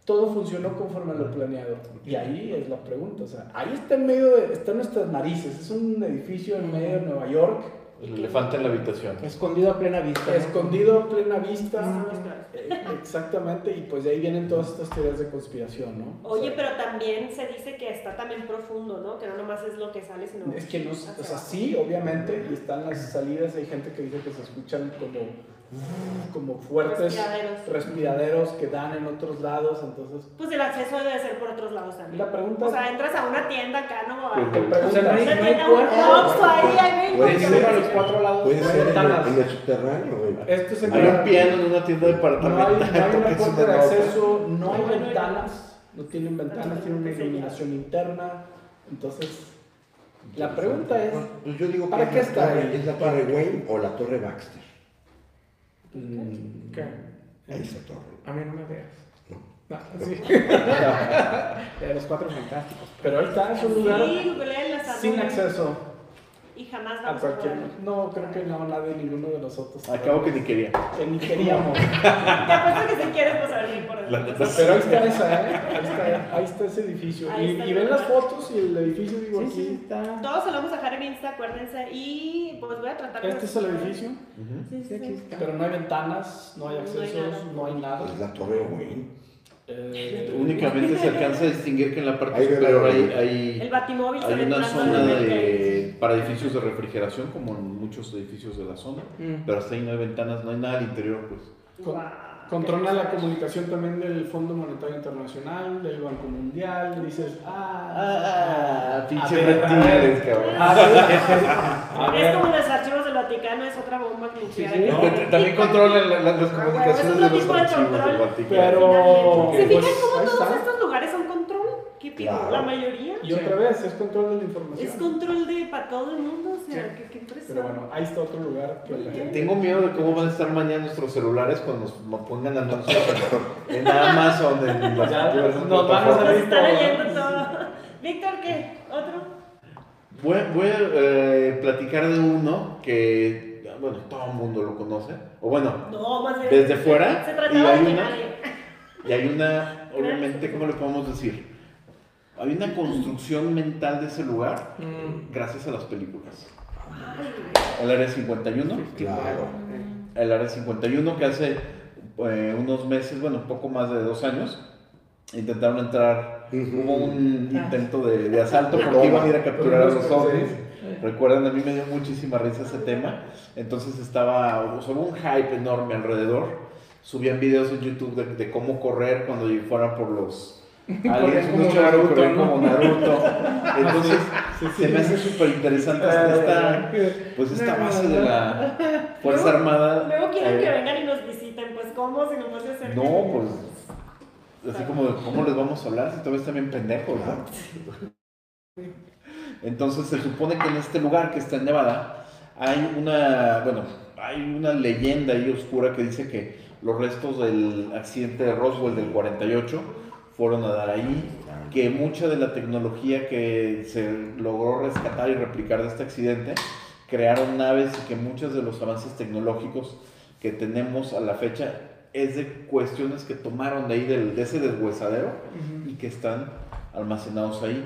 [SPEAKER 5] Todo funcionó conforme a lo planeado. Y ahí es la pregunta. O sea, ahí está en medio de. Están nuestras narices. Es un edificio en medio de Nueva York.
[SPEAKER 3] El elefante en la habitación.
[SPEAKER 6] Escondido a plena vista. ¿no?
[SPEAKER 5] Escondido a plena vista.
[SPEAKER 1] Son los peores.
[SPEAKER 5] eh, Exactamente, y pues de ahí vienen todas estas teorías de conspiración, ¿no? O sea,
[SPEAKER 1] Oye, pero también se dice que está también profundo, ¿no? Que no nomás es lo que sale, sino...
[SPEAKER 5] Es que no, o sea, sí, obviamente, y están las salidas, hay gente que dice que se escuchan como, como fuertes
[SPEAKER 1] Respiraderos.
[SPEAKER 5] respiraderos que dan en otros lados, entonces...
[SPEAKER 1] Pues el acceso debe ser por otros lados también.
[SPEAKER 5] La pregunta
[SPEAKER 1] O sea,
[SPEAKER 5] es...
[SPEAKER 1] entras a una tienda acá, ¿no?
[SPEAKER 3] Pero-
[SPEAKER 1] Una
[SPEAKER 5] te
[SPEAKER 4] O sea, no hay,
[SPEAKER 5] preguntas,
[SPEAKER 4] no hay
[SPEAKER 1] tienda, un
[SPEAKER 4] puerta.
[SPEAKER 1] Oxxo ahí, ahí
[SPEAKER 2] Puede
[SPEAKER 4] Puede
[SPEAKER 1] mismo.
[SPEAKER 4] ser
[SPEAKER 2] ser.
[SPEAKER 4] a los cuatro lados.
[SPEAKER 2] Puede
[SPEAKER 4] no hay
[SPEAKER 2] ser en
[SPEAKER 4] ventanas.
[SPEAKER 2] el, en el subterráneo. güey.
[SPEAKER 5] Esto se
[SPEAKER 3] Hay un piano en una tienda de
[SPEAKER 5] No hay, no hay
[SPEAKER 3] departamento
[SPEAKER 5] una
[SPEAKER 3] que es
[SPEAKER 5] puerta de
[SPEAKER 3] una ropa.
[SPEAKER 5] acceso, no hay ventanas, no tienen ventanas, tienen una iluminación interna. Entonces, la pregunta es,
[SPEAKER 2] Pues yo digo
[SPEAKER 5] ¿Para
[SPEAKER 2] que
[SPEAKER 5] qué
[SPEAKER 2] es,
[SPEAKER 5] está
[SPEAKER 2] la
[SPEAKER 5] ahí?
[SPEAKER 2] torre, es la torre Wayne o la torre Baxter.
[SPEAKER 5] mm,
[SPEAKER 6] ¿Qué?
[SPEAKER 2] Esa torre.
[SPEAKER 6] A mí no me veas.
[SPEAKER 2] No.
[SPEAKER 6] No, sí. De los cuatro fantásticos.
[SPEAKER 5] pero ahí está, es un lugar
[SPEAKER 1] Sí, googleé las árboles
[SPEAKER 5] sin acceso
[SPEAKER 1] Y jamás
[SPEAKER 5] a
[SPEAKER 1] vamos a
[SPEAKER 5] cualquier...
[SPEAKER 1] poder.
[SPEAKER 5] No, creo que no, nadie, ninguno de nosotros.
[SPEAKER 3] Acabo que ni quería.
[SPEAKER 5] Que ni queríamos.
[SPEAKER 1] Te apuesto que si quieres pasar bien por
[SPEAKER 3] La
[SPEAKER 1] el
[SPEAKER 3] neta, sí.
[SPEAKER 5] Pero ahí está esa, ¿eh? Ahí está, ahí está ese edificio.
[SPEAKER 1] Ahí
[SPEAKER 5] Y,
[SPEAKER 1] está
[SPEAKER 5] y
[SPEAKER 1] el
[SPEAKER 5] ven
[SPEAKER 1] lugar.
[SPEAKER 5] las fotos y el edificio, digo,
[SPEAKER 6] Sí,
[SPEAKER 5] aquí...
[SPEAKER 6] sí, está.
[SPEAKER 1] Todos se lo vamos a dejar en Insta, acuérdense. Y pues voy a tratar de-
[SPEAKER 5] Este es el edificio,
[SPEAKER 3] Ujú.
[SPEAKER 1] Sí,
[SPEAKER 6] Sí,
[SPEAKER 1] sí.
[SPEAKER 6] aquí está.
[SPEAKER 5] pero no hay ventanas, no hay
[SPEAKER 1] No hay
[SPEAKER 5] accesos,
[SPEAKER 1] nada.
[SPEAKER 5] no hay nada.
[SPEAKER 2] Es la torre Wayne.
[SPEAKER 5] Eh,
[SPEAKER 3] Únicamente se alcanza a distinguir que en la parte
[SPEAKER 2] Ahí ve la
[SPEAKER 3] superior hay,
[SPEAKER 2] ropa.
[SPEAKER 1] El
[SPEAKER 3] hay,
[SPEAKER 1] batimóvil se
[SPEAKER 3] hay
[SPEAKER 1] ve
[SPEAKER 3] una
[SPEAKER 1] entrando
[SPEAKER 3] zona
[SPEAKER 1] desde el-
[SPEAKER 3] de, para edificios de refrigeración, como en muchos edificios de la zona.
[SPEAKER 6] Mm.
[SPEAKER 3] Pero hasta ahí no hay ventanas, no hay nada al interior, pues.
[SPEAKER 5] Con-
[SPEAKER 1] Guau,
[SPEAKER 5] Controla
[SPEAKER 1] qué
[SPEAKER 5] la
[SPEAKER 1] pesado.
[SPEAKER 5] comunicación también del Fondo Monetario Internacional, del Banco Mundial, dices, ah,
[SPEAKER 3] pinche
[SPEAKER 5] a ver, a
[SPEAKER 3] reptiles,
[SPEAKER 5] ver, Ah,
[SPEAKER 3] cabrón.
[SPEAKER 5] a ver, ah". a
[SPEAKER 1] Es
[SPEAKER 5] ver.
[SPEAKER 1] como los archivos del Vaticano, es otra bomba nuclear.
[SPEAKER 5] Sí, sí.
[SPEAKER 1] que-
[SPEAKER 3] También- También controlan la- la- las
[SPEAKER 1] Ah,
[SPEAKER 3] comunicaciones
[SPEAKER 1] bueno,
[SPEAKER 3] de
[SPEAKER 1] eso es
[SPEAKER 3] los
[SPEAKER 1] lo mismo de
[SPEAKER 3] archivos del
[SPEAKER 1] control.
[SPEAKER 3] Vaticano.
[SPEAKER 5] Pero,
[SPEAKER 1] ¿Se fijan
[SPEAKER 5] pues,
[SPEAKER 1] cómo
[SPEAKER 5] ahí
[SPEAKER 1] todos
[SPEAKER 5] está.
[SPEAKER 1] estos lugares son control? ¿Qué pido?
[SPEAKER 2] Claro.
[SPEAKER 1] La mayoría.
[SPEAKER 5] Y otra vez, es control de la información.
[SPEAKER 1] Es control de para todo el mundo, o sea, qué, qué
[SPEAKER 5] Pero
[SPEAKER 1] impresión.
[SPEAKER 5] bueno, ahí está otro lugar que la gente...
[SPEAKER 3] Tengo miedo de cómo van a estar mañana nuestros celulares cuando nos nos pongan anuncios en, en Amazon, en las
[SPEAKER 5] Ya,
[SPEAKER 3] diversas
[SPEAKER 5] nos van a
[SPEAKER 3] plataformas.
[SPEAKER 1] Nos
[SPEAKER 5] salir
[SPEAKER 1] está
[SPEAKER 5] todo, ¿no?
[SPEAKER 1] leyendo todo. Víctor, ¿qué? ¿Otro?
[SPEAKER 3] Voy, voy a eh, platicar de uno que, bueno, todo el mundo lo conoce. O bueno,
[SPEAKER 1] No, más bien.
[SPEAKER 3] ¿Desde fuera?
[SPEAKER 1] Se
[SPEAKER 3] ¿Y
[SPEAKER 1] trataba
[SPEAKER 3] hay
[SPEAKER 1] de que
[SPEAKER 3] una?
[SPEAKER 1] nadie.
[SPEAKER 3] y hay una, obviamente, ¿cómo le podemos decir? Hay una construcción mental de ese lugar
[SPEAKER 6] Mm.
[SPEAKER 3] gracias a las películas. El Área 51.
[SPEAKER 2] Claro.
[SPEAKER 3] el Área 51 que hace eh, unos meses, bueno, poco más de dos años, intentaron entrar,
[SPEAKER 2] Ujú.
[SPEAKER 3] hubo un intento de, de asalto
[SPEAKER 2] De
[SPEAKER 3] porque
[SPEAKER 2] toma.
[SPEAKER 3] iban a ir a capturar a los
[SPEAKER 5] Sí.
[SPEAKER 3] ovnis. Recuerdan, a mí me dio muchísima risa ese tema. Entonces estaba, o sea, hubo un hype enorme alrededor. Subían videos en YouTube de, de cómo correr cuando fuera por los... aliens,
[SPEAKER 6] como
[SPEAKER 3] unos chavos
[SPEAKER 6] Naruto,
[SPEAKER 3] corrían
[SPEAKER 6] ¿no?
[SPEAKER 3] como Naruto. Entonces, se me hace súper interesante esta, pues esta base de la Fuerza
[SPEAKER 1] Luego-
[SPEAKER 3] Armada.
[SPEAKER 1] Luego quieren
[SPEAKER 3] eh,
[SPEAKER 1] que vengan y nos visiten, pues ¿cómo? Si nomás se acercan.
[SPEAKER 3] no, pues. Así como, de, ¿cómo les vamos a hablar si todavía están bien pendejos, no? Entonces se supone que en este lugar que está en Nevada hay una, bueno, hay una leyenda ahí oscura que dice que los restos del accidente de Roswell del 48 fueron a dar ahí, que mucha de la tecnología que se logró rescatar y replicar de este accidente crearon naves y que muchos de los avances tecnológicos que tenemos a la fecha es de cuestiones que tomaron de ahí, del, de ese deshuesadero, y que están almacenados ahí.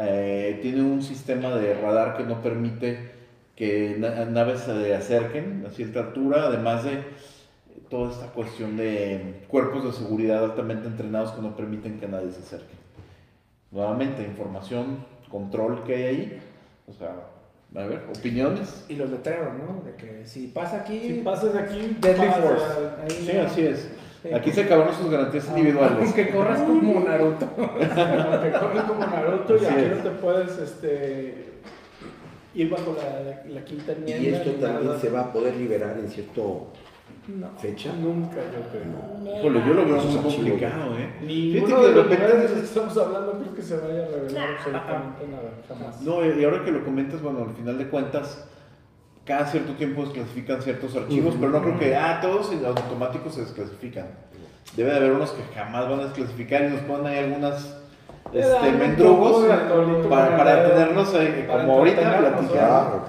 [SPEAKER 3] Eh, tiene un sistema de radar que no permite que na- naves se acerquen a cierta altura, además de toda esta cuestión de cuerpos de seguridad altamente entrenados que no permiten que nadie se acerque. Nuevamente, información, control que hay ahí. O sea, a ver, opiniones.
[SPEAKER 6] Y los letreros, ¿no? De que si pasa aquí. eh,
[SPEAKER 5] Si pasas aquí,
[SPEAKER 6] Deadly
[SPEAKER 5] pasa-
[SPEAKER 6] Force. Ahí,
[SPEAKER 3] Sí,
[SPEAKER 6] ¿no?
[SPEAKER 3] así es.
[SPEAKER 6] Sí.
[SPEAKER 3] Aquí se acabaron sus garantías
[SPEAKER 6] Ah,
[SPEAKER 3] individuales.
[SPEAKER 6] Que corras como Naruto.
[SPEAKER 5] te corres como Naruto y
[SPEAKER 3] Así
[SPEAKER 5] aquí
[SPEAKER 3] es.
[SPEAKER 5] no te puedes este, ir bajo la, la quinta enmienda.
[SPEAKER 2] Y esto
[SPEAKER 5] ni
[SPEAKER 2] también
[SPEAKER 5] nada.
[SPEAKER 2] se va a poder liberar en cierta
[SPEAKER 6] No.
[SPEAKER 2] fecha.
[SPEAKER 5] Nunca, yo creo.
[SPEAKER 3] Híjole, yo lo veo muy complicado, ¿eh? Fíjate
[SPEAKER 5] Ninguno
[SPEAKER 3] que
[SPEAKER 5] de
[SPEAKER 3] de
[SPEAKER 5] los
[SPEAKER 3] repente-
[SPEAKER 5] lugares de los que estamos hablando creo que se vaya a revelar absolutamente nada, jamás.
[SPEAKER 3] No, y ahora que lo comentas, bueno, al final de cuentas, cada cierto tiempo desclasifican ciertos archivos, pero no creo que, ah, todos en automático se desclasifican. Debe de haber unos que jamás van a desclasificar y nos ponen ahí algunas
[SPEAKER 5] Le dan
[SPEAKER 3] este,
[SPEAKER 5] un
[SPEAKER 3] mendrugos
[SPEAKER 5] poco de atolito
[SPEAKER 3] para, para
[SPEAKER 5] para-
[SPEAKER 3] tenernos eh,
[SPEAKER 5] para
[SPEAKER 3] como ahorita
[SPEAKER 5] entretenernos,
[SPEAKER 3] platicar.
[SPEAKER 2] Claro.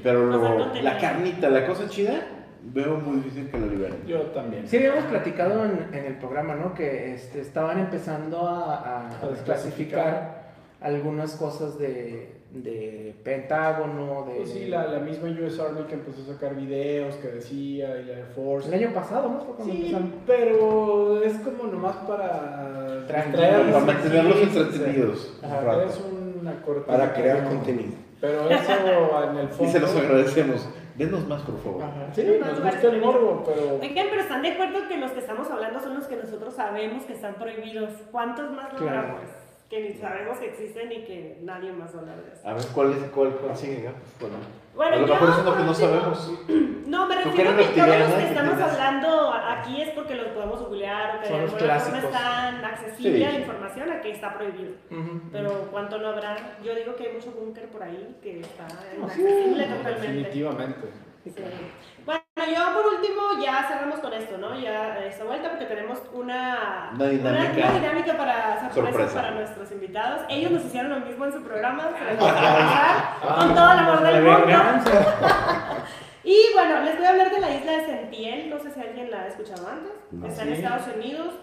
[SPEAKER 3] Pero
[SPEAKER 1] Pasar
[SPEAKER 3] lo-
[SPEAKER 1] contenido.
[SPEAKER 3] la carnita, la cosa chida, veo muy difícil que la liberen.
[SPEAKER 5] Yo también.
[SPEAKER 6] Sí habíamos platicado en, en el programa, ¿no? Que este, estaban empezando a, a
[SPEAKER 5] A desclasificar.
[SPEAKER 6] desclasificar algunas cosas de, de Pentágono, de...
[SPEAKER 5] Pues sí, la, la misma US Army que empezó a sacar videos que decía y la Air Force.
[SPEAKER 6] pues El año pasado, ¿no? Fue cuando
[SPEAKER 5] Sí,
[SPEAKER 6] empezaron.
[SPEAKER 5] pero es como nomás para
[SPEAKER 6] Tranquilo,
[SPEAKER 5] distraerlos.
[SPEAKER 3] Para
[SPEAKER 6] sí,
[SPEAKER 3] mantenerlos
[SPEAKER 5] Sí,
[SPEAKER 3] entretenidos.
[SPEAKER 5] o sea,
[SPEAKER 3] un rato.
[SPEAKER 5] Es una cortina.
[SPEAKER 2] para crear
[SPEAKER 5] pero-
[SPEAKER 2] contenido.
[SPEAKER 5] Pero eso en el fondo.
[SPEAKER 3] Y se los agradecemos. Denos más, por favor.
[SPEAKER 6] Ajá.
[SPEAKER 5] Sí, nos gusta el morbo, pero.
[SPEAKER 1] Oigan, pero están de acuerdo que los que estamos hablando son los que nosotros sabemos que están prohibidos. ¿Cuántos más no
[SPEAKER 6] Claro.
[SPEAKER 1] habrá, pues? Que ni sabemos que existen y que nadie más habla de eso.
[SPEAKER 3] A ver, ¿cuál, es, cuál, cuál sigue? ya? Pues, bueno.
[SPEAKER 1] Bueno,
[SPEAKER 3] a lo
[SPEAKER 1] yo,
[SPEAKER 3] mejor es uno que no
[SPEAKER 1] por
[SPEAKER 3] sabemos.
[SPEAKER 1] No, me
[SPEAKER 3] ¿Tú
[SPEAKER 1] refiero a
[SPEAKER 3] qué
[SPEAKER 1] que
[SPEAKER 3] eres
[SPEAKER 1] todos los
[SPEAKER 3] reptiliana?
[SPEAKER 1] que estamos
[SPEAKER 3] ¿Entiendes?
[SPEAKER 1] hablando a- aquí es porque los podemos googlear o que
[SPEAKER 6] Son
[SPEAKER 1] de
[SPEAKER 6] los
[SPEAKER 1] alguna forma
[SPEAKER 6] clásicos.
[SPEAKER 1] están accesible a la
[SPEAKER 3] Sí.
[SPEAKER 1] información a que está prohibido.
[SPEAKER 6] Ujú.
[SPEAKER 1] Pero ¿cuánto no habrá? Yo digo que hay mucho búnker por ahí que está inaccesible totalmente.
[SPEAKER 5] Definitivamente.
[SPEAKER 1] Sí. Bueno, yo por último ya cerramos con esto, ¿no? Ya eh, esta vuelta porque tenemos una,
[SPEAKER 3] Una dinámica.
[SPEAKER 1] una- una dinámica para sorpresas
[SPEAKER 3] Sorpresa.
[SPEAKER 1] para nuestros invitados. Ellos nos hicieron lo mismo en su programa, se los voy a pasar con todo el amor
[SPEAKER 6] La
[SPEAKER 1] del mundo.
[SPEAKER 6] venganza.
[SPEAKER 1] Y bueno, les voy a hablar de la isla de Sentiel, no sé si alguien la ha escuchado antes.
[SPEAKER 2] No.
[SPEAKER 1] está en
[SPEAKER 5] Sí.
[SPEAKER 1] Estados Unidos.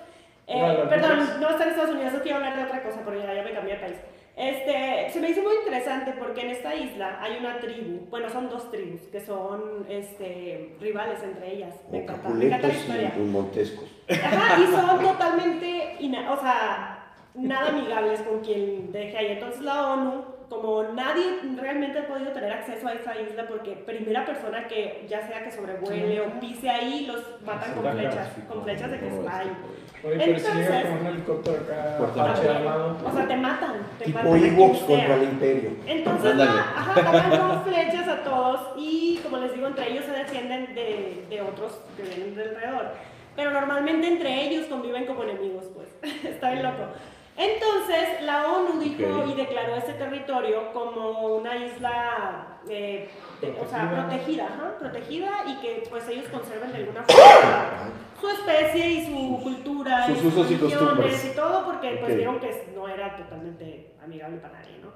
[SPEAKER 1] Eh,
[SPEAKER 5] Una de las
[SPEAKER 1] perdón,
[SPEAKER 5] muchas.
[SPEAKER 1] no está en Estados Unidos, yo quiero hablar de otra cosa, pero ya, ya me cambié de país. Este, se me hizo muy interesante porque en esta isla hay una tribu, bueno, son dos tribus que son este, rivales entre ellas. Me
[SPEAKER 2] O
[SPEAKER 1] encanta, me encanta la
[SPEAKER 2] capuletos
[SPEAKER 1] historia.
[SPEAKER 2] y montescos.
[SPEAKER 1] Ajá, y son totalmente, ina- o sea, nada amigables con quien deje ahí. Entonces la ONU, como nadie realmente ha podido tener acceso a esa isla porque primera persona que ya sea que sobrevuele o pise ahí, los matan con flechas, con flechas de cristal.
[SPEAKER 5] Oye, pero si
[SPEAKER 1] Entonces-
[SPEAKER 5] llega con un helicóptero acá,
[SPEAKER 3] Puerto
[SPEAKER 5] Apache
[SPEAKER 3] Rico.
[SPEAKER 5] armado.
[SPEAKER 1] O sea, te matan. Te
[SPEAKER 2] Tipo
[SPEAKER 1] matan a quien
[SPEAKER 2] Ewoks
[SPEAKER 1] sea.
[SPEAKER 2] contra el imperio.
[SPEAKER 1] Entonces,
[SPEAKER 3] Ándale.
[SPEAKER 1] ah, ajá, atacan con flechas a todos y, como les digo, entre ellos se defienden de, de otros que vienen de alrededor. Pero normalmente entre ellos conviven como enemigos, pues. Está bien loco. Entonces, la ONU dijo
[SPEAKER 3] Ok.
[SPEAKER 1] y declaró este territorio como una isla, eh, de- o sea, protegida, ajá, protegida y que pues ellos conserven de alguna
[SPEAKER 3] Ah,
[SPEAKER 1] forma su especie y su cultura,
[SPEAKER 3] sus
[SPEAKER 1] y sus
[SPEAKER 3] usos y
[SPEAKER 1] religiones
[SPEAKER 3] costumbres.
[SPEAKER 1] y todo, porque pues
[SPEAKER 3] Ok.
[SPEAKER 1] vieron que no era totalmente amigable para nadie, ¿no?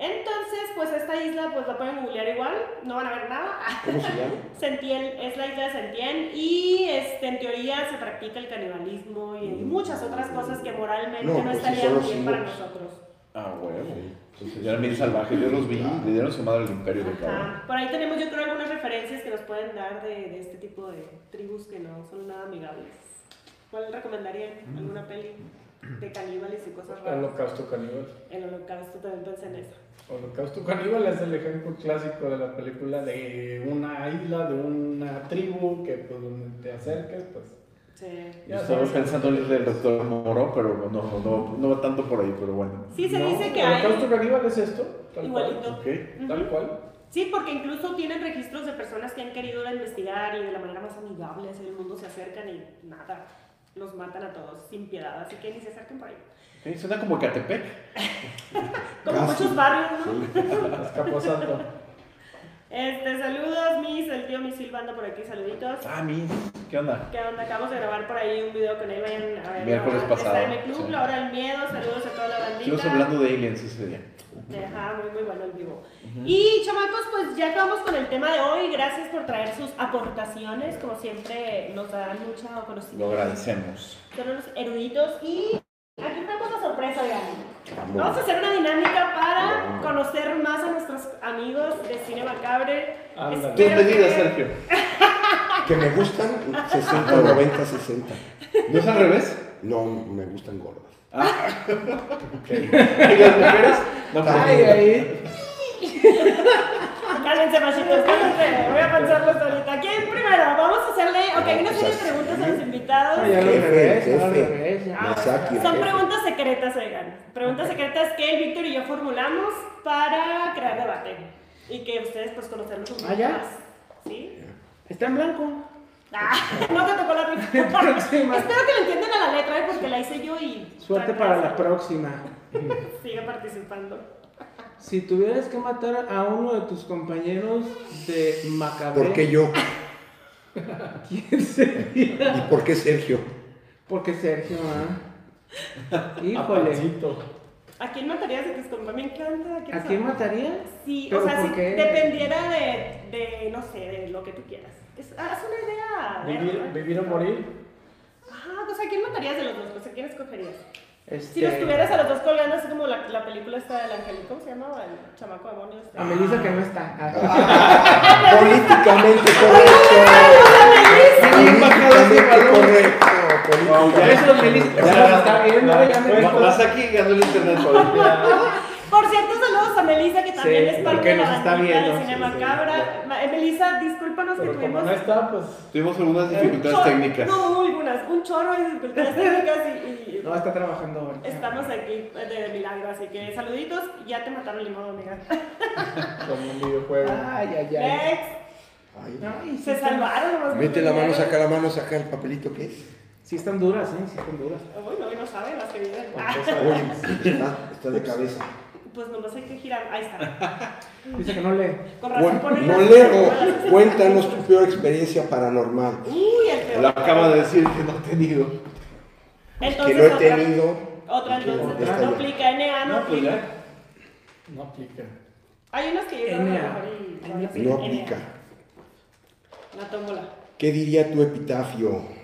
[SPEAKER 1] Entonces, pues esta isla, pues la pueden googlear igual, no van a ver nada.
[SPEAKER 2] ¿Cómo se llama?
[SPEAKER 1] Sentiel, es la isla de Sentiel y este, en teoría se practica el canibalismo y muchas otras cosas que moralmente
[SPEAKER 2] No,
[SPEAKER 1] no,
[SPEAKER 2] pues, si
[SPEAKER 1] estarían
[SPEAKER 2] son los
[SPEAKER 1] bien para
[SPEAKER 2] Ewoks.
[SPEAKER 1] nosotros.
[SPEAKER 3] Ah, huevo. Entonces, eran bien salvajes. Yo los vi y le dieron su madre al imperio de cabrón.
[SPEAKER 1] Ajá. Por ahí tenemos, yo creo, algunas referencias que nos pueden dar de, de este tipo de tribus que no son nada amigables. ¿Cuál recomendarían?
[SPEAKER 3] Mm.
[SPEAKER 1] ¿Alguna peli de caníbales y cosas raras?
[SPEAKER 5] Holocausto caníbal.
[SPEAKER 1] El holocausto también pensé en eso.
[SPEAKER 5] Holocausto caníbal es el ejemplo clásico de la película de una isla, de una tribu, que pues donde te acerques, pues.
[SPEAKER 1] Sí.
[SPEAKER 3] Yo estaba pensando en el del doctor Moro, pero no, no, no, no va tanto por ahí, pero bueno.
[SPEAKER 1] Sí, se
[SPEAKER 5] No,
[SPEAKER 1] dice que
[SPEAKER 5] Holocausto
[SPEAKER 1] hay.
[SPEAKER 5] caníbal es esto, tal
[SPEAKER 1] Igualito.
[SPEAKER 3] Ok.
[SPEAKER 5] cual. Tal
[SPEAKER 1] Ujú.
[SPEAKER 5] cual.
[SPEAKER 1] Sí, porque incluso tienen registros de personas que han querido ir a investigar y de la manera más amigable hacia el mundo se acercan y nada, los matan a todos sin piedad, así que ni se acerquen por ahí.
[SPEAKER 3] Ok, Suena como Catepec.
[SPEAKER 1] Como
[SPEAKER 2] Casi.
[SPEAKER 1] muchos barrios, ¿no?
[SPEAKER 5] Escaposanto.
[SPEAKER 1] Este, saludos, mis, el tío mi silbando por aquí, saluditos.
[SPEAKER 3] Ah, mi. ¿Qué onda?
[SPEAKER 1] Que onda, acabamos de grabar por ahí un video con él, vayan a ver.
[SPEAKER 3] Miércoles
[SPEAKER 1] la-
[SPEAKER 3] pasado,
[SPEAKER 1] Está en el club,
[SPEAKER 3] sí.
[SPEAKER 1] la hora del miedo, saludos a toda la bandita.
[SPEAKER 3] Estuvimos hablando de aliens ese día.
[SPEAKER 1] Ajá, muy, muy bueno el vivo. Y chamacos, pues ya acabamos con el tema de hoy. Gracias por traer sus aportaciones. Como siempre, nos dan mucho
[SPEAKER 3] Lo
[SPEAKER 1] conocimiento.
[SPEAKER 3] agradecemos.
[SPEAKER 1] Son los eruditos. Y aquí tenemos la sorpresa, vean. Vamos a
[SPEAKER 2] Vamos.
[SPEAKER 1] hacer una dinámica para conocer más a nuestros amigos de Cine Macabre.
[SPEAKER 5] Ándale.
[SPEAKER 3] Tus
[SPEAKER 1] Espero
[SPEAKER 3] medidas,
[SPEAKER 1] que-
[SPEAKER 3] Sergio.
[SPEAKER 2] Que me gustan 60, 90, 60.
[SPEAKER 3] ¿No es al revés?
[SPEAKER 2] No, me gustan gordas.
[SPEAKER 3] ¿Y las mujeres? No,
[SPEAKER 6] Ay,
[SPEAKER 3] pues,
[SPEAKER 6] ahí.
[SPEAKER 1] Cálmense, machitos, cálmense. Voy a pensarlos ahorita. ¿Quién primero? Vamos a hacerle. Ok, hay una serie de preguntas a los invitados.
[SPEAKER 6] Ay, Ah, ya lo
[SPEAKER 2] Jefe,
[SPEAKER 6] revés, ya lo Ah,
[SPEAKER 2] jefe.
[SPEAKER 6] revés, ya.
[SPEAKER 2] Masaki, el
[SPEAKER 1] Ah, Son
[SPEAKER 2] jefe.
[SPEAKER 1] preguntas secretas, oigan. Preguntas secretas que el Víctor y yo formulamos para crear debate. Y que ustedes pues conocerlos un poco
[SPEAKER 6] Ah, ¿ya?
[SPEAKER 1] más. ¿Sí?
[SPEAKER 6] Está en blanco.
[SPEAKER 1] Ah, no te tocó la pregunta.
[SPEAKER 6] Próxima.
[SPEAKER 1] Espero que lo entiendan a la letra, ¿eh? porque la hice yo y...
[SPEAKER 6] Suerte para la próxima.
[SPEAKER 1] Sigue participando.
[SPEAKER 6] Si tuvieras que matar a uno de tus compañeros de Macabre,
[SPEAKER 2] ¿Por qué yo?
[SPEAKER 6] ¿quién sería?
[SPEAKER 2] ¿Y por qué Sergio?
[SPEAKER 6] Porque Sergio, ¿ah? Híjole.
[SPEAKER 5] Aparcito.
[SPEAKER 1] ¿A quién matarías de tus compa? Me encanta.
[SPEAKER 6] ¿A quién
[SPEAKER 1] sabe?
[SPEAKER 6] matarías?
[SPEAKER 1] Sí, o
[SPEAKER 6] ¿Pero
[SPEAKER 1] sea,
[SPEAKER 6] por
[SPEAKER 1] si
[SPEAKER 6] qué?
[SPEAKER 1] dependiera de, de, no sé, de lo que tú quieras. Es, haz una idea.
[SPEAKER 5] Vivir,
[SPEAKER 1] ¿eh?
[SPEAKER 5] vivir o morir.
[SPEAKER 1] Ajá, o sea, ¿a Pues, quién matarías de los dos? O sea, ¿quién escogerías?
[SPEAKER 6] Este,
[SPEAKER 1] Si los tuvieras a los dos colgando, así como la, la película está del angelito, ¿cómo se llama? El chamaco demonio. este.
[SPEAKER 6] A Melissa que no está. Ah,
[SPEAKER 2] Políticamente correcto. Políticamente correcto.
[SPEAKER 3] Wow,
[SPEAKER 2] políticamente-
[SPEAKER 3] ya.
[SPEAKER 6] Eso es Melissa.
[SPEAKER 3] Ya,
[SPEAKER 6] Está bien, ¿no? Ya me dijo.
[SPEAKER 3] Más aquí ganó el internet hoy.
[SPEAKER 1] Por cierto, saludos a Melissa, que también
[SPEAKER 6] Sí,
[SPEAKER 1] es parte
[SPEAKER 6] porque
[SPEAKER 1] de la
[SPEAKER 6] nos está
[SPEAKER 1] bandita de
[SPEAKER 6] viendo.
[SPEAKER 1] Cine
[SPEAKER 6] Sí, sí.
[SPEAKER 1] Macabra. Ma- eh, Melissa, discúlpanos que
[SPEAKER 5] Pero como
[SPEAKER 1] tuvimos...
[SPEAKER 5] no está, pues.
[SPEAKER 3] Tuvimos algunas
[SPEAKER 1] un chorro-
[SPEAKER 3] dificultades técnicas.
[SPEAKER 1] No, algunas. Un chorro de dificultades técnicas y... y-
[SPEAKER 6] No, está trabajando ahora.
[SPEAKER 1] Estamos aquí pues, de milagro, así que saluditos. Ya te mataron el modo, amiga.
[SPEAKER 5] Como un videojuego.
[SPEAKER 6] Ay, ay, ay.
[SPEAKER 1] Next.
[SPEAKER 2] Ay,
[SPEAKER 6] Ay, sí
[SPEAKER 1] Se
[SPEAKER 6] están-
[SPEAKER 1] salvaron. nomás
[SPEAKER 2] Mete
[SPEAKER 1] porque
[SPEAKER 2] la mano,
[SPEAKER 1] vinieron.
[SPEAKER 2] saca la mano, saca el papelito que es.
[SPEAKER 6] Sí están duras, ¿eh? Sí están duras.
[SPEAKER 1] Uy, no, no sabe las que vienen. Ah,
[SPEAKER 2] Oye, está, está de cabeza.
[SPEAKER 1] pues nomás hay que girar. Ahí está.
[SPEAKER 6] Dice que no lee.
[SPEAKER 1] Con razón
[SPEAKER 2] Bueno,
[SPEAKER 1] ponen las-
[SPEAKER 2] Molero, cuéntanos tu peor experiencia paranormal.
[SPEAKER 1] Uy, el peor.
[SPEAKER 3] Lo acaba de decir que no he tenido.
[SPEAKER 2] Que
[SPEAKER 1] Entonces,
[SPEAKER 2] no he
[SPEAKER 1] otra-
[SPEAKER 2] tenido.
[SPEAKER 1] Otra entonces,
[SPEAKER 2] Esta
[SPEAKER 1] no
[SPEAKER 2] ya.
[SPEAKER 1] aplica, NA no
[SPEAKER 3] No, pues
[SPEAKER 1] aplica.
[SPEAKER 3] ya.
[SPEAKER 5] No aplica.
[SPEAKER 1] Hay unos que yo creo que a lo
[SPEAKER 6] NA.
[SPEAKER 1] mejor y van a ser
[SPEAKER 2] No
[SPEAKER 1] NA.
[SPEAKER 2] aplica.
[SPEAKER 1] La tómbola.
[SPEAKER 2] ¿Qué diría tu epitafio?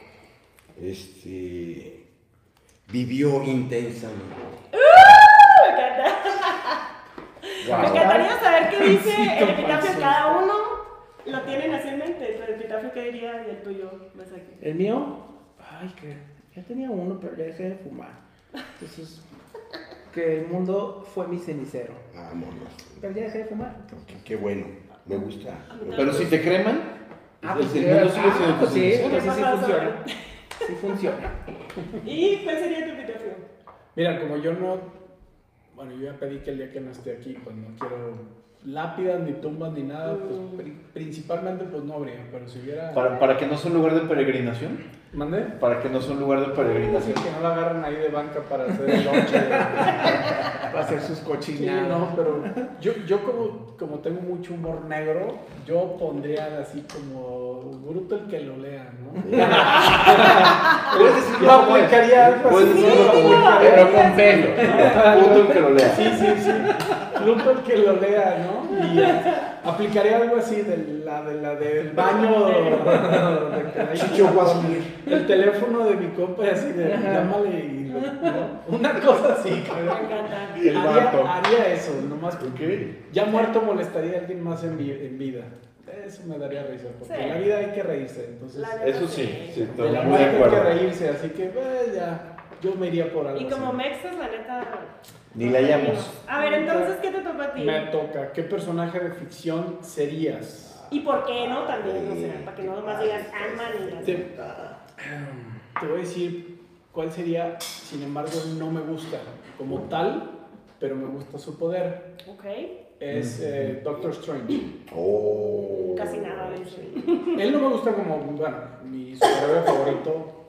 [SPEAKER 2] Este. Vivió intensamente.
[SPEAKER 1] Me encanta. Me
[SPEAKER 2] Wow.
[SPEAKER 1] encantaría saber qué dice el
[SPEAKER 6] Pancito,
[SPEAKER 1] epitafio de
[SPEAKER 6] pancito.
[SPEAKER 1] cada uno. Lo tienen así en mente. El epitafio que diría y el tuyo. Más aquí.
[SPEAKER 6] El mío, ay, que ya tenía uno, pero ya dejé de fumar. Entonces, que el mundo fue mi cenicero.
[SPEAKER 2] Vámonos.
[SPEAKER 6] Pero ya dejé de fumar.
[SPEAKER 2] Qué, Ah, qué bueno. Me gusta.
[SPEAKER 3] Pero si te creman,
[SPEAKER 6] Ah,
[SPEAKER 3] el
[SPEAKER 6] pues, sí,
[SPEAKER 3] mundo sigue siendo
[SPEAKER 6] ah,
[SPEAKER 3] tu
[SPEAKER 6] pues sí,
[SPEAKER 3] cenicero.
[SPEAKER 6] pues sí, sí
[SPEAKER 1] Pasado.
[SPEAKER 6] funciona. Sí funciona.
[SPEAKER 1] ¿Y cuál sería tu epitafio?
[SPEAKER 5] Mira, como yo no. Bueno, yo ya pedí que el día que no esté aquí, pues no quiero lápidas, ni tumbas, ni nada. Pues pri- principalmente, pues no habría. Pero si hubiera.
[SPEAKER 3] Para, para que no sea un lugar de peregrinación.
[SPEAKER 5] ¿Mandé?
[SPEAKER 3] Para que no sea un lugar de
[SPEAKER 5] Sí,
[SPEAKER 3] peregrinación.
[SPEAKER 5] que no la agarran ahí de banca para hacer el lonche.
[SPEAKER 6] Para hacer sus
[SPEAKER 5] Sí,
[SPEAKER 6] cochinadas.
[SPEAKER 5] no, pero yo, yo como, como tengo mucho humor negro, yo pondría así como bruto el que lo lea, ¿no?
[SPEAKER 3] Puedes decir
[SPEAKER 5] Lo aplicaría algo así.
[SPEAKER 3] Puedes decirlo como
[SPEAKER 1] Sí,
[SPEAKER 3] un-
[SPEAKER 1] pero
[SPEAKER 6] con pelo.
[SPEAKER 3] Puto el que lo lea.
[SPEAKER 5] Sí, sí, sí. Lupo el que lo lea, ¿no? Y eh, aplicaría algo así de la, de la del baño. de que hay-
[SPEAKER 2] Chicho Guasmir.
[SPEAKER 5] el teléfono de mi compa y así de llámale y lo- ¿no? Una cosa así,
[SPEAKER 1] Me
[SPEAKER 5] cabrón.
[SPEAKER 1] encanta.
[SPEAKER 3] Y el vato.
[SPEAKER 5] Haría, haría eso, nomás
[SPEAKER 3] Ok.
[SPEAKER 5] Ya muerto molestaría a alguien más en, vi- en vida. Eso me daría risa, porque
[SPEAKER 1] Sí.
[SPEAKER 5] en la vida hay que reírse. Entonces,
[SPEAKER 1] La neta
[SPEAKER 3] Eso sí, sí,
[SPEAKER 5] de
[SPEAKER 3] estoy
[SPEAKER 5] la
[SPEAKER 3] muy de
[SPEAKER 5] muerte hay que
[SPEAKER 3] acuerdo.
[SPEAKER 5] reírse, así que eh, ya, yo me iría por algo.
[SPEAKER 1] Y como
[SPEAKER 5] así.
[SPEAKER 1] mexas, la neta.
[SPEAKER 3] Ni la hallamos.
[SPEAKER 1] A ver, entonces, ¿qué te toca a ti?
[SPEAKER 5] me toca, ¿qué personaje de ficción serías?
[SPEAKER 1] ¿Y por qué no? También, o sea, para que no nomás digas, ah, man.
[SPEAKER 5] Te, te voy a decir cuál sería, sin embargo, no me gusta como tal, pero me gusta su poder.
[SPEAKER 1] Ok,
[SPEAKER 5] Es eh, Doctor Strange.
[SPEAKER 2] Oh.
[SPEAKER 1] casi nada de eso.
[SPEAKER 5] Él no me gusta como, bueno, mi superhéroe favorito,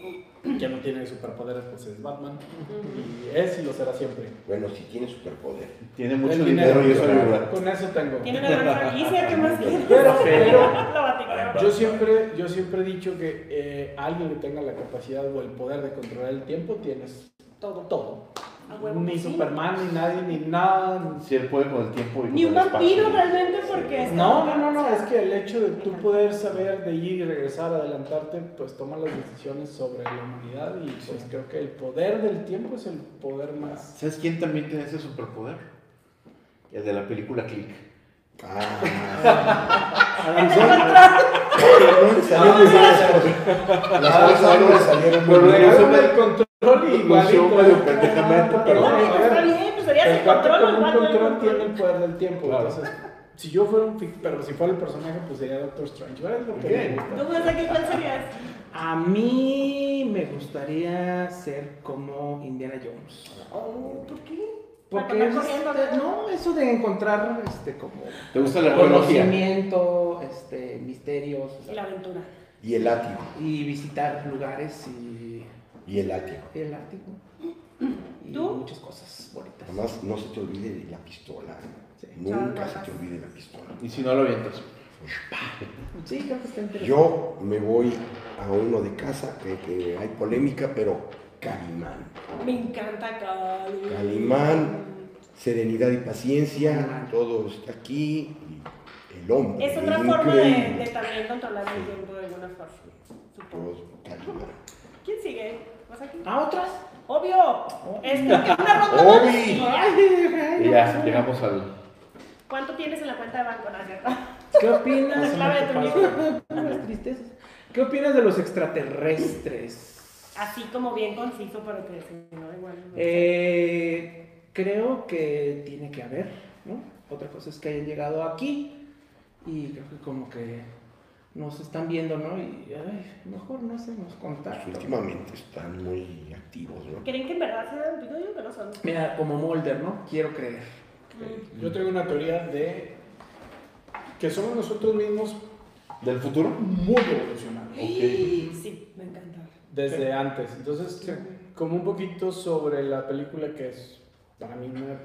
[SPEAKER 5] que no tiene superpoderes, pues es Batman. Y es y lo será siempre.
[SPEAKER 2] Bueno, si tiene superpoder.
[SPEAKER 3] Tiene mucho
[SPEAKER 5] El
[SPEAKER 3] dinero y eso
[SPEAKER 2] dinero.
[SPEAKER 3] ayuda.
[SPEAKER 5] Con eso tengo.
[SPEAKER 1] Tiene una gran franquicia, ¿qué más quieres?
[SPEAKER 5] Pero- pero-
[SPEAKER 1] La Vaticana.
[SPEAKER 5] Yo siempre, yo siempre he dicho que eh, alguien que tenga la capacidad o el poder de controlar el tiempo tienes todo, todo.
[SPEAKER 1] A huevo que
[SPEAKER 5] Ni
[SPEAKER 1] sí.
[SPEAKER 5] Superman, ni nadie, ni nada.
[SPEAKER 3] Si él puede con el tiempo y con
[SPEAKER 1] Ni un
[SPEAKER 3] el espacio.
[SPEAKER 1] vampiro realmente, porque es.
[SPEAKER 5] No, no, no, no, es que el hecho de tú poder saber de ir y regresar, adelantarte, pues toma las decisiones sobre la humanidad y pues creo que el poder del tiempo es el poder más...
[SPEAKER 3] ¿Sabes quién también tiene ese superpoder? El de la película Click.
[SPEAKER 2] Ah.
[SPEAKER 5] Adam
[SPEAKER 2] No le
[SPEAKER 3] Pues
[SPEAKER 2] salieron las- Las cosas no le
[SPEAKER 3] Ah,
[SPEAKER 2] salieron muy
[SPEAKER 3] Pero
[SPEAKER 2] bien.
[SPEAKER 3] regresó
[SPEAKER 5] el control y igualito.
[SPEAKER 3] Lució medio pendejamente, pero-
[SPEAKER 5] No, a ver,
[SPEAKER 1] Está bien, pues sería
[SPEAKER 5] El
[SPEAKER 1] sin
[SPEAKER 5] cuate
[SPEAKER 1] control,
[SPEAKER 5] con
[SPEAKER 1] el
[SPEAKER 5] un
[SPEAKER 1] vato del
[SPEAKER 5] control
[SPEAKER 1] control.
[SPEAKER 5] tiene el poder del tiempo.
[SPEAKER 3] Claro.
[SPEAKER 5] Entonces, si yo fuera un fic- pero si fuera el personaje, pues sería Doctor Strange. ¿verdad? Es lo que me
[SPEAKER 3] Ok.
[SPEAKER 5] gusta.
[SPEAKER 1] ¿Tú piensas que cuál serías?
[SPEAKER 6] A mí me gustaría ser como Indiana Jones.
[SPEAKER 1] Oh, ¿Por qué? Para
[SPEAKER 6] Porque
[SPEAKER 1] andar
[SPEAKER 6] es,
[SPEAKER 1] corriendo,
[SPEAKER 6] este,
[SPEAKER 1] ¿no?
[SPEAKER 6] no, eso de encontrar este como
[SPEAKER 3] ¿Te gusta la arqueología?
[SPEAKER 6] conocimiento, este, misterios o
[SPEAKER 1] Y la
[SPEAKER 6] sea,
[SPEAKER 1] aventura.
[SPEAKER 2] Y el látigo.
[SPEAKER 6] y visitar lugares y
[SPEAKER 2] Y el látigo.
[SPEAKER 6] el Ártico y
[SPEAKER 1] ¿Tú?
[SPEAKER 6] muchas cosas bonitas.
[SPEAKER 2] Además, no se te olvide la pistola.
[SPEAKER 6] Sí.
[SPEAKER 2] Nunca se te olvide la pistola.
[SPEAKER 3] Y si no lo avientas.
[SPEAKER 6] Sí, creo que está interesante.
[SPEAKER 2] Yo me voy a uno de casa, que, que hay polémica, pero Calimán.
[SPEAKER 1] Me encanta Calimán.
[SPEAKER 2] Calimán. Serenidad y paciencia,
[SPEAKER 6] Calimán.
[SPEAKER 2] todo está aquí. y El hombre.
[SPEAKER 1] Es
[SPEAKER 2] el
[SPEAKER 1] otra forma de,
[SPEAKER 2] increíble.
[SPEAKER 1] de también controlar el tiempo de alguna forma. Supongo.
[SPEAKER 2] Todo Calimán.
[SPEAKER 1] ¿Quién sigue? ¿Vas aquí?
[SPEAKER 6] ¿A otras?
[SPEAKER 1] Obvio,
[SPEAKER 6] Oh.
[SPEAKER 1] es porque una ronda más
[SPEAKER 3] Obvio.
[SPEAKER 1] y ya.
[SPEAKER 3] Y
[SPEAKER 5] pues,
[SPEAKER 3] ya, llegamos al.
[SPEAKER 1] ¿Cuánto tienes en la cuenta de banco, no es cierto?
[SPEAKER 6] ¿Qué opinas?
[SPEAKER 1] La clave de tu vida.
[SPEAKER 6] Puras tristezas. ¿Qué opinas de los extraterrestres?
[SPEAKER 1] Así como bien conciso, pero que si no, igual. no sé.
[SPEAKER 6] Eh, creo que tiene que haber, ¿no? Otra cosa es que hayan llegado aquí y creo que como que nos están viendo, ¿no? Y ay, mejor no hacemos
[SPEAKER 2] Pues,
[SPEAKER 6] contacto.
[SPEAKER 2] últimamente están muy activos, ¿no?
[SPEAKER 1] ¿Creen que en verdad sean? Digo yo que no son.
[SPEAKER 6] Mira, como Mulder, ¿no? Quiero creer.
[SPEAKER 1] Mm.
[SPEAKER 5] Yo tengo una teoría de que somos nosotros mismos
[SPEAKER 3] ¿Del futuro?
[SPEAKER 5] muy evolucionados
[SPEAKER 3] Ok.
[SPEAKER 1] Sí, me encanta.
[SPEAKER 5] desde antes. Entonces, como un poquito sobre la película que es para mí una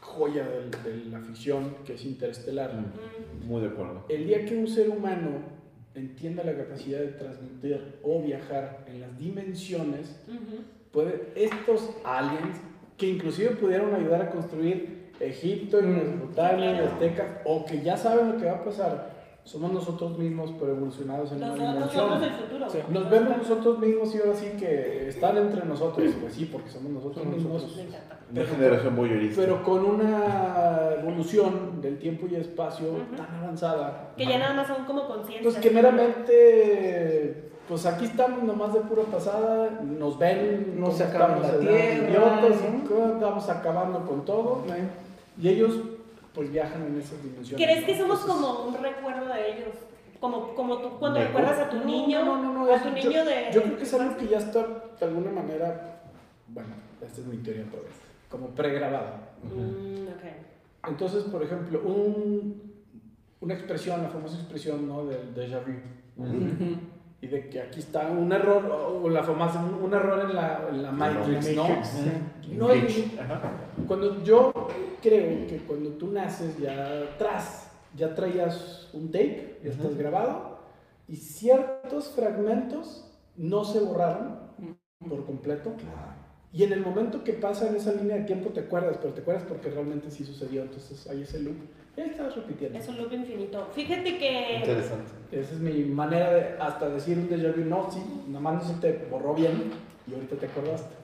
[SPEAKER 5] joya del- de la ficción, que es Interestelar.
[SPEAKER 1] Mm.
[SPEAKER 3] Muy de acuerdo.
[SPEAKER 5] El día que un ser humano entienda la capacidad de transmitir o viajar en las dimensiones,
[SPEAKER 1] Ujú.
[SPEAKER 5] puede, estos aliens, que inclusive pudieron ayudar a construir Egipto y Mesopotamia, y Aztecas, o que ya saben lo que va a pasar, somos nosotros mismos, pero evolucionados en una
[SPEAKER 1] Los otros somos del
[SPEAKER 5] dimensión.
[SPEAKER 1] futuro.
[SPEAKER 5] Sí, Nos vemos nosotros mismos y ahora sí que están entre nosotros, pues sí, porque somos nosotros
[SPEAKER 6] Somos
[SPEAKER 5] mismos,
[SPEAKER 1] Me encanta.
[SPEAKER 3] Una generación boyerista.
[SPEAKER 5] pero con una evolución del tiempo y espacio
[SPEAKER 1] Ujú.
[SPEAKER 5] tan avanzada.
[SPEAKER 1] Que ya nada más son como conciencias.
[SPEAKER 5] Entonces, que meramente, pues aquí estamos nomás de pura pasada, nos ven,
[SPEAKER 6] No
[SPEAKER 5] nos
[SPEAKER 6] se acaba la tierra, ¿no?
[SPEAKER 5] estamos acabando con todo, y ellos pues viajan en esas dimensiones.
[SPEAKER 1] ¿Crees
[SPEAKER 5] ¿no?
[SPEAKER 1] que somos
[SPEAKER 5] Entonces,
[SPEAKER 1] como un recuerdo de ellos? Como, como tú cuando
[SPEAKER 3] ¿De
[SPEAKER 1] recuerdas a tu
[SPEAKER 5] no,
[SPEAKER 1] niño,
[SPEAKER 5] no, no, no,
[SPEAKER 1] a
[SPEAKER 5] es-
[SPEAKER 1] tu
[SPEAKER 5] yo-
[SPEAKER 1] niño de...
[SPEAKER 5] Yo creo que es algo que ya está de alguna manera, bueno, esta es mi teoría otra vez, como pregrabado.
[SPEAKER 1] Mm, ok.
[SPEAKER 5] Entonces, por ejemplo, un, una expresión, la famosa expresión ¿no? del déjà vu.
[SPEAKER 3] Ujú.
[SPEAKER 5] Y de que aquí está un error, o la famosa, un, un error en la, en la Matrix, ¿no? No hay
[SPEAKER 3] Glitch. Ajá.
[SPEAKER 5] Cuando yo creo que cuando tú naces ya atrás, ya traías un tape, ya estás
[SPEAKER 3] Ujú.
[SPEAKER 5] grabado, y ciertos fragmentos no se borraron por completo. Y en el momento que pasa en esa línea de tiempo te acuerdas, pero te acuerdas porque realmente sí sucedió. Entonces ahí ese loop, ya estás repitiendo.
[SPEAKER 1] Es un loop infinito. Fíjate
[SPEAKER 5] Eh,
[SPEAKER 1] que...
[SPEAKER 3] Interesante.
[SPEAKER 5] Esa es mi manera de hasta decir un déjà vu, no, sí, nomás no se te borró bien y ahorita te acordaste.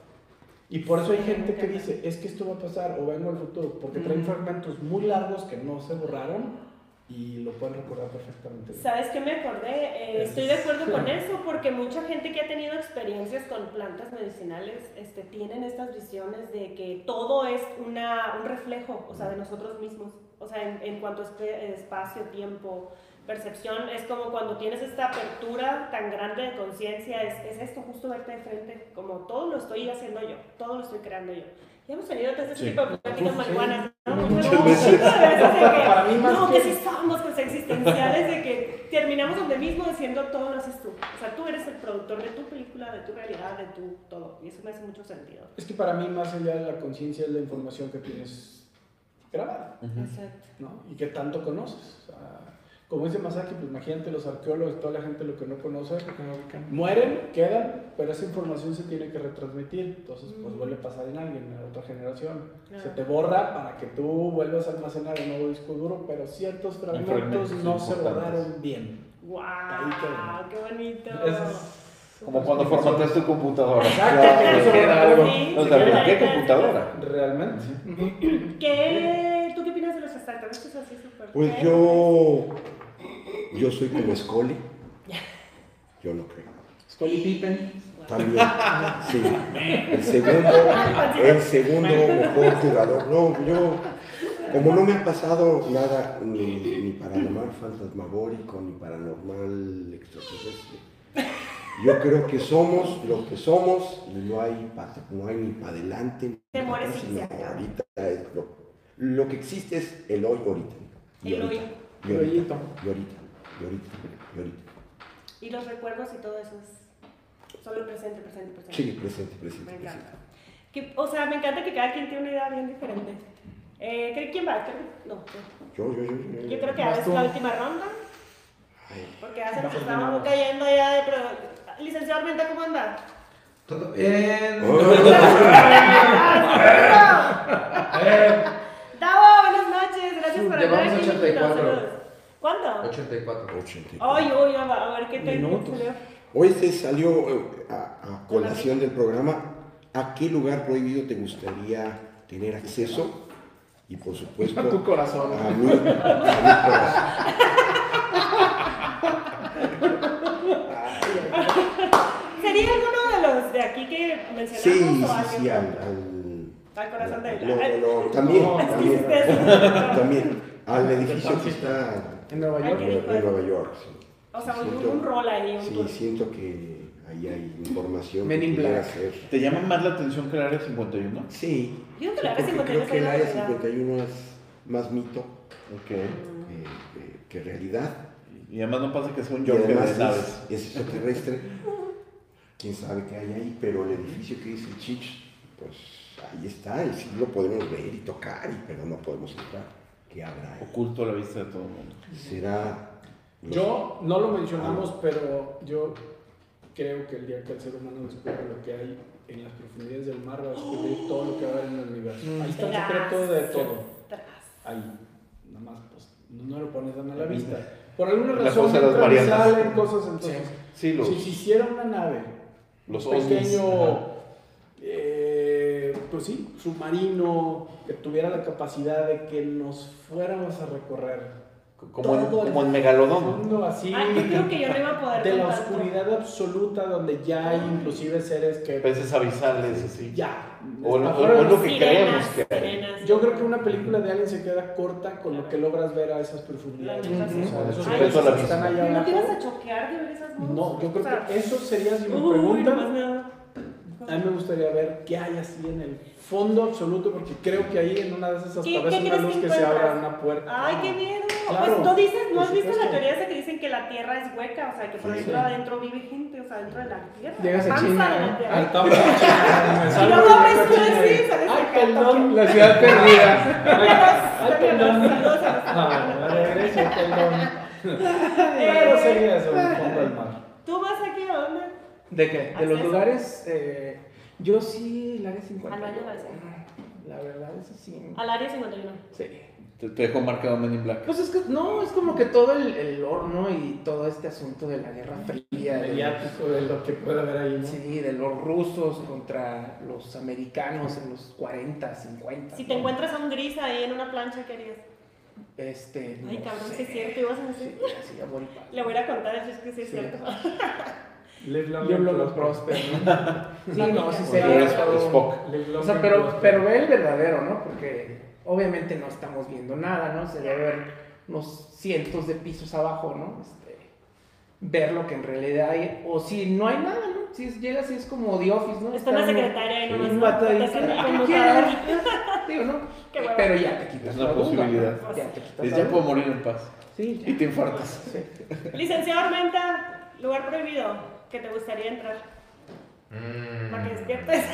[SPEAKER 5] Y por eso hay gente que dice, es que esto va a pasar o vengo al futuro, porque traen
[SPEAKER 6] Ujú.
[SPEAKER 5] fragmentos muy largos que no se borraron y lo pueden recordar perfectamente.
[SPEAKER 1] ¿Sabes qué me acordé? Eh, estoy de acuerdo con eso porque mucha gente que ha tenido experiencias con plantas medicinales este, tienen estas visiones de que todo es una, un reflejo, o sea, de nosotros mismos. O sea, en, en cuanto a este espacio, tiempo, percepción, es como cuando tienes esta apertura tan grande de conciencia, es, es esto, justo verte de frente, como todo lo estoy haciendo yo, todo lo estoy creando yo. Ya hemos tenido todo este
[SPEAKER 3] Sí.
[SPEAKER 1] tipo de pláticas
[SPEAKER 5] Sí.
[SPEAKER 1] marihuanas, ¿no?
[SPEAKER 5] Muchas
[SPEAKER 1] Muchas
[SPEAKER 5] veces.
[SPEAKER 1] veces de que,
[SPEAKER 5] Para mí más
[SPEAKER 1] no,
[SPEAKER 5] que-
[SPEAKER 1] que sí estamos pues existenciales de que terminamos donde mismo diciendo todo lo haces tú. O sea, tú eres el productor de tu película, de tu realidad, de tu todo. Y eso me hace mucho sentido.
[SPEAKER 5] Es que para mí más allá de la conciencia es la información que tienes grabada,
[SPEAKER 1] Exacto.
[SPEAKER 5] ¿no? Y que tanto conoces. O sea, como dice Masaki, pues imagínate los arqueólogos, toda la gente lo que no conoce, Mueren, quedan, pero esa información se tiene que retransmitir. Entonces, pues
[SPEAKER 1] Mm.
[SPEAKER 5] vuelve a pasar en alguien, en otra generación.
[SPEAKER 1] Claro.
[SPEAKER 5] Se te borra para que tú vuelvas a almacenar el nuevo disco duro, pero ciertos fragmentos
[SPEAKER 3] fragmentos
[SPEAKER 5] no se
[SPEAKER 3] importantes.
[SPEAKER 5] borraron bien. Ahí
[SPEAKER 1] ¡Wow!
[SPEAKER 5] queda.
[SPEAKER 1] ¡Qué bonito!
[SPEAKER 5] Esa es-
[SPEAKER 3] Como cuando formateas tu computadora.
[SPEAKER 5] Exacto,
[SPEAKER 3] Claro.
[SPEAKER 5] que
[SPEAKER 1] queda
[SPEAKER 5] algo.
[SPEAKER 1] Sí,
[SPEAKER 3] O
[SPEAKER 1] se
[SPEAKER 3] sea,
[SPEAKER 1] queda
[SPEAKER 3] ¿pero
[SPEAKER 1] ahí,
[SPEAKER 3] qué
[SPEAKER 1] queda-
[SPEAKER 3] computadora?
[SPEAKER 5] Realmente.
[SPEAKER 1] ¿Qué? ¿Tú qué opinas de los extraterrestres así súper?
[SPEAKER 2] Pues
[SPEAKER 1] ¿Qué?
[SPEAKER 2] yo, yo soy como Scully. Yo lo creo.
[SPEAKER 6] Scully Pippen.
[SPEAKER 2] También. Sí. El segundo, el segundo mejor jugador. No, yo, como no me ha pasado nada, ni, ni paranormal fantasmagórico, ni paranormal extraterrestre, yo creo que somos lo que somos y no hay, pa- no hay ni para adelante. ni pa'
[SPEAKER 1] Temores
[SPEAKER 2] atrás,
[SPEAKER 1] y se
[SPEAKER 2] no,
[SPEAKER 1] acaba.
[SPEAKER 2] ahorita es lo, lo que existe es el hoy ahorita. Y
[SPEAKER 1] El
[SPEAKER 2] ahorita.
[SPEAKER 1] hoy.
[SPEAKER 2] Y ahorita.
[SPEAKER 5] Hoyito.
[SPEAKER 2] Y ahorita. Y ahorita. Y ahorita.
[SPEAKER 1] Y los recuerdos y todo eso es solo presente, presente, presente.
[SPEAKER 2] Sí, presente, presente,
[SPEAKER 1] Me
[SPEAKER 2] presente.
[SPEAKER 1] encanta. Que- o sea, me encanta que cada quien tiene una idea bien diferente. Eh, ¿cree- ¿Quién va? Creo que- No, yo.
[SPEAKER 2] Yo, yo, yo, yo.
[SPEAKER 1] Yo creo que
[SPEAKER 5] Vas
[SPEAKER 1] ahora es
[SPEAKER 5] tú.
[SPEAKER 1] la última ronda,
[SPEAKER 2] Ay,
[SPEAKER 1] porque hace nos
[SPEAKER 5] Vamos,
[SPEAKER 1] estábamos
[SPEAKER 5] terminamos.
[SPEAKER 1] cayendo ya de... Pero, licenciado Armenta, ¿cómo anda?
[SPEAKER 4] Todo bien.
[SPEAKER 1] Davo, buenas noches, gracias por estar
[SPEAKER 4] Llevamos
[SPEAKER 1] aquí.
[SPEAKER 4] 84.
[SPEAKER 1] Saludos. ¿Cuánto?
[SPEAKER 4] 84.
[SPEAKER 2] 80.
[SPEAKER 1] Ay, uy, a ver qué te
[SPEAKER 5] Minutos.
[SPEAKER 1] salió.
[SPEAKER 2] Hoy se salió eh, a, a colación del programa ¿A qué lugar prohibido te gustaría tener acceso? Y por supuesto,
[SPEAKER 6] tu corazón.
[SPEAKER 2] a mí, a mi corazón.
[SPEAKER 1] ¿Sería alguno de los de aquí que mencionamos?
[SPEAKER 2] Sí, sí,
[SPEAKER 1] o alguien?
[SPEAKER 2] sí, al- al-
[SPEAKER 1] Al corazón de
[SPEAKER 2] No,
[SPEAKER 1] Ay,
[SPEAKER 2] no, no, también,
[SPEAKER 6] No,
[SPEAKER 2] también,
[SPEAKER 1] tristeza.
[SPEAKER 2] también, al edificio que está
[SPEAKER 6] En Nueva
[SPEAKER 1] Ay,
[SPEAKER 6] York.
[SPEAKER 1] qué
[SPEAKER 2] en
[SPEAKER 1] rico.
[SPEAKER 2] Nueva York. sí.
[SPEAKER 1] O sea, un,
[SPEAKER 2] Siento-
[SPEAKER 1] un rol ahí, un
[SPEAKER 2] Sí,
[SPEAKER 1] tour.
[SPEAKER 2] siento que ahí hay información
[SPEAKER 6] Men
[SPEAKER 2] que
[SPEAKER 6] in
[SPEAKER 2] pudiera
[SPEAKER 6] Black.
[SPEAKER 2] ser.
[SPEAKER 3] ¿Te llama más la atención que el área 51?
[SPEAKER 2] Sí,
[SPEAKER 1] Yo creo que
[SPEAKER 2] sí,
[SPEAKER 1] la área
[SPEAKER 2] porque
[SPEAKER 1] 51
[SPEAKER 2] creo
[SPEAKER 1] es
[SPEAKER 2] que el
[SPEAKER 1] la
[SPEAKER 2] área
[SPEAKER 1] realidad.
[SPEAKER 2] 51 es más mito
[SPEAKER 3] Ok.
[SPEAKER 2] eh, eh, que realidad.
[SPEAKER 3] Y además no pasa que sea un
[SPEAKER 2] Y
[SPEAKER 3] York de
[SPEAKER 2] además
[SPEAKER 3] naves.
[SPEAKER 2] es, es extraterrestre. Quién sabe qué hay ahí, pero el edificio que dice Chich, pues ahí está, y sí lo podemos ver y tocar, y- pero no podemos entrar. ¿Qué habrá ahí?
[SPEAKER 3] Oculto a la vista de todo el mundo.
[SPEAKER 2] Será. los-
[SPEAKER 5] Yo no lo mencionamos,
[SPEAKER 3] Ah.
[SPEAKER 5] pero yo creo que el día que el ser humano descubra lo que hay en las profundidades del mar, va a descubrir todo lo que va a haber en el universo. Ahí está el secreto de todo.
[SPEAKER 1] Tras.
[SPEAKER 5] Ahí, nada más, pues no no lo pones tan a la vista. Por alguna razón,
[SPEAKER 3] cosa de las
[SPEAKER 5] entran y
[SPEAKER 3] Marianas.
[SPEAKER 5] salen cosas entonces. pues,
[SPEAKER 3] Sí, los,
[SPEAKER 5] Si se hiciera una nave,
[SPEAKER 3] los
[SPEAKER 5] un
[SPEAKER 3] ovnis. Ajá.
[SPEAKER 5] Pues pequeño, eh, pues sí, submarino que tuviera la capacidad de que nos fuéramos a recorrer.
[SPEAKER 3] Como en,
[SPEAKER 5] todo el
[SPEAKER 3] como en Megalodón.
[SPEAKER 5] mundo así,
[SPEAKER 1] Ay, yo creo Ah, que yo no iba a poder
[SPEAKER 5] de la
[SPEAKER 1] con tanto.
[SPEAKER 5] oscuridad absoluta donde ya hay inclusive seres que
[SPEAKER 3] Peces abisales, así.
[SPEAKER 5] ya.
[SPEAKER 3] Pues, O lo-
[SPEAKER 5] Ahora,
[SPEAKER 3] o- o lo que creemos
[SPEAKER 1] Sirenas,
[SPEAKER 3] que hay.
[SPEAKER 1] sirenas.
[SPEAKER 5] yo creo que una película de alguien se queda corta con lo que logras ver a esas profundidades.
[SPEAKER 1] La neta, sí.
[SPEAKER 5] O sea, esos
[SPEAKER 1] Ay,
[SPEAKER 5] seres
[SPEAKER 1] no.
[SPEAKER 5] que están allá
[SPEAKER 1] ¿No te ibas
[SPEAKER 5] abajo.
[SPEAKER 1] a choquear de ver esas voces?
[SPEAKER 5] No, yo
[SPEAKER 1] O sea,
[SPEAKER 5] creo que eso sería si me
[SPEAKER 1] uy,
[SPEAKER 5] preguntan.
[SPEAKER 1] nomás me da-
[SPEAKER 5] A mí me gustaría ver qué hay así en el fondo absoluto, porque creo que ahí en una de esas hasta
[SPEAKER 1] ¿Qué- qué
[SPEAKER 5] ves una
[SPEAKER 1] crees
[SPEAKER 5] luz
[SPEAKER 1] que
[SPEAKER 5] que se
[SPEAKER 1] encuentras?
[SPEAKER 5] abra una puerta.
[SPEAKER 1] Ay, qué miedo.
[SPEAKER 5] Claro,
[SPEAKER 1] pues tú dices, ¿no
[SPEAKER 5] por
[SPEAKER 1] has visto la
[SPEAKER 5] supuesto.
[SPEAKER 1] teoría esa que dicen que la tierra es hueca? O sea, que por
[SPEAKER 2] Sí,
[SPEAKER 1] dentro
[SPEAKER 2] sí.
[SPEAKER 1] adentro vive gente, o sea, dentro de la tierra.
[SPEAKER 6] Llegas a
[SPEAKER 1] Panza
[SPEAKER 6] China,
[SPEAKER 1] de la
[SPEAKER 6] ¿no?
[SPEAKER 1] tierra.
[SPEAKER 5] Al tambo, me salgo
[SPEAKER 1] no
[SPEAKER 5] de la
[SPEAKER 1] mames, tú
[SPEAKER 5] cochina
[SPEAKER 1] así,
[SPEAKER 5] y- Ay,
[SPEAKER 1] sales acá,
[SPEAKER 5] perdón,
[SPEAKER 1] también.
[SPEAKER 5] la ciudad perdida.
[SPEAKER 1] Ay,
[SPEAKER 5] perdón.
[SPEAKER 1] saludos a los-
[SPEAKER 5] Ah, regreso, perdón. Pero sería eso, el fondo del mar.
[SPEAKER 1] ¿Tú vas aquí a dónde?
[SPEAKER 6] ¿De qué? De los
[SPEAKER 1] Acceso.
[SPEAKER 6] lugares. eh, yo sí, el área 50.
[SPEAKER 1] Al baño Ah. Balsa.
[SPEAKER 6] La verdad, eso sí.
[SPEAKER 1] Al área 51.
[SPEAKER 6] Sí.
[SPEAKER 3] Te, te dejó marcado Men in Black.
[SPEAKER 6] Pues es que, no, es como que todo el, el horno y todo este asunto de la Guerra Fría. del-
[SPEAKER 5] Mediático de lo que puede haber ahí, ¿no?
[SPEAKER 6] Sí, de los rusos contra los americanos en los 40, 50.
[SPEAKER 1] Si te
[SPEAKER 6] ¿no?
[SPEAKER 1] encuentras a un gris ahí en una plancha, ¿qué harías?
[SPEAKER 6] Este.
[SPEAKER 1] Ay,
[SPEAKER 6] no
[SPEAKER 1] cabrón,
[SPEAKER 6] sé.
[SPEAKER 1] sí es cierto, ibas a decir.
[SPEAKER 6] Sí, así, ya voy pa-
[SPEAKER 1] Le voy a ir a contar a Chris que sí es
[SPEAKER 6] Sí.
[SPEAKER 1] cierto.
[SPEAKER 5] Live long
[SPEAKER 6] Yo hablo
[SPEAKER 5] and
[SPEAKER 6] los
[SPEAKER 5] prosper.
[SPEAKER 6] prósperos, ¿no? Sí, no,
[SPEAKER 1] O
[SPEAKER 6] sí
[SPEAKER 3] Cuando
[SPEAKER 6] sería.
[SPEAKER 3] eres Spock.
[SPEAKER 5] Live
[SPEAKER 6] O
[SPEAKER 5] long
[SPEAKER 6] sea,
[SPEAKER 5] and
[SPEAKER 6] pero,
[SPEAKER 5] prosper.
[SPEAKER 6] pero ve el verdadero, ¿no? Porque obviamente no estamos viendo nada, ¿no? Se debe ver unos cientos de pisos abajo, ¿no? Este, ver lo que en realidad hay. O si no hay nada, ¿no? Si es- llegas y es como The Office, ¿no?
[SPEAKER 1] Está una
[SPEAKER 6] uno-
[SPEAKER 1] secretaria y
[SPEAKER 6] un
[SPEAKER 1] nomás.
[SPEAKER 6] vato ahí,
[SPEAKER 1] te hacen el
[SPEAKER 6] "Ah, ¿qué
[SPEAKER 1] conmutador.
[SPEAKER 6] quieres?" Digo, ¿no?
[SPEAKER 1] Qué hueva.
[SPEAKER 6] Pero ya te quitas
[SPEAKER 3] Es una
[SPEAKER 6] la duda,
[SPEAKER 3] posibilidad.
[SPEAKER 6] ¿no? Ya te quitas
[SPEAKER 3] Dices,
[SPEAKER 6] la
[SPEAKER 3] ya
[SPEAKER 6] duda.
[SPEAKER 3] puedo morir en paz.
[SPEAKER 6] Sí,
[SPEAKER 3] Y te infartas.
[SPEAKER 6] ya, sí.
[SPEAKER 1] Licenciado Armenta, lugar prohibido que te gustaría entrar.
[SPEAKER 4] Mm.
[SPEAKER 1] Para que despiertes.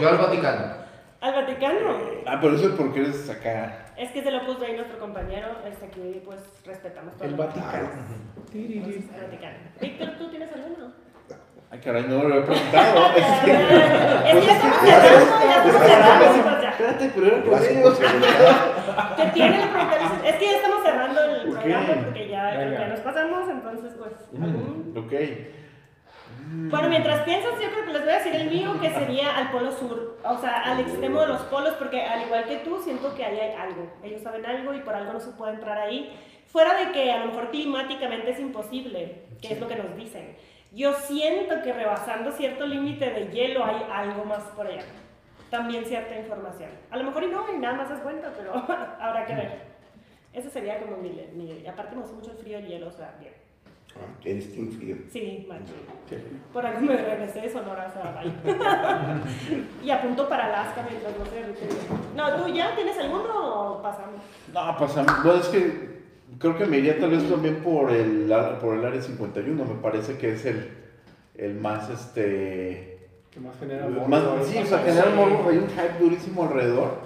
[SPEAKER 4] Yo al Vaticano.
[SPEAKER 1] Al Vaticano.
[SPEAKER 3] Ah, pero eso es porque eres acá.
[SPEAKER 1] Es que se lo puso ahí nuestro compañero, este que pues respetamos todo.
[SPEAKER 6] El
[SPEAKER 1] lo
[SPEAKER 6] Vaticano.
[SPEAKER 1] Entonces, el Vaticano. Víctor, ¿tú tienes alguno?
[SPEAKER 3] Ay, caray, no lo había preguntado.
[SPEAKER 1] Es que Pues ya estamos cerrando, ya estamos cerrando. pues, ya.
[SPEAKER 3] Espérate, pero era por
[SPEAKER 2] Gracias
[SPEAKER 3] ellos.
[SPEAKER 2] por preguntar.
[SPEAKER 1] Que tiene la pregunta, es que ya estamos cerrando el
[SPEAKER 3] Ok.
[SPEAKER 1] programa porque ya,
[SPEAKER 5] Venga.
[SPEAKER 1] ya nos pasamos, entonces pues. algún-
[SPEAKER 3] Mm, ok. Mm.
[SPEAKER 1] Bueno, mientras piensas, yo creo que les voy a decir el mío, que sería al polo sur, o sea, al extremo de los polos, porque al igual que tú, siento que ahí hay algo. Ellos saben algo y por algo no se puede entrar ahí. Fuera de que a lo mejor climáticamente es imposible, que es lo que nos dicen. Yo siento que rebasando cierto límite de hielo hay algo más por allá. También cierta información. A lo mejor y no, y nada más es cuenta, pero habrá que ver. Ese sería como mi... mi- aparte me gusta mucho el frío y el hielo, o sea, bien.
[SPEAKER 2] Ah, Eres team frío.
[SPEAKER 1] Sí, macho. Por algo me regresé de Sonora, o sea, bye. y apunto para Alaska mientras no se retire. No, ¿tú ya tienes alguno o pasamos?
[SPEAKER 3] No, pasamos. No, es que creo que me iría tal vez también por el, por el área 51. Me parece que es el, el más este.
[SPEAKER 5] Que más genera
[SPEAKER 3] Más,
[SPEAKER 5] morbo,
[SPEAKER 3] sí,
[SPEAKER 5] ¿no?
[SPEAKER 3] o sea, genera un morbo, hay un hype durísimo alrededor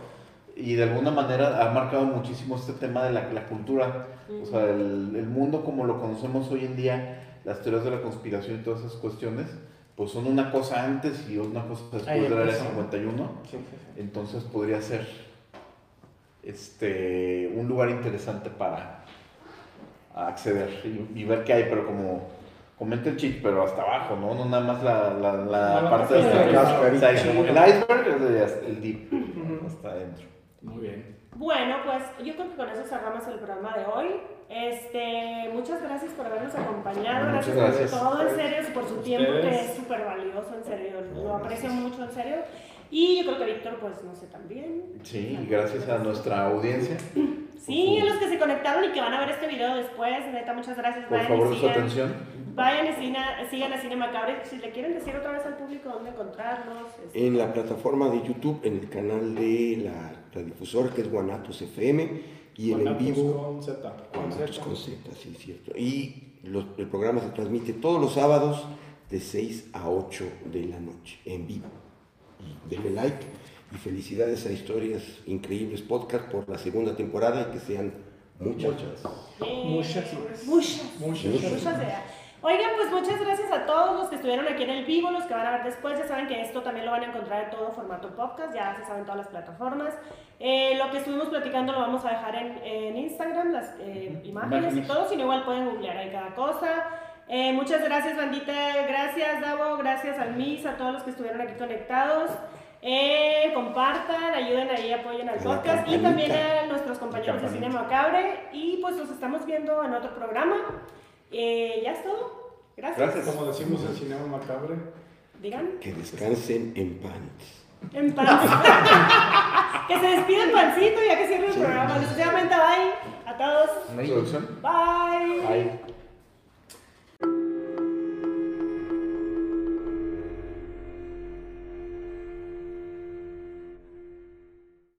[SPEAKER 3] y de alguna manera ha marcado muchísimo este tema de la, la cultura, o sea, el, el mundo como lo conocemos hoy en día, las teorías de la conspiración y todas esas cuestiones, pues son una cosa antes y una cosa
[SPEAKER 6] Ahí
[SPEAKER 3] después del área
[SPEAKER 6] empezó.
[SPEAKER 3] 51,
[SPEAKER 6] Sí, sí, sí.
[SPEAKER 3] entonces podría ser este, un lugar interesante para acceder y, y ver qué hay, pero como comenta el chip, pero hasta abajo, ¿no? No nada más la, la, la
[SPEAKER 5] La
[SPEAKER 3] parte de hasta
[SPEAKER 5] parte de
[SPEAKER 3] arriba.
[SPEAKER 2] la
[SPEAKER 3] O sea,
[SPEAKER 2] cascarita.
[SPEAKER 3] como el iceberg es de hasta- el deep,
[SPEAKER 6] Ujú.
[SPEAKER 3] hasta adentro.
[SPEAKER 5] Muy bien.
[SPEAKER 1] Bueno, pues yo creo que con eso cerramos el programa de hoy. Este, muchas gracias por habernos acompañado.
[SPEAKER 3] Muchas
[SPEAKER 1] Gracias,
[SPEAKER 3] gracias.
[SPEAKER 1] por todo, en serio, por su tiempo, que
[SPEAKER 5] Ustedes.
[SPEAKER 1] es súper valioso, en serio. Lo
[SPEAKER 3] Gracias.
[SPEAKER 1] aprecio mucho, en serio. Y yo creo que Víctor, pues no sé, también.
[SPEAKER 3] Sí, y gracias a nuestra audiencia.
[SPEAKER 1] Sí,
[SPEAKER 3] Por
[SPEAKER 1] a
[SPEAKER 3] favor.
[SPEAKER 1] los que se conectaron y que van a ver este video después, neta, muchas gracias.
[SPEAKER 3] Por
[SPEAKER 1] Vayan y
[SPEAKER 3] favor, de su
[SPEAKER 1] sigan-
[SPEAKER 3] atención.
[SPEAKER 1] Vayan y sigan, sigan a Cine Macabre. Si le quieren decir otra vez al público dónde encontrarlos. este,
[SPEAKER 2] En la plataforma de YouTube, en el canal de la, la difusora que es Guanatos FM y el en
[SPEAKER 5] Guanatos
[SPEAKER 2] vivo
[SPEAKER 5] Con Z. Con
[SPEAKER 2] Guanatos
[SPEAKER 5] Z.
[SPEAKER 2] con Z, sí, cierto. Y los- el programa se transmite todos los sábados de 6 a 8 de la noche, en vivo. Y denle like y felicidades a Historias Increíbles Podcast por la segunda temporada y que sean muchas.
[SPEAKER 1] eh,
[SPEAKER 5] Muchas gracias. Muchas
[SPEAKER 1] Muchas.
[SPEAKER 2] Muchas
[SPEAKER 1] Muchas
[SPEAKER 5] gracias.
[SPEAKER 1] gracias. Oigan, pues muchas gracias a todos los que estuvieron aquí en el vivo, los que van a ver después, ya saben que esto también lo van a encontrar en todo formato podcast, ya se saben todas las plataformas. Eh, lo que estuvimos platicando lo vamos a dejar en, en Instagram, las eh, imágenes, y
[SPEAKER 3] Imágenes.
[SPEAKER 1] todo, sino igual pueden googlear ahí cada cosa. Eh, muchas gracias, bandita, gracias, Davo, gracias al MIS, a todos los que estuvieron aquí conectados. Eh, compartan, ayuden ahí, apoyen al
[SPEAKER 2] La
[SPEAKER 1] podcast y también
[SPEAKER 2] campanita.
[SPEAKER 1] a nuestros compañeros de Cine
[SPEAKER 3] campanita.
[SPEAKER 1] Macabre. Y pues nos estamos viendo en otro programa. Eh, ya es todo. Gracias.
[SPEAKER 3] Gracias.
[SPEAKER 5] Como decimos en Cinema Macabre.
[SPEAKER 1] Digan.
[SPEAKER 2] Que descansen en pants.
[SPEAKER 1] En paz. que se despide el pancito ya que cierre el programa. Definitivamente, bye a todos.
[SPEAKER 4] Ahí.
[SPEAKER 3] Introducción.
[SPEAKER 1] Bye.
[SPEAKER 3] Bye.